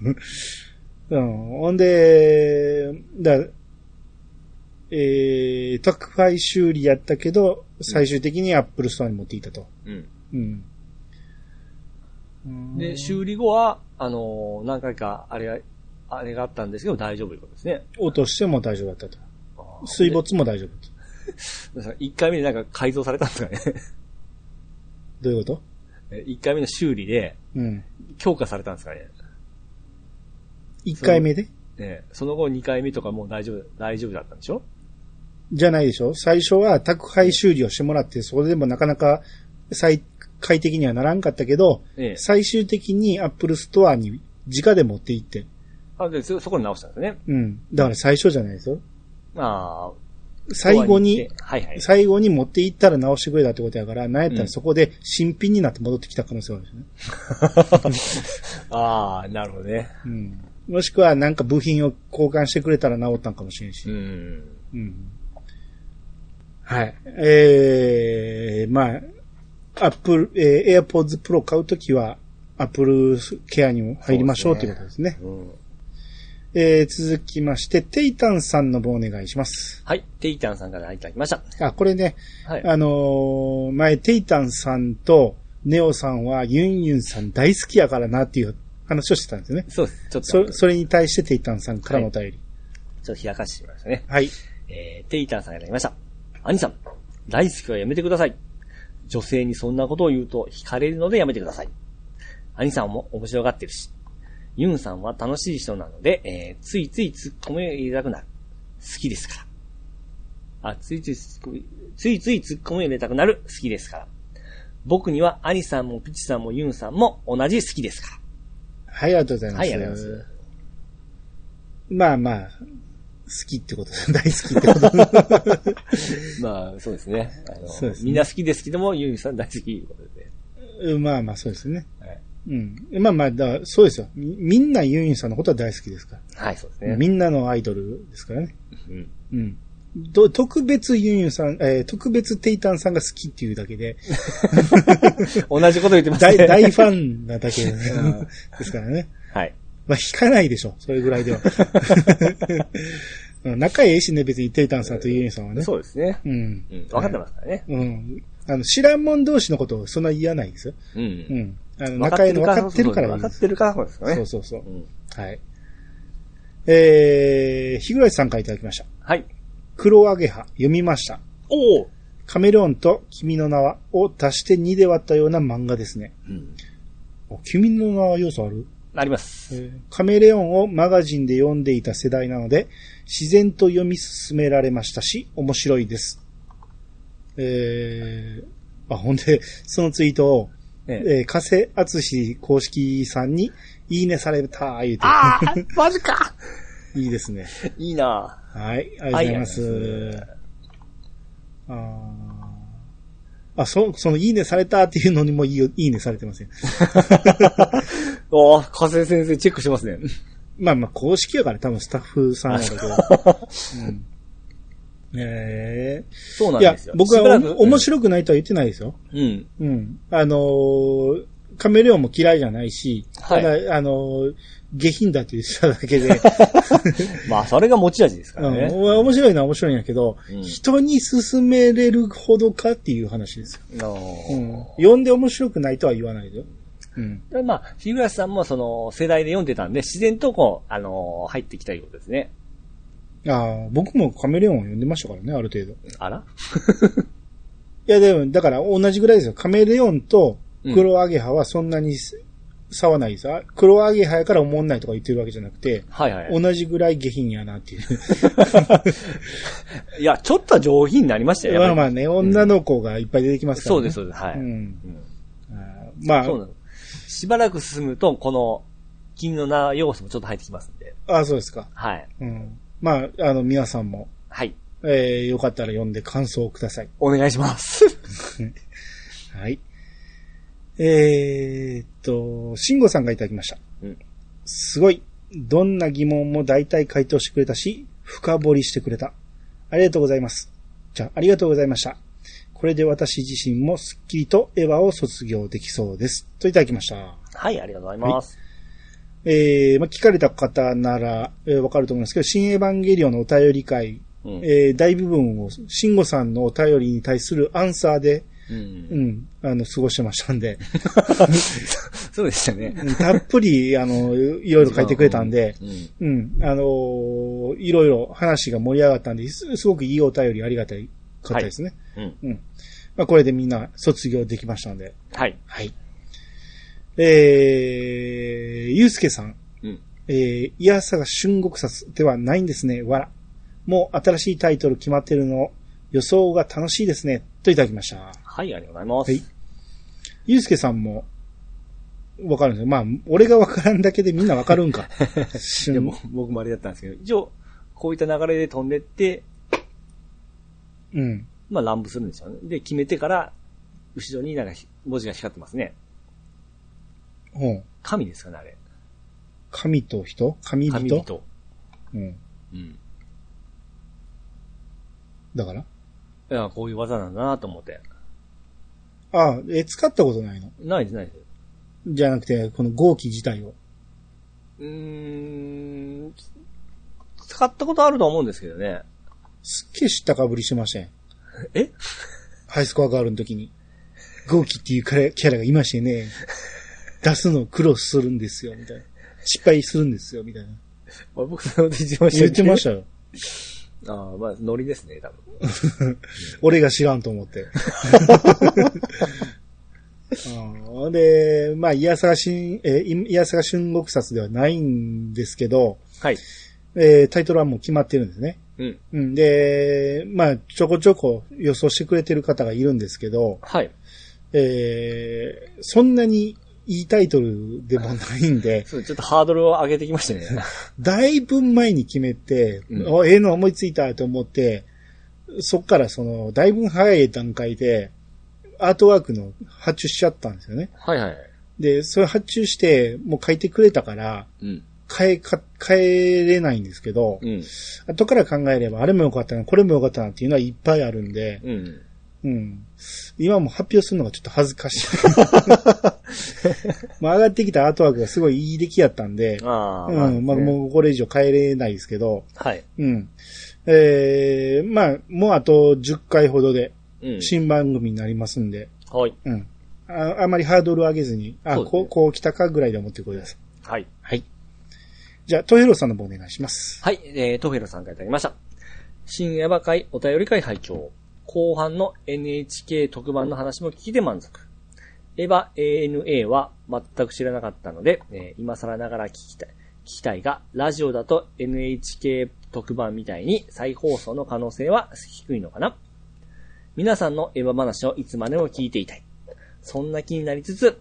B: ました。
A: うん。ほんで、だ、えー、宅配修理やったけど、最終的にアップルストアに持っていったと。
B: うん。
A: うん。
B: で、修理後は、あのー何回か、あれが、あれがあったんですけど、大丈夫いうことですね。
A: 落としても大丈夫だったと。水没も大丈夫だと。
B: 一回目でなんか改造されたんですかね。
A: どういうこと
B: え <laughs> 一回目の修理で
A: うん。
B: 強化されたんですかね。
A: 1回目で
B: ねその後二回目とかもう大丈夫、大丈夫だったんでしょ
A: じゃないでしょ最初は宅配修理をしてもらって、それでもなかなか最快適にはならんかったけど、
B: ええ。
A: 最終的にアップルストアに直で持って行って。
B: あでそそこに直したんですね。
A: うん。だから最初じゃないですよ。
B: ああ。
A: 最後に
B: 終、わりに行って。はいはい。
A: 最後に持って行ったら直してくれたってことやから、なんやった
B: う
A: ら
B: ん
A: そこで新品になって戻ってきた可能性があるんですね。
B: <laughs> ああ、なるほどね。
A: うん。もしくはなんか部品を交換してくれたら直ったんかもしれんし。
B: うん。
A: うん。はい。えー、まあ、アップル、えー、AirPods Pro 買うときは、アップルケアにも入りましょう
B: そう
A: とい
B: です
A: う
B: ね
A: ことですね。
B: うん。
A: えー、続きまして、テイタンさんの方お願いします。
B: はい。テイタンさんからいただきました。
A: あ、これね、
B: はい。
A: あのー前、テイタンさんとネオさんはユンユンさん大好きやからなっていう話をしてたんですよね。
B: そうです。ちょっと、ちょ
A: そ、それに対してテイタンさんからのお便り。
B: っと冷やかしてしまいましたね。
A: はい。
B: えー、テイタンさんがいただきました。兄さん、大好きはやめてください。女性にそんなことを言うと惹かれるのでやめてください。兄さんも面白がってるし、ユンさんは楽しい人なので、えー、ついつい突っ込みを入れたくなる。好きですから。あ、ついつい突っ込み、ついつい突っ込みを入れたくなる。好きですから。僕には兄さんもピチさんもユンさんも同じ好きですか
A: はい、ありがとうござい
B: ら。
A: ます。
B: はい、ありがとうございます。
A: まあまあ、好きってこと、 <laughs> 大好きってこと。
B: まあ、そうですね。あの
A: そうですね
B: みんな好きですけども、ユンさん大好きということで。
A: うんまあまあ、そうですね。
B: はい
A: うん。まあまあ、だからそうですよ。みみんなユンユンさんのことは大好きですか
B: はい、そうです
A: ら。
B: ね。
A: みんなのアイドルですからね。
B: うん
A: うん。ど特別ユンユンさん、えー特別テイタンさんが好きっていうだけで、
B: 同じこと言ってます
A: <laughs> 大、
B: ね。
A: 大ファンなだけ
B: ん
A: ですからね。
B: はい。
A: まあ、引かないでしょ。それぐらいでは。うん仲ええしね、別にテイタンさんとユンユンさんはね。
B: そうですね。
A: うん。
B: うん。分かってますからね。
A: うん。あの、知らんもん同士のことをそんな言わないですよ。
B: う。
A: うんん。あの、仲ええの分かってるから言
B: 分
A: うん
B: か
A: で
B: っ
A: す
B: てるからそうですか
A: そ
B: ね
A: う。そうそう。
B: うん
A: はい。えー、日暮さんからいただきました。
B: はい。
A: 黒アゲハ、読みました。
B: おお
A: カメレオンと君の名はを足して2で割ったような漫画ですね。お君の名は要素ある
B: あります。
A: カメレオンをマガジンで読んでいた世代なので、自然と読み進められましたし、面白いです。えー、あ、ほんで、そのツイートを、
B: ね
A: えー、加瀬厚志公式さんに、いいねされた、言うて、
B: ああマジか
A: いいですね。
B: いい <laughs> な
A: はい、ありがとうございます。
B: はいありがとうございま
A: あーあ、そ、その、いいねされたっていうのにもいいよ、いいねされてません。
B: おお加瀬先生チェックしてますね。
A: まあまあ、公式やから多分スタッフさんやろうけど。うん、え
B: そう
A: え
B: ないん
A: や
B: ですよ。、
A: 僕は
B: しばらく
A: お面白くないとは言ってないですよ。
B: うん。
A: うん。あのーカメレオンも嫌いじゃないし、
B: はい
A: ただ、あのー下品だって言ってただけ
B: <laughs>
A: で、
B: まあ、それが持ち味ですか
A: う
B: ら
A: ん、
B: ね。
A: お面白いのは面白いんやけど、
B: うん
A: 人に勧めれるほどかっていう話ですよ
B: あ
A: う
B: ー
A: ん。読んで面白くないとは言わないでよ。うん。
B: でまあ、日暮さんもその世代で読んでたんで、自然とこう、あのー、入ってきたいうことですね。
A: ああ、僕もカメレオンを読んでましたからね、ある程度。い
B: あら
A: や、でも、だから同じぐらいですよ。カメレオンと黒アゲハはそんなに差はないです。あ黒アゲハやから思んないとか言ってるわけじゃなくて、
B: はいはい。
A: 同じぐらい下品やなって
B: <laughs>
A: いう。
B: いや、ちょっとは上品になりましたよ。やっ
A: ま
B: ぱ
A: あ
B: り
A: まあね、女の子がいっぱい出てきますから、ね
B: そうです、。そうです。はい。
A: う
B: うん
A: ん。
B: うん
A: あーまあ
B: そう、なの。しばらく進むと、この、近のな要素もちょっと入ってきますんで。
A: ああ、そうですか。
B: はい。
A: うん。まあ、あの、皆さんも、
B: はい。
A: えー、よかったら読んで感想をください。
B: お願いします。
A: はい。えー、っと、慎吾さんがいただきました。
B: うん
A: すごい。どんな疑問も大体回答してくれたし、深掘りしてくれた。ありがとうございます。じゃあ、ありがとうございました。これで私自身もスッキリとエヴァを卒業できそうです。といただきました。
B: <laughs> はい、ありがとうございます。
A: えー、まあ、聞かれた方なら、えーわかると思うんですけど、新エヴァンゲリオンのお便り会、
B: うん
A: えー大部分を、慎吾さんのお便りに対するアンサーで、
B: うん
A: うん、あの、過ごしてましたんで、
B: そうでしたね。
A: うんたっぷり、あの、いろいろ書いてくれたんで、
B: うん。
A: うん、あのーいろいろ話が盛り上がったんで、すすごくいいお便りありがたいかったですね。
B: うん。
A: うん。まあ、これでみんな卒業できましたので、
B: はい。
A: はい。えー、ゆうすけさん。
B: うん。
A: えー、いやさが春国殺ではないんですね、わら。もう新しいタイトル決まってるの、予想が楽しいですね、といただきました。
B: はい、ありがとうご
A: は
B: ざい
A: い
B: ます。。
A: ゆうすけさんも、わかるんですよ。まあ、俺がわからんだけでみんなわかるん
B: <laughs>
A: か。
B: い
A: 春
B: や、もう僕もあれだったんですけど、一応、こういった流れで飛んでって、
A: うん。
B: まあ乱舞するんですよね。で、決めてから、後ろになんかひ文字が光ってますね。
A: ほう
B: 神ですかね、あれ。
A: 神と人神人
B: 神人。
A: うん。
B: うん。
A: だから
B: いや、こういう技なんだなと思って。
A: ああ、え、使ったことないの
B: ないです、ないです。
A: じゃなくて、この号機自体を。
B: うーん。使ったことあると思うんですけどね。
A: すっげえ知ったかぶりしてましたよ。
B: え
A: ハイスコアガールの時に、ゴーキっていうキャラキャラがいまして
B: <laughs>
A: ね、出すの苦労するんですよ、みたいな。失敗するんですよ、みたいな。
B: 俺僕そのこと一番。
A: 言ってましたたよ。
B: ああ、まあ、ノリですね、多分。
A: 俺が知らんと思って。 <laughs> うんで、まあ、いやさがしん、えー、いやさが春国殺ではないんですけど、
B: はい。
A: えータイトルはもう決まってるんですね。
B: うん。
A: うん、で、まあ、ちょこちょこ予想してくれてる方がいるんですけど、
B: はい。
A: えーそんなにいいタイトルでもないんで、
B: そう、ちょっとハードルを上げてきましたね。
A: だいぶ前に決めて、
B: うん
A: おええの思いついたと思って、そっからその、だいぶ早い段階で、アートワークの発注しちゃったんですよね。
B: はいはい。
A: で、それ発注して、もう書いてくれたから、
B: うん。
A: 変えか、変えれないんですけど、
B: うん。
A: 後から考えれば、あれもよかったな、これもよかったなっていうのはいっぱいあるんで、
B: うん。
A: うん。今もう発表するのがちょっと恥ずかし
B: <laughs>
A: い。まあ上がってきたアートワークがすごいいい出来やったんで、
B: あ
A: う
B: あ、
A: ん、まあ
B: う。
A: もうこれ以上変えれないですけど、
B: はい。
A: うん。えー、まあもうあと10回ほどで
B: うん。
A: 新番組になりますんで、
B: はい。
A: うん。ああまりハードル上げずに、あ、
B: そうです
A: こ
B: ね
A: う、こう来たかぐらいで思ってください。
B: はい。
A: はい。じゃあ、トヘロさんの方お願いします。
B: はい、えー、トフェロさんからいただきました。新エヴァ会お便り会拝聴後半の NHK 特番の話も聞きで満足。エヴァ ANA は全く知らなかったので、えー今更ながら聞きたい。聞きたいが、ラジオだと NHK 特番みたいに再放送の可能性は低いのかな皆さんのエヴァ話をいつまでも聞いていたい。そんな気になりつつ、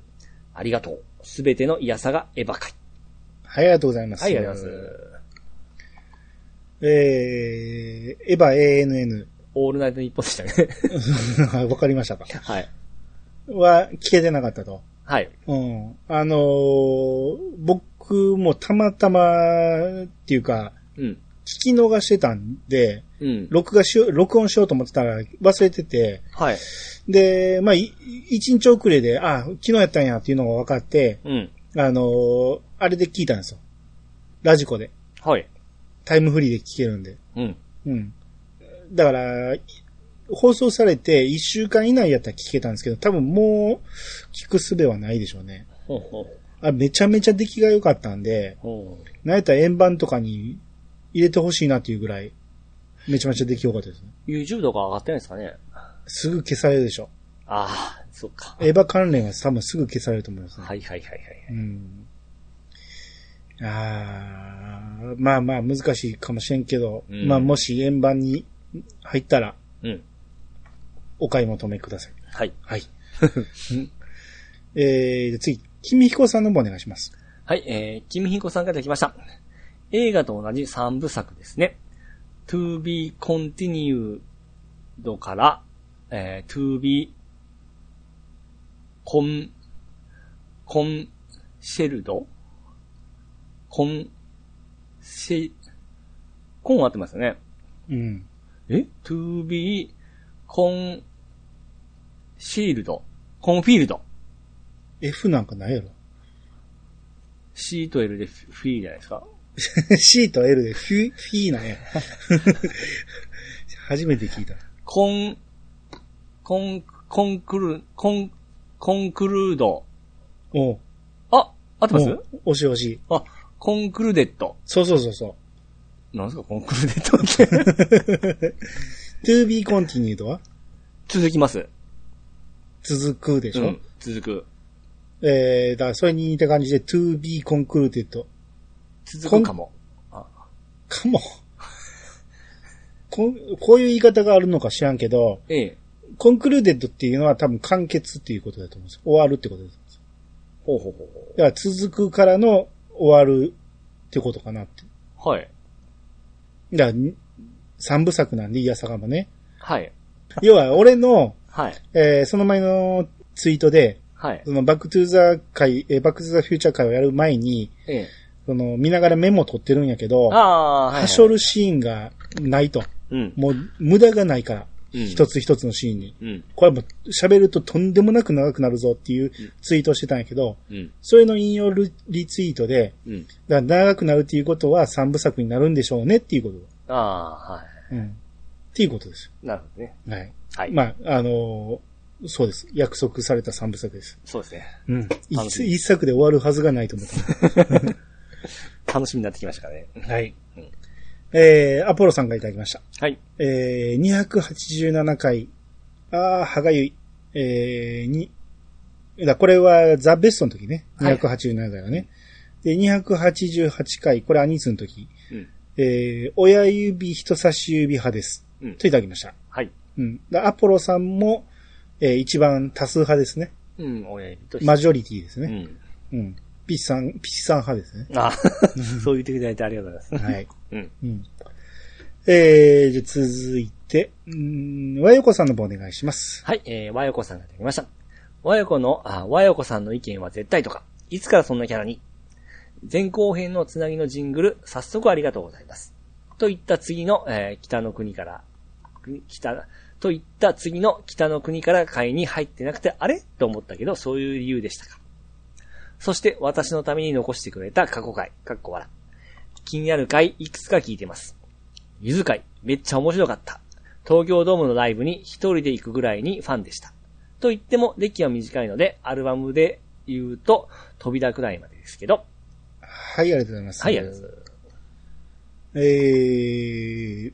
B: ありがとう。すべての癒さがエヴァ会。
A: はい、ありがとうございます。
B: はい、ありがとうございます。
A: えー、エヴ
B: オールナイト日本でしたね。
A: ァ <laughs> ANN。わかりましたか
B: <laughs> はい。
A: は聞けてなかったと。
B: はい。
A: うん。あのー僕もたまたまっていうか、
B: うん。
A: 聞き逃してたんで、
B: うん。
A: 録画しよう、録音しようと思ってたら忘れてて、
B: はい。
A: で、まあ、い一日遅れで、あ、昨日やったんやっていうのが分かって、
B: うん。
A: あのーあれで聞いたんですよ。ラジコで。
B: はい。
A: タイムフリーで聞けるんで。
B: うん。
A: うん。だから、い放送されて1週間以内やったら聞けたんですけど、多分もう聞く術はないでしょうね。
B: ほうほう。
A: あめちゃめちゃ出来が良かったんで、
B: ほ
A: なんやったら円盤とかに入れてほしいなっていうぐらい、めちゃめちゃ出来良かったですね。
B: う。YouTube とか上がってないですかね
A: すぐ消されるでしょ。
B: ああ、そっか。
A: エヴァ関連は多分すぐ消されると思いますね。
B: はいはいはいは
A: う
B: い。
A: ん。あーまあまあ難しいかもしれんけど、
B: うん
A: まあもし円盤に入ったら
B: うん。
A: お買い求めください。
B: はい。
A: <laughs> はい。えー、次、君彦さんの方お願いします。
B: はい、えー、君彦さんからいただきました。映画と同じ3部作ですね。to be continued から、えー、to be con, con, shelled? con, she, con 合ってますよね。
A: うん。
B: え ?to be con, shield, confield.
A: F なんかないやろ。 <laughs>
B: C と L でフフィーじゃないですか。
A: C と L でフィ、フィーなんや。 <laughs> 初めて聞いた。
B: コン、コン、コンクル、コン、コンクルード。
A: おう。
B: あ、合ってま
A: お
B: す
A: う惜しい惜しい。
B: あ、コンクルデット。
A: そうそうそうそう。
B: なんですかコンクルデッ <laughs> トって。
A: to be continued は
B: 続きます。
A: 続くでし
B: う
A: ょ、
B: ん。続く。
A: えー、だからそれに似た感じで to be concluded
B: 続くかも。
A: かも。こんこういう言い方があるのか知らんけど、
B: ええ。
A: concluded っていうのは多分完結っていうことだと思うんですよ。終わるってことだと思うんですよ。
B: ほうほうほうほ
A: だから続くからの終わるってことかなって。
B: う。はい。
A: だから、三部作なんで、いやさかもね。
B: はい。
A: 要は、俺の、
B: はい。
A: えーその前のツイートで、
B: はい。
A: そのバックトゥーザ会、えーバックトゥーザフューチャー会をやる前に、
B: ええ。
A: その、見ながらメモ取ってるんやけど、
B: ああ、はい。
A: はしょるシーンがないと。
B: うん。
A: もう、無駄がないから、
B: うん
A: 一つ一つのシーンに。
B: うん。
A: これもう喋るととんでもなく長くなるぞっていうツイートをしてたんやけど、
B: うん。
A: それの引用リツイートで、
B: うん。
A: だから長くなるっていうことは三部作になるんでしょうねっていうこと。
B: ああ、は
A: うん。っていうことです。
B: い。なるほどね。
A: はい。
B: はい。
A: まあ、あのーそうです。約束された三部作です。
B: そうですね。
A: うん。
B: 楽しみ
A: 一作で終わるはずがないと思っ
B: 楽しみになってきましたね。
A: た。はい
B: うん。
A: えー、アポロさんがいただきました。
B: はい。
A: えー、287回、あー、歯がゆい。えー、に、だこれはザ・ベストの時ね。
B: はい
A: 287回はね。で、288回、これアニスの時、
B: うん。
A: えー、親指、人差し指派です。
B: うん。
A: といただきました。
B: はい。
A: うん。だアポロさんも、えー、一番多数派ですね。
B: うん、親指と
A: マジョリティです
B: う
A: ね。
B: ん。
A: うん。ピッチさん、ピッチさん派ですね。
B: あ <laughs> そう言っていただいてありがとうございます。
A: はい。
B: うん。
A: うん。えー、じゃあ続いて、うん和よこさんの方お願いします。
B: はい、えー、和よこさんがいただきました。和よこの、あ、和よこさんの意見は絶対とか、いつからそんなキャラに前後編のつなぎのジングル、早速ありがとうございます。といった次の、えー北の国から、く北、といった次の北の国から会に入ってなくて、あれと思ったけど、そういう理由でしたか。そして、私のために残してくれた過去回、かっこ笑。気になる回、いくつか聞いてます。ゆず会、めっちゃ面白かった。東京ドームのライブに一人で行くぐらいにファンでした。と言っても、歴は短いので、アルバムで言うと、扉くらいまでですけど、
A: はい、ありがとうございます。
B: はい、ありがとうございま
A: え
B: す。
A: ー、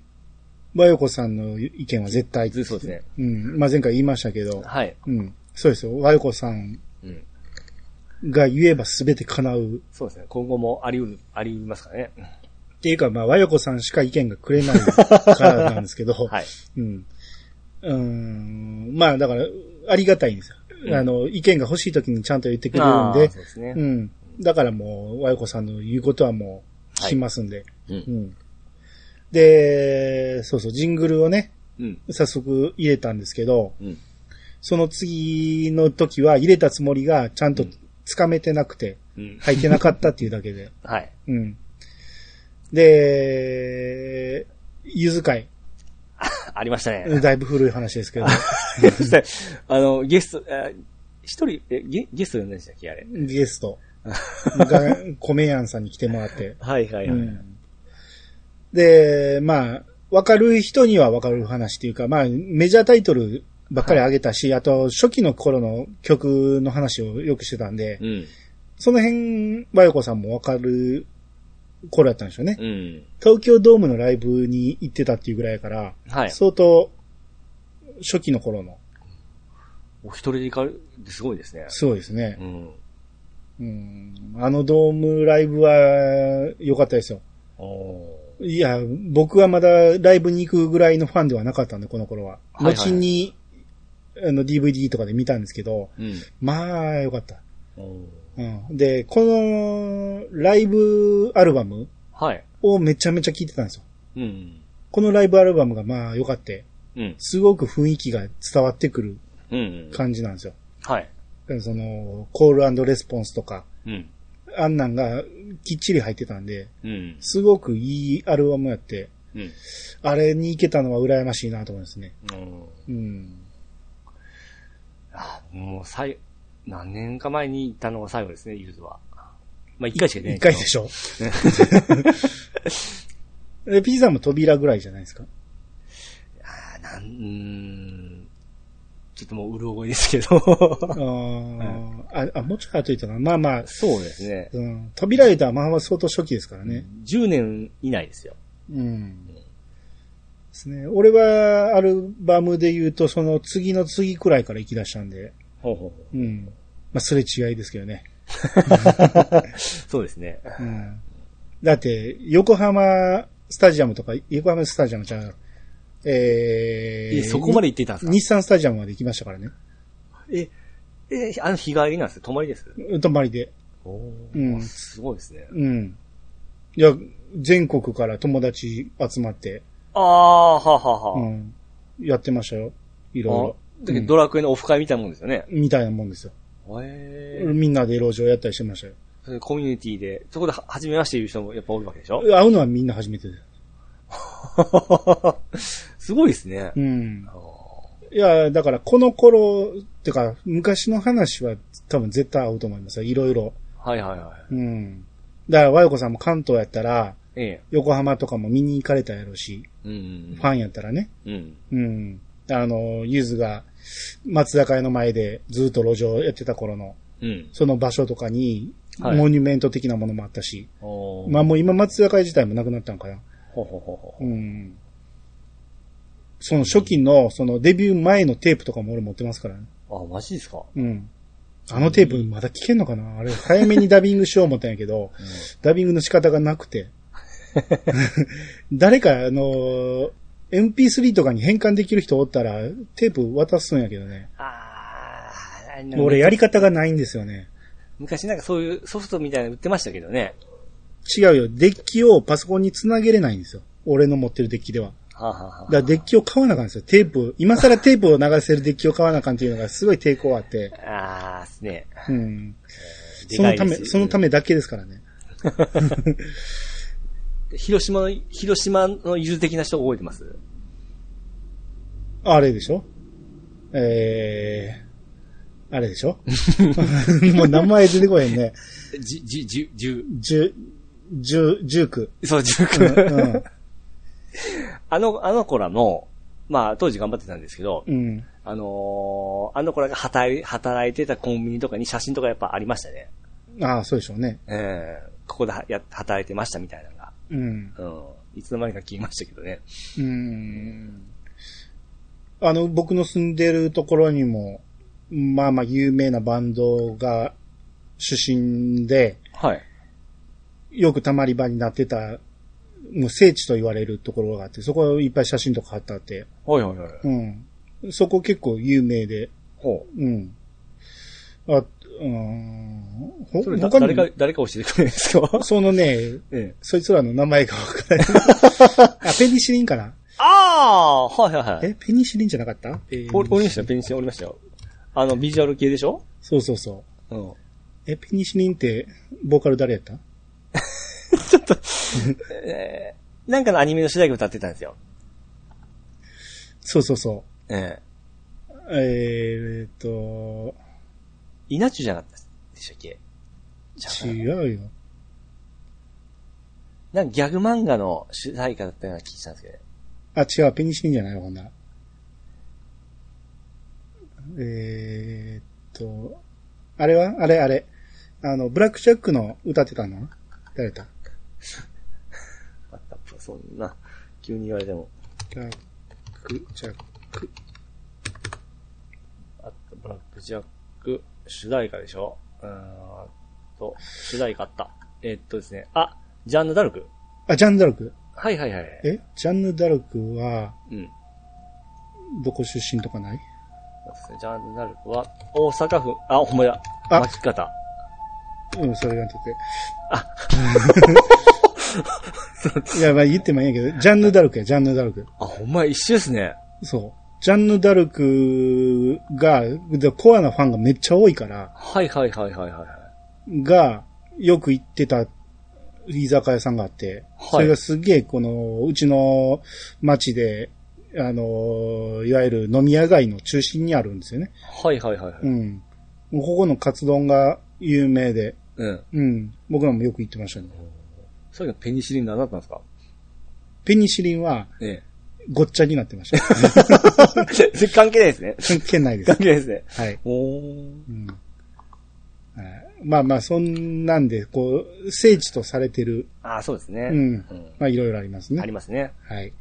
A: 和よこさんの意見は絶対。
B: ずそうですね。
A: うん。まあ、前回言いましたけど、
B: はい。
A: うん。そうですよ。和よこさん
B: うん。
A: が言えば全て叶う。
B: そうですね。今後もあり得る、あり得ますからね。
A: っていうか、まあ、和よこさんしか意見がくれないからなんですけど、
B: <laughs> はい。
A: うん。うーん。まあ、だから、ありがたいんですよ。
B: うん
A: あの、意見が欲しい時にちゃんと言ってくれる
B: あ
A: ん
B: あ
A: で
B: そ、うですね。
A: うん。だからもう、和よこさんの言うことはもう、聞きますんで、
B: う。
A: うんん。で、そうそう、ジングルをね、
B: うん。
A: 早速入れたんですけど、
B: うん。
A: その次の時は入れたつもりがちゃんとつかめてなくて、
B: うん。
A: 入ってなかったっていうだけで。
B: はい。
A: うん。で、ゆず会。
B: <laughs> ありましたね。
A: だいぶ古い話ですけど、
B: そして <laughs> あの、ゲスト、えー一人、え、ゲゲスト呼んでんでしたっけあれ。
A: ゲストが、米やんさんに来てもらって。
B: はいは
A: う。んで、まあ、わかる人にはわかる話っていうか、まあ、メジャータイトルばっかり上げたし、あと、初期の頃の曲の話をよくしてたんで、
B: うん。
A: その辺、和よこさんもわかる頃やったんでしょうね。
B: うん。
A: 東京ドームのライブに行ってたっていうぐらいやから、
B: はい。
A: 相当、初期の頃の、
B: お一人で行かれるってすごいですね。
A: すごいですね
B: う。ん。
A: うん、あのドームライブは、良かったですよ。
B: おー
A: いや、僕はまだライブに行くぐらいのファンではなかったんで、この頃は。
B: はいはい
A: 後に、あの、DVD とかで見たんですけど、
B: うん。
A: まあ、良かった。うん。で、このライブアルバム
B: はい。
A: をめちゃめちゃ聴いてたんですよ。
B: うん。
A: このライブアルバムがまあ良かって、
B: うん。
A: すごく雰囲気が伝わってくる
B: うん。
A: 感じなんですよ。
B: はい。
A: だからその、コールレスポンスとか、
B: うん。
A: あんなんがきっちり入ってたんで、
B: うん。
A: すごくいいアルバムやって、
B: うん。
A: あれに行けたのは羨ましいなと思いますね。
B: うん
A: うん。
B: あもう最、何年か前に行ったのが最後ですね、ユーズは。まあ、一回しか出ない
A: 一
B: けど。
A: 回でし
B: <laughs>
A: ょ。で、P さんも扉ぐらいじゃないですか。
B: あーなん、うーん。ちょっともううる覚えですけど
A: あ。ーあ、あ、もうちょっと後いたかな。まあまあ、
B: そうですね。
A: うん、扉言うとはまあまあ相当初期ですからね。
B: 10年以内ですよ。
A: うん。ですね。俺はアルバムで言うと、その次の次くらいから行き出したんで、
B: ほうほうほ
A: うん。まあ、すれ違いですけどね。
B: う <laughs> そうですね。
A: うん。だって、横浜スタジアムとか、横浜スタジアムちゃうえ
B: え、
A: ー、
B: そこまで行ってたんですか
A: 日産スタジアムまで行きましたからね。
B: え、え、あの日帰りなんですよ泊まりです
A: 泊まりで。
B: お
A: う
B: ー
A: ん
B: すごいですね。
A: うん。いや、全国から友達集まって、
B: ああ、はあはあはあ。
A: うん。やってましたよ。いろ
B: あ
A: いろ。
B: だけ
A: うん
B: どドラクエのオフ会みたいなもんですよね。
A: みたいなもんですよ。
B: へ
A: みんなで路上やったりしてましたよ。
B: え。コミュニティで、そこでは初めまして言う人もやっぱおるわけで
A: <laughs>
B: しょ
A: 会うのはみんな初めてです。
B: すごいですね
A: う。ん
B: あ。ー
A: いや、だからこの頃、てか、昔の話は多分絶対合うと思いますよ。いろいろ。
B: はいはいはい。
A: うん。だから、和洋子さんも関東やったら、
B: ええ。
A: 横浜とかも見に行かれたやろうし、
B: うん
A: ファンやったらね。
B: うん。うん。
A: うん。あの、ゆずが、松坂屋の前でずっと路上やってた頃の、
B: うん。
A: その場所とかに、
B: はい
A: モニュメント的なものもあったし、
B: おー
A: まあもう今松坂屋自体もなくなったんかな。
B: ほうほうほうほう。
A: うん。その初期の、そのデビュー前のテープとかも俺持ってますからね。
B: あ、マジですか、
A: うん。あのテープまだ聞けんのかなあれ、早めにダビング <laughs> しよう思ったんやけど、ダビングの仕方がなく <laughs> て。誰か、あのー、MP3 とかに変換できる人おったら、テープ渡すんやけどね。
B: ああ、なんか
A: 俺やり方がないんですよね。
B: 昔なんかそういうソフトみたいなの売ってましたけどね。
A: 違うよ。デッキをパソコンにつなげれないんですよ。俺の持ってるデッキでは。
B: はあ、はあはあ
A: だからデッキを買わなあかんですよ。テープ、今更テープを流せるデッキを買わなあかんっていうのがすごい抵抗あって。
B: ああ、ですね。
A: うん。
B: で
A: そ
B: か
A: の
B: い
A: た
B: で
A: め、
B: す
A: そのためだけですからね。
B: 広島の、広島のゆず的な人覚えてます
A: あれでしょえー、あれで
B: <laughs>
A: しょもう名前出てこへんね。
B: じ、じ、じ、じゅ、
A: 十、十、十九。
B: そう、じゅうく。
A: うんん。
B: あの、あの子らも、まあ、当時頑張ってたんですけど、
A: うん。
B: あのーあの子らが働い働いてたコンビニとかに写真とかやっぱありましたね。
A: ああ、そうでしょうね。
B: ええここではや働いてましたみたいなのが。
A: うん。
B: うん。いつの間にか消えましたけどね。
A: うん。あの、僕の住んでるところにも、まあまあ有名なバンドが出身で、
B: はい。
A: よくたまり場になってた、もう聖地と言われるところがあって、そこいっぱい写真とか貼ってあって、
B: はいはいはい。
A: うん。そこ結構有名で、
B: ほ
A: うん。あ、うーん。ほ
B: う。それだ
A: 他
B: 誰
A: にも
B: か、誰か教えてくれるん <laughs> ですか
A: <laughs> そのね、
B: ええ。
A: そいつらの名前がわからない。
B: <laughs>
A: あ、ペニシリンかな
B: ああはいはいはい。
A: え、ペニシリンじゃなかったえー
B: おおりましたよ、ペニシリンおりましたよ。あの、ビジュアル系でしょ
A: そうそうそう。
B: うん。
A: え、ペニシリンって、ボーカル誰やった
B: えーなんかのアニメの主題歌歌ってたんですよ。
A: そうそうそ
B: ええ
A: う。えー、っと、
B: 稲中じゃなかったでしたっけ
A: 違うよ。
B: なんかギャグ漫画の主題歌だったような気がしたんですけどね。
A: あ、違う、ペニシリンじゃないわ、ほんなら。えー、っと、あれはあれあれ。あの、ブラックジャックの歌ってたの誰だ
B: また、そんな、急に言われても。
A: ブラックジャック。
B: あと、ブラックジャック、主題歌でしょうーんあと、主題歌あった。えーっとですね、あ、ジャンヌ・ダルク。
A: あ、ジャンヌ・ダルク。
B: はいはいはい。
A: えジャンヌ・ダルクは、
B: うん。
A: どこ出身とかない
B: そうですねジャンヌ・ダルクは、大阪府、あ、ほんまや。
A: あ
B: 巻き方。
A: うん、それがとって。
B: あ
A: <laughs> いや、まあ言ってもいいんやけど、ジャンヌ・ダルクや、ジャンヌ・ダルク。
B: あ、ほんま一緒ですね。
A: そう。ジャンヌ・ダルクが、でコアなファンがめっちゃ多いから、
B: はいはいはいはいはい。
A: が、よく行ってた居酒屋さんがあって、
B: はい
A: それがすげえ、この、うちの町で、あの、いわゆる飲み屋街の中心にあるんですよね。
B: はいはいはいは
A: う
B: い。
A: ん。もうここのカツ丼が有名で、
B: うん。
A: うん。僕らもよく行ってましたね。
B: さっきのペニシリン何だったんですか
A: ペニシリンは
B: <laughs> え
A: ごっちゃになってました。
B: え。関係ないですね。
A: 関係ないです
B: 関。係ないですね。
A: はい。
B: おー。
A: うんはいまあまあ、そんなんで、こう、聖地とされてる、
B: ああ、そうですね。
A: うん。まあ、いろいろありますね。
B: ありますね。
A: はい。